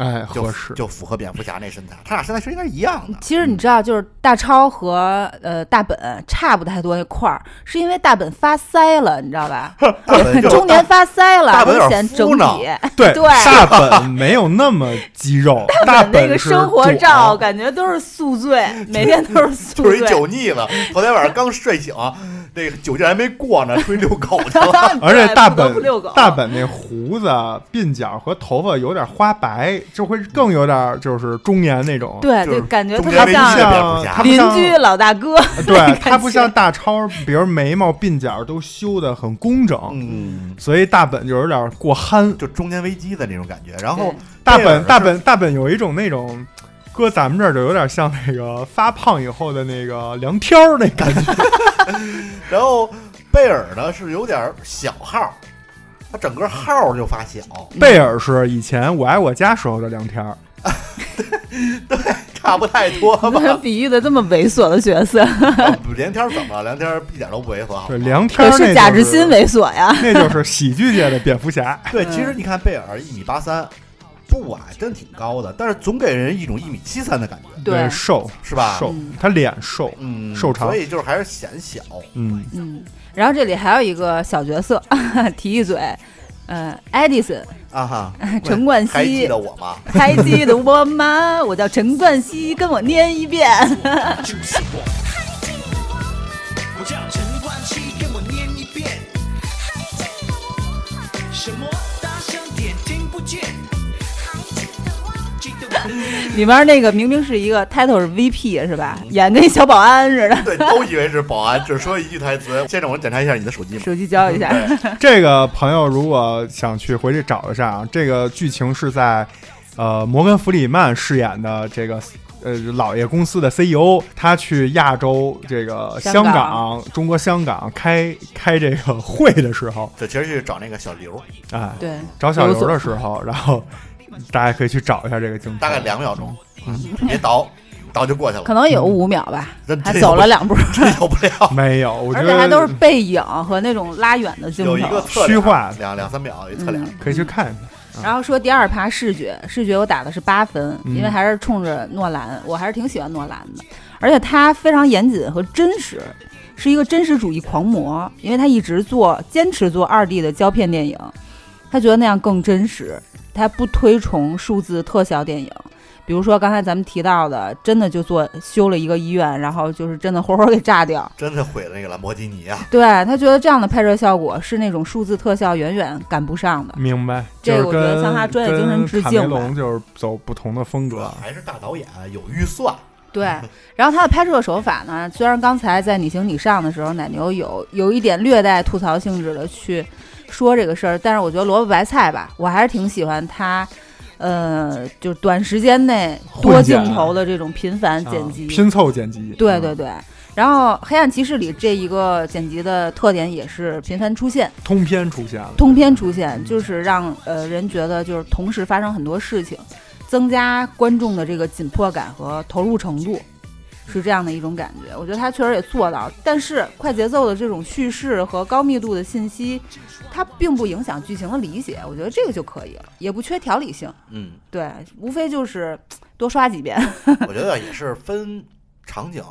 B: 哎，
C: 就
B: 合适。
C: 就符合蝙蝠侠那身材，他俩身材是应该是一样的。
A: 其实你知道，就是大超和呃大本差不太多一块儿，是因为大本发腮了，你知道
C: *laughs*
A: 吧？ *laughs*
C: 大本就是
A: 中年发腮了，
C: 大本
A: 明
C: 有点
A: 显整
C: 敷
A: 体
C: 呢
B: 对，
A: 对
B: 大本没有那么肌肉，大
A: 本那个
B: 是啊
A: 生活
B: 壮
A: 照，感觉都是宿醉，每天都是
C: *laughs*
A: 宿
C: 就是
A: 醉
C: 一。酒腻子，头天晚上刚睡醒，
A: 嗯
C: *laughs* 那个酒劲还没过呢，出去遛狗去了。
B: 而且大
A: 对不嗯得不
B: 本
A: 遛狗
B: 大本那胡子、鬓角和头发有点花白，就会更有点就是中年那种。
A: *laughs* 对，
C: 就是
A: 就感觉特
C: 中
A: 别
C: 间啊
B: 不
C: 那一切
A: 像
C: 蝙蝠侠
B: 他不
A: 邻
B: 像
A: 居老大哥。 *laughs*
B: 对他不像大超，比如眉毛、鬓角都修得很工整，
C: 嗯，
B: 所以大本就有点过憨。
C: 就中年危机的那种感觉。然后
A: 对
B: 大
C: 贝尔
B: 本
C: 是
B: 大本大本有一种那种。搁咱们这儿就有点像那个发胖以后的那个梁天儿那感
C: *laughs*
B: 觉，
C: 然后贝尔呢是有点小号，他整个号就发小，
B: 贝尔是以前我爱我家时候的梁天儿，
C: 差不太
A: *laughs*
C: 多吧。
A: 比喻的这么猥琐的角色，
C: 啊梁天儿怎么了？梁天儿一点都不违和，好
B: 对
C: 吗
B: 梁天
A: 可
B: 儿那、就是是
A: 贾志新猥琐呀。
B: 那就是喜剧界的蝙蝠侠。
C: 对，其实
A: 嗯
C: 你看贝尔一米八三，不矮，真挺高的，但是总给人一种一米七三的感觉，
A: 对，
B: 瘦
C: 是吧？
B: 瘦
A: 嗯，
B: 他脸瘦，
C: 嗯，
B: 瘦长
C: 所以就是还是显小。
B: 嗯，
A: 嗯。然后这里还有一个小角色， *laughs* 提一嘴，呃，爱迪森，
C: 啊哈，
A: *laughs* 陈冠
C: 还记
A: 希
C: 得，我吗？
A: 还记得我吗？我叫陈冠希，跟我念一遍。 *laughs*
D: 只是我。我叫陈冠希，跟我念一遍。什么？大声点，听不见。记得我。
A: 里面那个明明是一个 title 是 VP 是
B: 嗯
A: 吧？演跟一小保安似的，
C: *laughs* 对，都以为是保安，只说一句台词。先生，我检查一下你的手机吗？
A: 手机交一下。
B: 这个朋友如果想去回去找一下啊，这个剧情是在呃，摩根·弗里曼饰演的这个呃老爷公司的 CEO，他去亚洲这个香
A: 香
B: 港、
A: 港
B: 中国香港开开这个会的时候，
C: 这其实去找那个小刘，
B: 哎，
A: *laughs* 对，
B: 找小
A: 刘
B: 刘
A: 总
B: 的时候，然后大家可以去找一下这个镜头，
C: 大概两秒钟，别倒，倒就过去
A: 嗯
C: 了，
A: 可能有五秒吧
B: 嗯
C: 那，
A: 还
C: 这
A: 走
C: 个
A: 了
B: *laughs*
A: 两步，
C: 真有不
A: *laughs*
C: 了。
B: 没有，我觉
A: 而
B: 得
A: 且还都是背影和那种拉远的嗯镜
C: 有一个
A: 头。
C: 侧
B: 虚
C: 脸
B: 化
C: 两两三秒一侧脸，
B: 可以去看一下。
A: 然后说第二趴视觉，视觉我打的是八分，
B: 嗯
A: 因为还是冲着诺兰，我还是挺喜欢诺兰的，而且他非常严谨和真实，是一个真实主义狂魔，因为他一直做坚持做二 D 的胶片电影，他觉得那样更真实，他不推崇数字特效电影。比如说刚才咱们提到的，真的就做修了一个医院，然后就是真的活活给炸掉，
C: 真的毁了那个兰博基尼啊！
A: 对他觉得这样的拍摄效果是那种数字特效远远赶不上的。
B: 明白，
A: 这
B: 就是
A: 个我觉得
B: 跟
A: 向他专业精神致
B: 跟卡
A: 敬
B: 梅
A: 吧
B: 隆就是走不同的风
C: 主
B: 格啊
C: 要，还是大导演啊有预算，
A: 对，然后他的拍摄手法呢，虽然刚才在你行你上的时候，奶牛有有一点略带吐槽性质的去说这个事儿，但是我觉得萝卜白菜吧，我还是挺喜欢他，呃，就是短时间内多
B: 混剪
A: 镜头的这种频繁剪辑，
B: 啊拼凑剪辑，
A: 对
B: 嗯
A: 对，对。然后《黑暗骑士》里这一个剪辑的特点也是频繁出现，
B: 通篇出现了，
A: 通篇出现，就是让呃人觉得就是同时发生很多事情，增加观众的这个紧迫感和投入程度，是这样的一种感觉。我觉得他确实也做到，但是快节奏的这种叙事和高密度的信息，它并不影响剧情的理解，我觉得这个就可以了，也不缺条理性。
C: 嗯，
A: 对，无非就是嘖多刷几遍。 *laughs*
C: 我觉得也是分场景。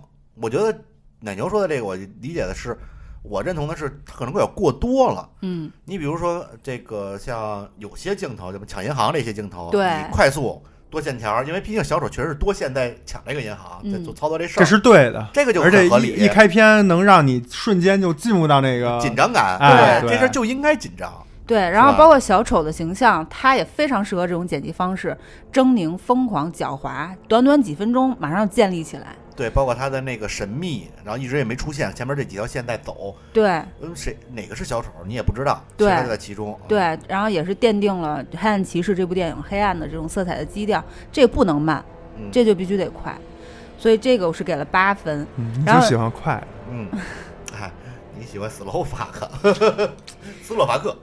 C: 我觉得奶牛说的这个，我理解的是，我认同的是，它可能会有过多了。
A: 嗯，
C: 你比如说这个像有些镜头，什么抢银行这些镜头，
A: 对
C: 你快速多线条，因为毕竟小丑确实是多线在抢这个银行，在
A: 嗯
C: 做操作这事
B: 这
C: 儿，
B: 是对的，
C: 这个就
B: 而且
C: 很合理。
B: 一一开篇能让你瞬间就进入到那个
C: 紧张感，
B: 哎
C: 对，
B: 对
C: 这事儿就应该紧张。
A: 对。然后
C: 吧
A: 包括小丑的形象，他也非常适合这种剪辑方式，狰狞、疯狂、狡猾，短短几分钟马上建立起来。
C: 对，包括他的那个神秘，然后一直也没出现，前面这几条线在走，
A: 对，
C: 嗯，谁哪个是小丑你也不知道，
A: 对
C: 其实他就在其中。嗯，
A: 对，然后也是奠定了《黑暗骑士》这部电影黑暗的这种色彩的基调，这不能慢，
C: 嗯
A: 这就必须得快，所以这个我是给了八分。
B: 嗯你
A: 然
B: 就
A: 后
B: 喜欢快，
C: 嗯，哎，你喜欢斯洛伐克， *laughs* 斯洛伐克，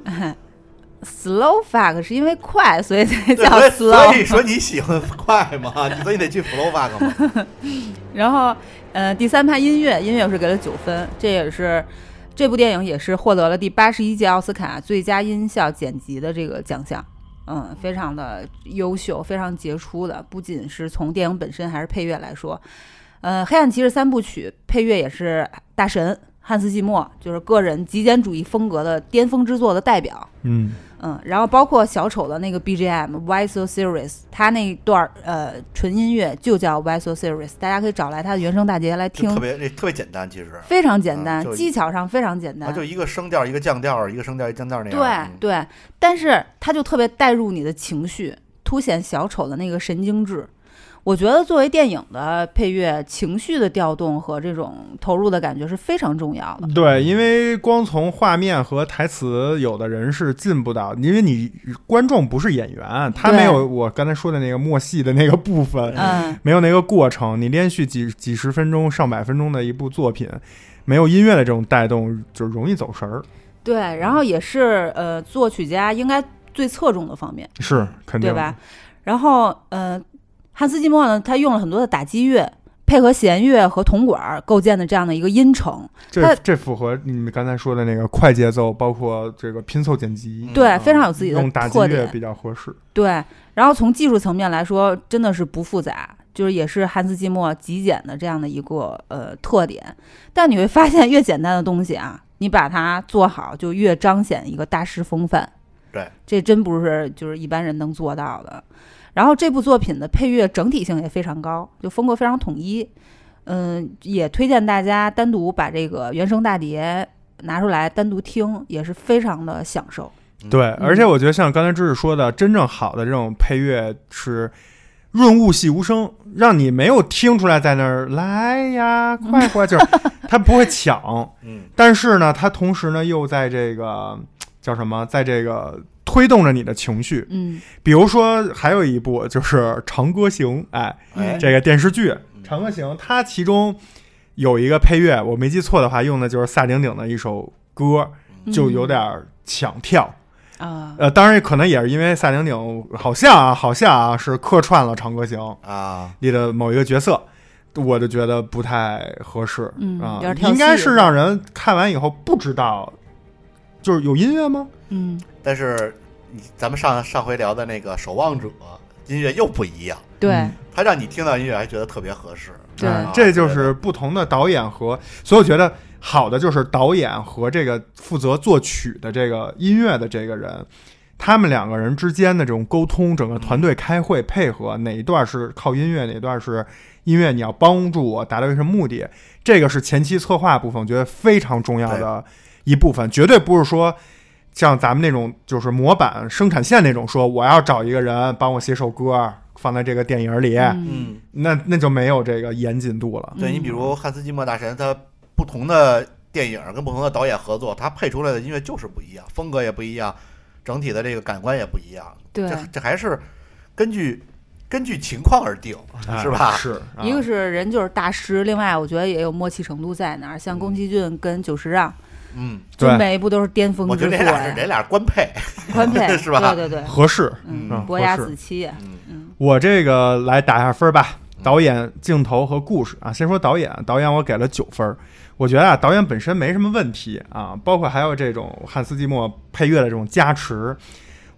A: Slow fuck 是因为快，所以才
C: 对
A: 叫，
C: 所以所
A: slow。
C: 以说你喜欢快嘛，你 *laughs* 所以得去斯洛伐克嘛。
A: 然后，呃，第三趴音乐，音乐我是给了九分，这也是这部电影也是获得了第八十一届奥斯卡最佳音效剪辑的这个奖项。嗯，非常的优秀，非常杰出的，不仅是从电影本身还是配乐来说，呃，《黑暗骑士》三部曲配乐也是大神汉斯季默，就是个人极简主义风格的巅峰之作的代表。
B: 嗯，
A: 嗯，然后包括小丑的那个 BGM Why So Serious，他那一段儿呃纯音乐就叫 Why So Serious，大家可以找来他的原声大节来
C: 就
A: 听
C: 特，别那特别简单，其实
A: 非常简
C: 啊
A: 单，
C: 就
A: 技巧上非常简单
C: 它。就一个声调一个降调，一个声调一个降调那样。嗯
A: 对对，但是他就特别带入你的情绪，凸显小丑的那个神经质。我觉得作为电影的配乐，情绪的调动和这种投入的感觉是非常重要的。
B: 对，因为光从画面和台词，有的人是进不到，因为你观众不是演员，他
A: 对
B: 没有我刚才说的那个默戏的那个部分，
A: 嗯，
B: 没有那个过程，你连续几几十分钟、上百分钟的一部作品，没有音乐的这种带动，就容易走神儿。
A: 对，然后也是呃，作曲家应该最侧重的方面。
B: 是，肯定
A: 对吧？？然后，呃，汉斯季默呢，他用了很多的打击乐，配合弦乐和铜管儿构建的这样的一个音程，
B: 这
A: 它
B: 这符合你们刚才说的那个快节奏，包括这个拼凑剪辑，
C: 嗯
A: 对，
C: 啊
A: 非常有自己的
B: 用打击
A: 特
B: 乐
A: 点。
B: 比较合适。
A: 对，然后从技术层面来说，真的是不复杂，就是也是汉斯季默极简的这样的一个呃特点。但你会发现， *laughs* 越简单的东西啊，你把它做好，就越彰显一个大师风范。
C: 对，
A: 这真不是就是一般人能做到的。然后这部作品的配乐整体性也非常高，就风格非常统一。嗯，也推荐大家单独把这个原声大碟拿出来单独听，也是非常的享受。
C: 嗯
B: 对，而且我觉得像刚才知识说的，真正好的这种配乐是润物细无声，让你没有听出来在那儿来呀，快快，
A: *laughs*
B: 就是它不会抢，
C: 嗯，
B: 但是呢，它同时呢又在这个叫什么，在这个。推动着你的情绪。
A: 嗯
B: 比如说，还有一部就是《长歌行》，哎，
C: 哎，
A: 嗯
B: 这个电视剧《长歌行》，它其中有一个配乐，我没记错的话，用的就是萨顶顶的一首歌，
A: 嗯
B: 就有点抢跳。
A: 啊，
B: 呃，当然可能也是因为萨顶顶好像啊，好像啊是客串了《长歌行》
C: 啊，
B: 里的某一个角色，我就觉得不太合适。
A: 嗯
B: 啊
A: 有点，跳戏
B: 应该是让人看完以后不知道，就是有音乐吗？
A: 嗯，
C: 但是你咱们上上回聊的那个《守望者》音乐又不一样，
A: 对
B: 嗯
C: 它让你听到音乐还觉得特别合适。
A: 对
B: 啊
C: 啊
B: 这就是不同的导演和，所以我觉得好的就是导演和这个负责作曲的这个音乐的这个人，他们两个人之间的这种沟通，整个团队开会配合，哪一段是靠音乐，哪一段是音乐，你要帮助我达到一个目的，这个是前期策划部分，我觉得非常重要的一部分，绝对不是说。像咱们那种就是模板生产线那种说，我要找一个人帮我写首歌放在这个电影里，
A: 嗯
C: 嗯，
B: 那那就没有这个严谨度了。
C: 对你比如汉斯季默大神，他不同的电影跟不同的导演合作，他配出来的音乐就是不一样，风格也不一样，整体的这个感官也不一样。
A: 对，
C: 这这还是根据根据情况而定，
B: 哎
C: 是吧？
B: 是，啊
A: 一个是人就是大师，另外我觉得也有默契程度在那儿，像宫崎骏跟久石让，
C: 嗯，
A: 就
B: 对
A: 每一部都是巅峰
C: 我觉
A: 之
C: 得
A: 作
C: 这俩是
A: 呀，
C: 这俩是官配。
A: 宽配
C: 是吧
A: 对对对，
B: 合适。嗯
A: 嗯，伯牙子期，
C: 嗯
A: 嗯
B: 我这个来打一下分儿吧，导演、镜头和故事啊。先说导演，导演我给了九分儿。我觉得啊，导演本身没什么问题啊，包括还有这种汉斯季默配乐的这种加持，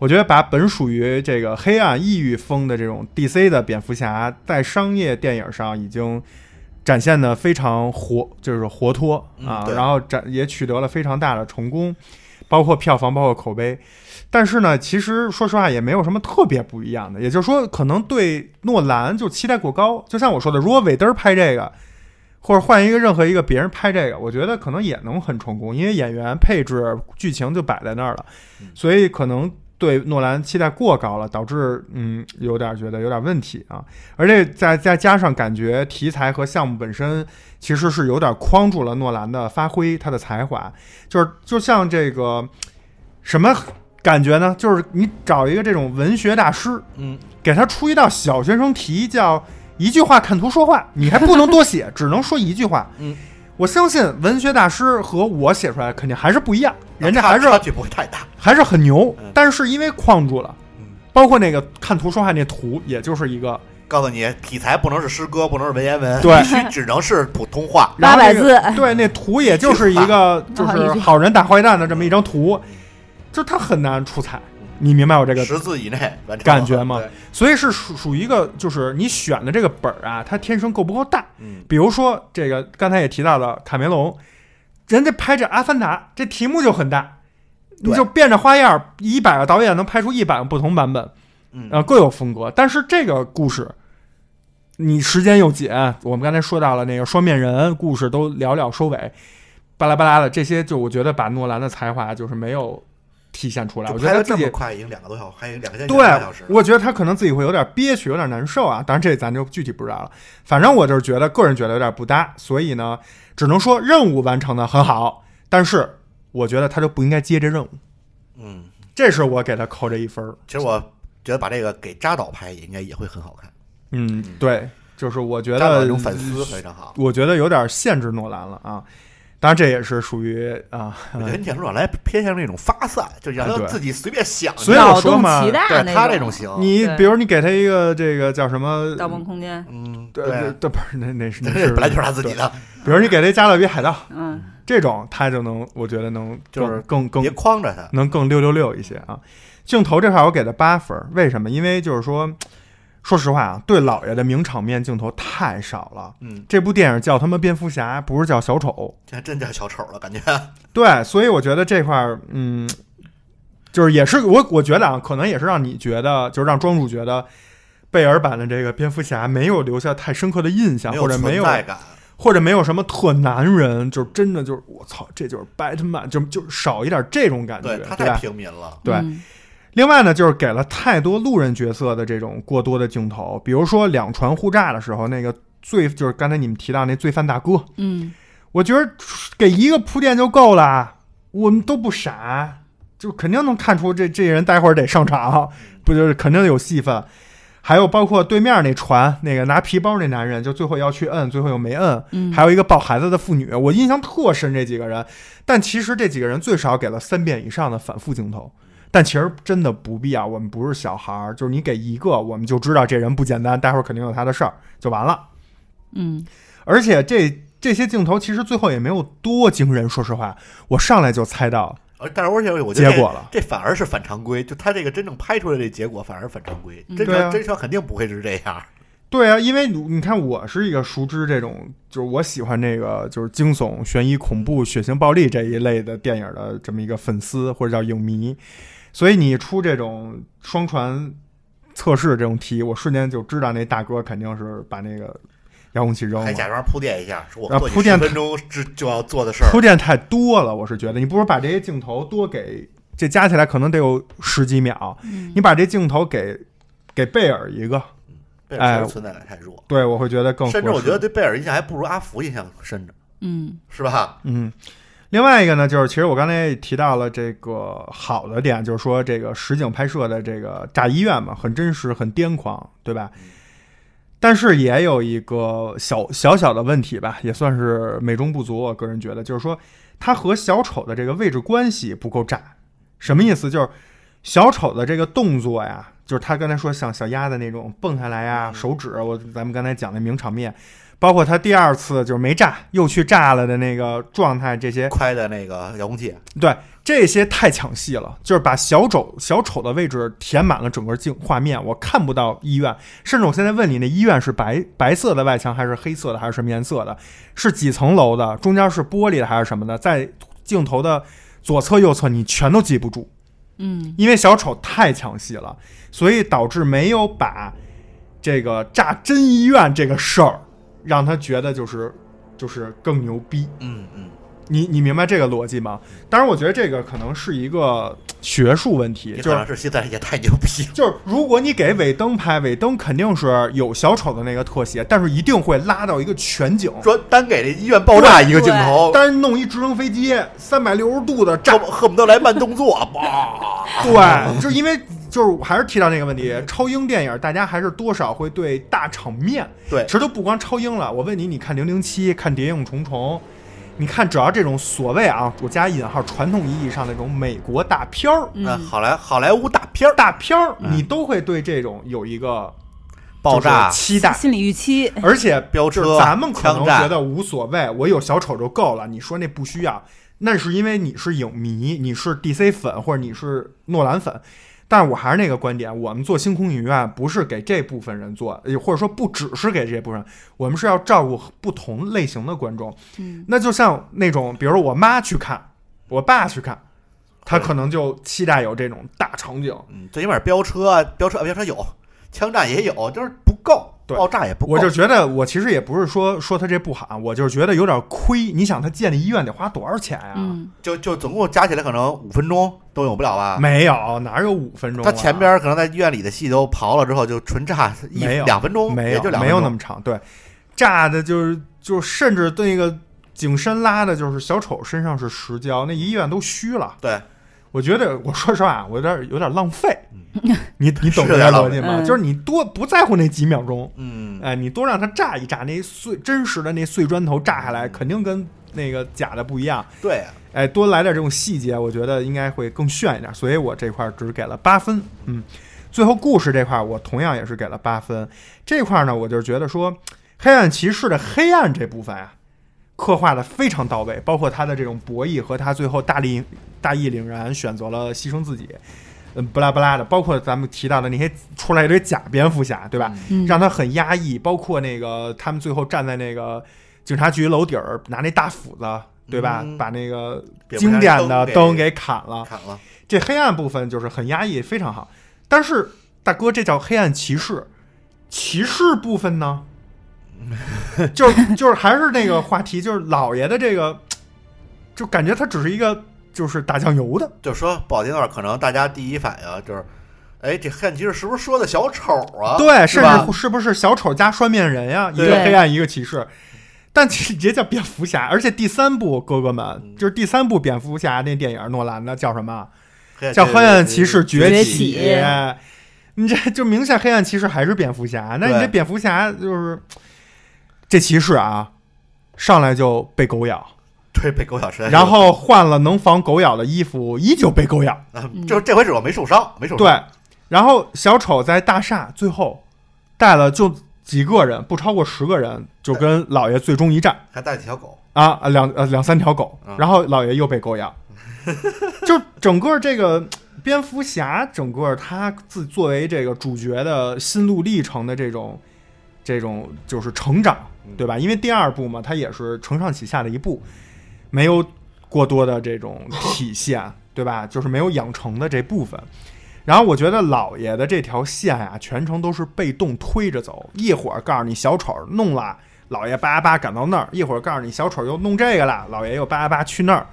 B: 我觉得把本属于这个黑暗异域风的这种 DC 的蝙蝠侠，在商业电影上已经展现的非常活，就是活脱啊
C: 嗯，对
B: 然后展也取得了非常大的成功，包括票房，包括口碑。但是呢，其实说实话也没有什么特别不一样的，也就是说，可能对诺兰就期待过高。就像我说的，如果韦登拍这个，或者换一个任何一个别人拍这个，我觉得可能也能很成功，因为演员配置、剧情就摆在那儿了
C: 嗯，
B: 所以可能对诺兰期待过高了，导致嗯有点觉得有点问题啊。而且再再加上感觉题材和项目本身其实是有点框住了诺兰的发挥，他的才华，就是就像这个什么感觉呢？就是你找一个这种文学大师，
C: 嗯，
B: 给他出一道小学生题，叫一句话看图说话，你还不能多写，只能说一句话。
C: 嗯，
B: 我相信文学大师和我写出来肯定还是不一
C: 啊
B: 样，人家
C: 差
B: 还是
C: 差距不会太大。
B: 还是很牛
C: 嗯，
B: 但是因为框住了
C: 嗯，
B: 包括那个看图说话那图，也就是一个
C: 告诉你，题材不能是诗歌，不能是文言文，
B: 对
C: 必须只能是普通话。
B: 然后那个
A: 800字
B: 对，那图也就是一个就
A: 哦嗯一
B: 是
A: 句
B: 好人打坏蛋的这么一张图，就他很难出彩，你明白我这个
C: 十字以内完成了
B: 感觉吗
C: 对
B: 所以是属属于一个，就是你选的这个本儿啊，它天生够不够大。
C: 嗯，
B: 比如说这个刚才也提到了卡梅隆，人家拍这《阿凡达》，这题目就很大，你
C: 对
B: 就变着花样儿，一百个导演能拍出一百个不同版本，
C: 嗯
B: 呃，各有风格。但是这个故事，你时间又紧，我们刚才说到了那个双面人故事都寥寥收尾，巴拉巴拉的这些，就我觉得把诺兰的才华就是没有体现出来。
C: 就
B: 我觉
C: 拍
B: 得
C: 得
B: 他
C: 这
B: 自己
C: 么快，已经两个多小时，还有两个小时，
B: 对
C: 两个小时，，
B: 我觉得他可能自己会有点憋屈，有点难受啊。当然，这咱就具体不知道了。反正我就是觉得，个人觉得有点不搭，所以呢，只能说任务完成的很好，但是我觉得他就不应该接这任务，
C: 嗯，
B: 这是我给他扣这一分儿。
C: 其实我觉得把这个给扎导拍，应该也会很好看。
B: 嗯，对，就是我觉
C: 扎导这
B: 得
C: 种反思非常好。
B: 我觉得有点限制诺兰了啊。当然，这也是属于啊，
C: 我觉得你讲软来偏向那种发散，就让
B: 啊对
C: 他自己随便想。
B: 所以我
A: 脑
B: 说
A: 洞
B: 嘛
A: 奇大
C: 对
A: 那
C: 他这种行，
B: *laughs* 你
A: 对
B: 比如你给他一个这个叫什么
A: 《盗梦空间》，
C: 嗯，
B: 对
C: 对，
B: 对，不是那那 *laughs* 是那
C: 这
B: 是
C: *laughs* 本来就是他自己
B: 对
C: 的，
B: 比如你给他《加勒比海盗》
A: 嗯，
B: 这种，他就能，我觉得能
C: 就
B: 更
C: 是
B: 更更
C: 别框着他。
B: 能更六六六一些啊。镜头这块我给了八分儿，为什么？因为就是说，说实话啊，对老爷的名场面镜头太少了。
C: 嗯，
B: 这部电影叫他妈蝙蝠侠，不是叫小丑。
C: 这还真叫小丑了，感觉。
B: 对，所以我觉得这块儿，嗯，就是也是我我觉得啊，可能也是让你觉得，就是让庄主觉得。贝尔版的这个蝙蝠侠没有留下太深刻的印象，或者没
C: 存
B: 有
C: 在感，
B: 或者没有什么特男人，就是真的就是我操，这就是 Batman，就就是少一点这种感觉，
C: 对
B: 对啊
C: 他
B: 吧？
C: 太平民了。
B: 对
A: 嗯
B: 另外呢，就是给了太多路人角色的这种过多的镜头，比如说两船互炸的时候，那个罪就是刚才你们提到那罪犯大哥，
A: 嗯，
B: 我觉得给一个铺垫就够了，我们都不傻，就肯定能看出这这人待会儿得上场，不就是肯定有戏份。还有包括对面那船，那个拿皮包那男人，就最后要去摁，最后又没摁。
A: 嗯
B: 还有一个抱孩子的妇女，我印象特深这几个人。但其实这几个人最少给了三遍以上的反复镜头，但其实真的不必要。我们不是小孩儿，就是你给一个，我们就知道这人不简单，待会儿肯定有他的事儿，就完了。
A: 嗯
B: 而且这这些镜头其实最后也没有多惊人，说实话，我上来就猜到
C: 而呃但是而且我觉得
B: 结果了
C: 这，这反而是反常规，就他这个真正拍出来的结果反而反常规，
A: 嗯
C: 真
B: 对啊
C: 诚真诚肯定不会是这样。
B: 对啊，因为你你看，我是一个熟知这种，就是我喜欢这个，就是惊悚、悬疑、恐怖、血腥、暴力这一类的电影的这么一个粉丝或者叫影迷，所以你出这种双传测试这种题，我瞬间就知道那大哥肯定是把那个遥控器扔
C: 还
B: 了。
C: 假装铺垫一下，说
B: 啊
C: 我做
B: 铺垫
C: 十分钟之就要做的事儿
B: 铺，垫太多了，我是觉得你不如把这些镜头多给这加起来可能得有十几秒，
A: 嗯
B: 你把这镜头给给贝尔一个，
C: 贝
B: 哎
C: 尔存在感太弱，
B: 对我会觉得更合适。
C: 甚至我觉得对贝尔印象还不如阿福印象深着，
A: 嗯
C: 是吧？
B: 嗯，另外一个呢，就是其实我刚才也提到了这个好的点，就是说这个实景拍摄的这个炸医院嘛，很真实，很癫狂，对吧？但是也有一个小小小的问题吧，也算是美中不足。我个人觉得，就是说它和小丑的这个位置关系不够炸。什么意思？就是小丑的这个动作呀，就是他刚才说像小鸭子那种蹦下来呀，手指，我咱们刚才讲的名场面，包括他第二次就是没炸又去炸了的那个状态，这些
C: 快的那个遥控器，
B: 对这些太抢戏了，就是把小丑小丑的位置填满了整个镜画面，我看不到医院，甚至我现在问你，那医院是白白色的外墙还是黑色的还是什么颜色的？是几层楼的？中间是玻璃的还是什么的？在镜头的左侧右侧你全都记不住，
A: 嗯
B: 因为小丑太抢戏了，所以导致没有把这个炸真医院这个事儿让他觉得就是就是更牛逼。
C: 嗯嗯，
B: 你你明白这个逻辑吗？当然，我觉得这个可能是一个学术问题，
C: 也
B: 就
C: 可
B: 是
C: 能是现在也太牛逼了，
B: 就是如果你给尾灯拍，尾灯肯定是有小丑的那个特写，但是一定会拉到一个全景，
C: 专单给这医院爆炸一个镜头，
B: 单弄一直升飞机三百六十度的炸
C: 恨，不恨不得来慢动作，哇！哦
B: 对，就是因为就是我还是提到那个问题，超英电影大家还是多少会对大场面，
C: 对
B: 其实都不光超英了。我问你，你看《零零七》，看《谍影重重》，你看只要这种所谓啊，我加引号传统意义上那种美国大片儿、
C: 那
A: 嗯
C: 好莱好莱坞大片儿
B: 大片儿，
C: 嗯
B: 你都会对这种有一个
C: 爆炸
B: 就是期待。
A: 心理预期，
B: 而且
C: 飙车
B: 就是咱们可能
C: 枪战
B: 觉得无所谓，我有小丑就够了。你说那不需要，那是因为你是影迷，你是 DC 粉或者你是诺兰粉。但是我还是那个观点，我们做星空影院不是给这部分人做，呃或者说不只是给这部分人，我们是要照顾不同类型的观众。
A: 嗯
B: 那就像那种，比如说我妈去看，我爸去看，他可能就期待有这种大场景。
C: 嗯，最起码飙车啊，飙车啊飙车有，枪战也有，就是不够，
B: 对
C: 爆炸也不够。
B: 我就觉得，我其实也不是说说他这不好，我就是觉得有点亏。你想，他建的医院得花多少钱呀、
A: 嗯
C: 就就总共加起来可能五分钟都有不了吧？
B: 没有，哪有五分钟啊、
C: 啊他前边可能在医院里的戏都刨了之后，就纯炸一
B: 没有
C: 两分钟，
B: 没
C: 也
B: 有
C: 就两
B: 没
C: 分
B: 有
C: 钟
B: 那么长，对，炸的就是就甚至对那个景深拉的，就是小丑身上是实胶，那医院都虚了。
C: 对，
B: 我觉得，我说实话，我有点有点浪费。你你
C: 嗯是
B: 懂
C: 有
B: 这个
C: 点浪
B: 逻
C: 费
B: 辑吗？
A: 嗯
B: 就是你多不在乎那几秒钟，
C: 嗯，
B: 哎，你多让它炸一炸，那碎真实的那碎砖头炸下来，
C: 嗯
B: 肯定跟那个假的不一样。
C: 对，
B: 哎，多来点这种细节，我觉得应该会更炫一点。所以我这块儿只给了八分。嗯，最后故事这块儿我同样也是给了八分。这块儿呢，我就觉得说，黑暗骑士的黑暗这部分啊，刻画的非常到位，包括他的这种博弈和他最后大力大义凛然选择了牺牲自己，嗯，不拉不拉的，包括咱们提到的那些出来一堆假蝙蝠侠，对吧？
A: 嗯
B: 让他很压抑。包括那个他们最后站在那个警察局楼顶儿，拿那大斧子，对吧？
C: 嗯
B: 把那个
C: 蝙蝠
B: 经
C: 侠
B: 典的
C: 灯
B: 灯给
C: 给
B: 砍了。
C: 砍了，
B: 这黑暗部分就是很压抑，非常好。但是大哥，这叫黑暗骑士，骑士部分呢？就是就是还是那个话题，就是老爷的这个，就感觉他只是一个就是打酱油的，
C: 就说不好听点儿，可能大家第一反应就是，哎，这黑暗骑士是不是说的小丑啊？
B: 对，
C: 是
B: 甚
C: 吧
B: 至？是不是小丑加双面人呀？一
C: 对
B: 个黑暗，一个骑士。但其实也叫蝙蝠侠，而且第三部哥哥们
C: 嗯
B: 就是第三部蝙蝠侠那电影，诺兰的叫什么？
C: 对
B: 叫《
C: 对
B: 黑暗
C: 对
B: 骑士崛
A: 崛
B: 起》哎
A: 起
B: 你这就明显黑暗骑士还是蝙蝠侠，那你这
C: 对
B: 蝙蝠侠就是这骑士啊，上来就被狗咬，
C: 哎对，被狗咬实在是。
B: 然后换了能防狗咬的衣服，依旧被狗咬。
C: 啊就这回只要没受伤，没受伤。
B: 对，然后小丑在大厦最后带了就几个人，不超过十个人，就跟老爷最终一战。
C: 还带了几条狗。
B: 啊，呃两呃两三条狗
C: 嗯，
B: 然后老爷又被狗咬，就整个这个蝙蝠侠，整个他自作为这个主角的心路历程的这种这种就是成长，对吧？因为第二部嘛，它也是承上启下的一部，没有过多的这种体现，对吧？就是没有养成的这部分。然后我觉得老爷的这条线呀、全程都是被动推着走，一会儿告诉你小丑弄了，老爷叭叭赶到那儿；一会儿告诉你小丑又弄这个了，老爷又叭叭去那儿，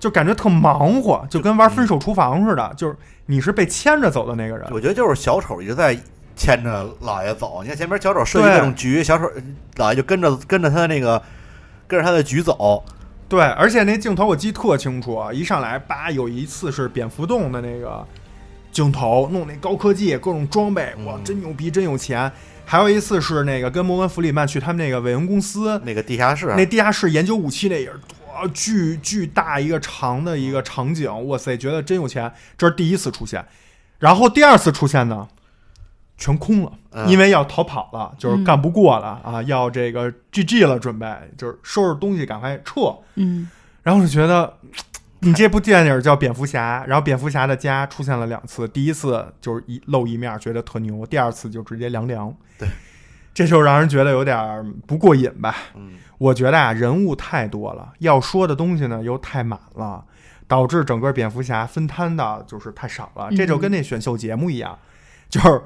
B: 就感觉特忙活，就跟玩分手厨房似的，就是你是被牵着走的那个人。
C: 我觉得就是小丑一直在牵着老爷走。你看前面小丑设计
B: 对
C: 各种局，小丑老爷就跟着跟着他的那个跟着他的
B: *laughs*
C: 局走。
B: 对，而且那镜头我记得特清楚，一上来叭有一次是蝙蝠洞的那个镜头，弄那高科技各种装备，哇，真牛逼，真有钱。还有一次是那个跟摩根弗里曼去他们那个伟文公司，
C: 那个地下室，
B: 那地下室研究武器那也是哇，巨巨大一个长的一个场景，哇塞，觉得真有钱。这是第一次出现，然后第二次出现呢，全空了，
C: 嗯
B: 因为要逃跑了，就是干不过了、啊，要这个 GG 了，准备就是收拾东西赶快撤。
A: 嗯，
B: 然后我就觉得。你这部电影叫《蝙蝠侠》，然后蝙蝠侠的家出现了两次，第一次就是一露一面，觉得特牛；第二次就直接凉凉。
C: 对，
B: *laughs* 这就让人觉得有点儿不过瘾吧。
C: 嗯，
B: 我觉得啊，人物太多了，要说的东西呢又太满了，导致整个蝙蝠侠分摊的就是太少了。
A: 嗯
B: 这就跟那选秀节目一样，就是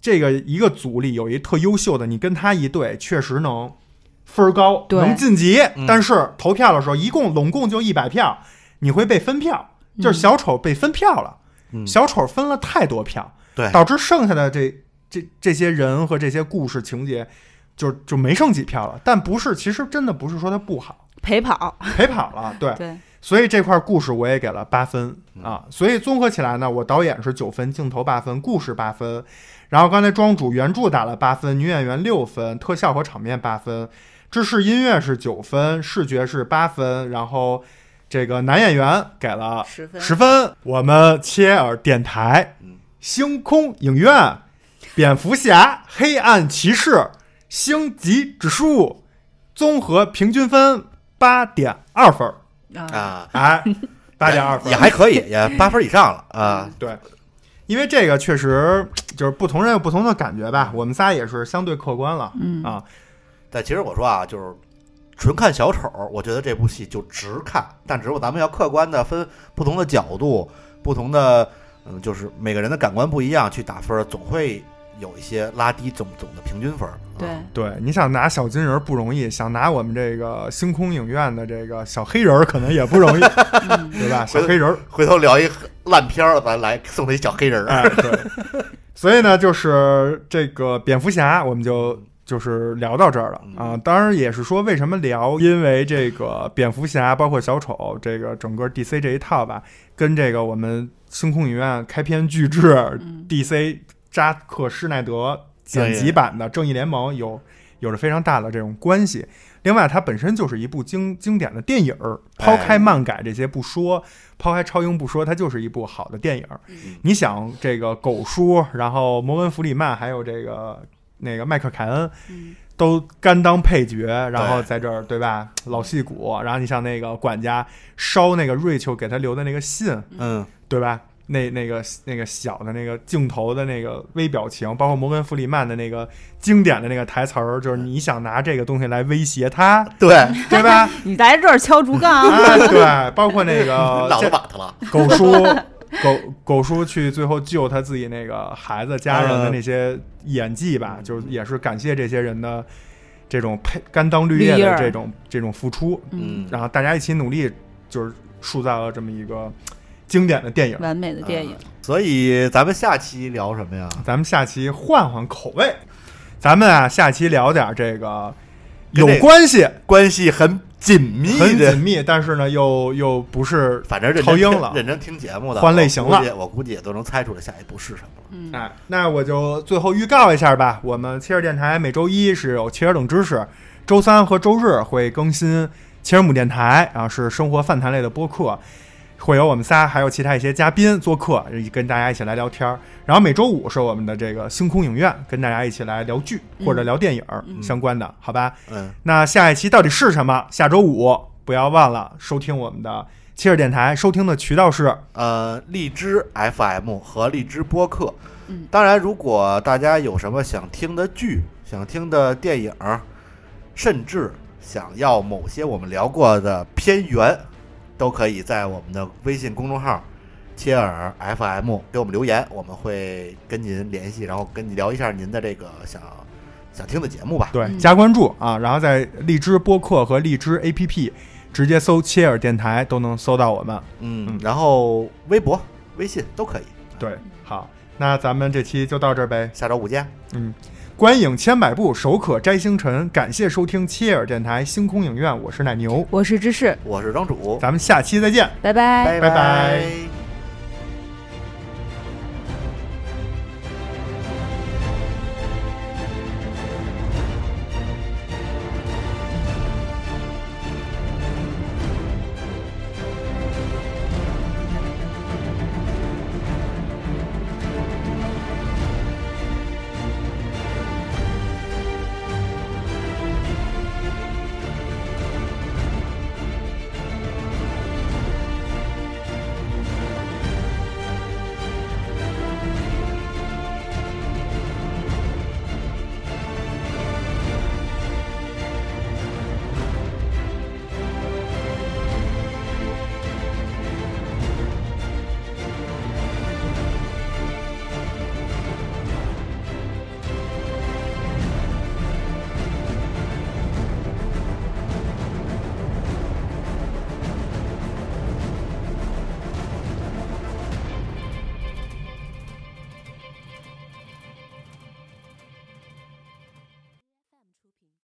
B: 这个一个组里有一特优秀的，你跟他一对，确实能分儿高，
A: 对
B: 能晋级，
C: 嗯
B: 但是投票的时候一共拢共就一百票，你会被分票，就是小丑被分票了，
C: 嗯
B: 小丑分了太多票，
C: 对
B: 导致剩下的这这这些人和这些故事情节，就就没剩几票了。但不是，其实真的不是说它不好，
A: 陪跑，
B: 陪跑了，对。
A: 对，
B: 所以这块故事我也给了八分啊。所以综合起来呢，我导演是九分，镜头八分，故事八分，然后刚才庄主原著打了八分，女演员六分，特效和场面八分，制式音乐是九分，视觉是八分，然后这个男演员给了
A: 十分
B: 十分。我们切尔电台
C: 嗯、
B: 星空影院、蝙蝠侠、黑暗骑士、星级指数综合平均分八点二分。
A: 啊，
C: *laughs* 啊，
B: 哎，八点二分嗯
C: 也还可以，也八分以上了啊。
B: 对，因为这个确实就是不同人有不同的感觉吧。我们仨也是相对客观了，
A: 嗯
B: 啊，
C: 但其实我说啊，就是纯看小丑，我觉得这部戏就值看，但只不过咱们要客观的分不同的角度、不同的嗯，就是每个人的感官不一样去打分，总会有一些拉低总总的平均分。
A: 对
C: 啊，
B: 对，你想拿小金人儿不容易，想拿我们这个星空影院的这个小黑人儿可能也不容易，
A: 嗯
B: 对吧？小黑人儿，
C: 回头聊一烂片儿，咱来送他一小黑人儿。
B: 哎，对。 *laughs* 所以呢，就是这个蝙蝠侠，我们就就是聊到这儿了啊。当然也是说为什么聊，因为这个蝙蝠侠包括小丑，这个整个 DC 这一套吧，跟这个我们星空影院开篇巨制、DC 扎克施耐德剪辑版的《正义联盟》有有着非常大的这种关系。另外，它本身就是一部经经典的电影儿，抛开
C: 哎
B: 漫改这些不说，抛开超英不说，它就是一部好的电影儿。你想，这个狗叔，然后摩根弗里曼，还有这个那个迈克尔凯恩，
A: 嗯
B: 都甘当配角，然后
C: 对
B: 在这儿对吧？老戏骨，然后你像那个管家烧那个瑞秋给他留的那个信，
C: 嗯，
B: 对吧？那那个那个小的那个镜头的那个微表情，包括摩根弗里曼的那个经典的那个台词儿，就是你想拿这个东西来威胁他， *laughs*
C: 对，
B: 对吧？
A: 你来这儿敲竹杠，
B: 啊，对，包括那个
C: 脑
B: 这
C: 子瓦特了。
B: 狗叔，狗狗叔去最后救他自己那个孩子家人的那些演技吧，就是也是感谢这些人的这种配甘当绿叶
A: 绿叶
B: 的
A: 儿
B: 这种这种付出，
A: 嗯，
B: 然后大家一起努力，就是塑造了这么一个经典的电影。
A: 完美的电影，
C: 啊所以咱们下期聊什么呀？
B: 咱们下期换换口味，咱们啊下期聊点这个有
C: 跟这个
B: 关系，
C: 关系很紧密
B: 很
C: 的
B: 紧密，但是呢又又不是，
C: 反正认
B: 超
C: 真
B: 英
C: 听
B: 了
C: 认真听节目的
B: 换类型了
C: 我估计我估计也都能猜出来下一步是什么了。
B: 哎，那我就最后预告一下吧。我们切尔电台每周一是有切尔冷知识，周三和周日会更新切尔姆电台，啊，是生活饭谈类的播客，会有我们仨还有其他一些嘉宾做客，跟大家一起来聊天儿。然后每周五是我们的这个星空影院，跟大家一起来聊剧或者聊电影儿相关的，好吧？
C: 嗯，
B: 那下一期到底是什么？下周五不要忘了收听我们的切尔电台，收听的渠道是
C: 呃，荔枝 FM 和荔枝播客。当然，如果大家有什么想听的剧、想听的电影，甚至想要某些我们聊过的片源，都可以在我们的微信公众号“切尔 FM” 给我们留言，我们会跟您联系，然后跟你聊一下您的这个想想听的节目吧。
B: 对，
A: 嗯
B: 加关注啊，然后在荔枝播客和荔枝 APP 直接搜切尔电台都能搜到我们。
C: 嗯，然后微博、微信都可以。
B: 对，好，那咱们这期就到这儿呗。
C: 下周五见，
B: 嗯，观影千百步，手可摘星辰。感谢收听切尔电台星空影院，我是奶牛，
A: 我是芝士，
C: 我是庄主，
B: 咱们下期再见。
A: 拜拜
C: 拜
B: 拜
C: 拜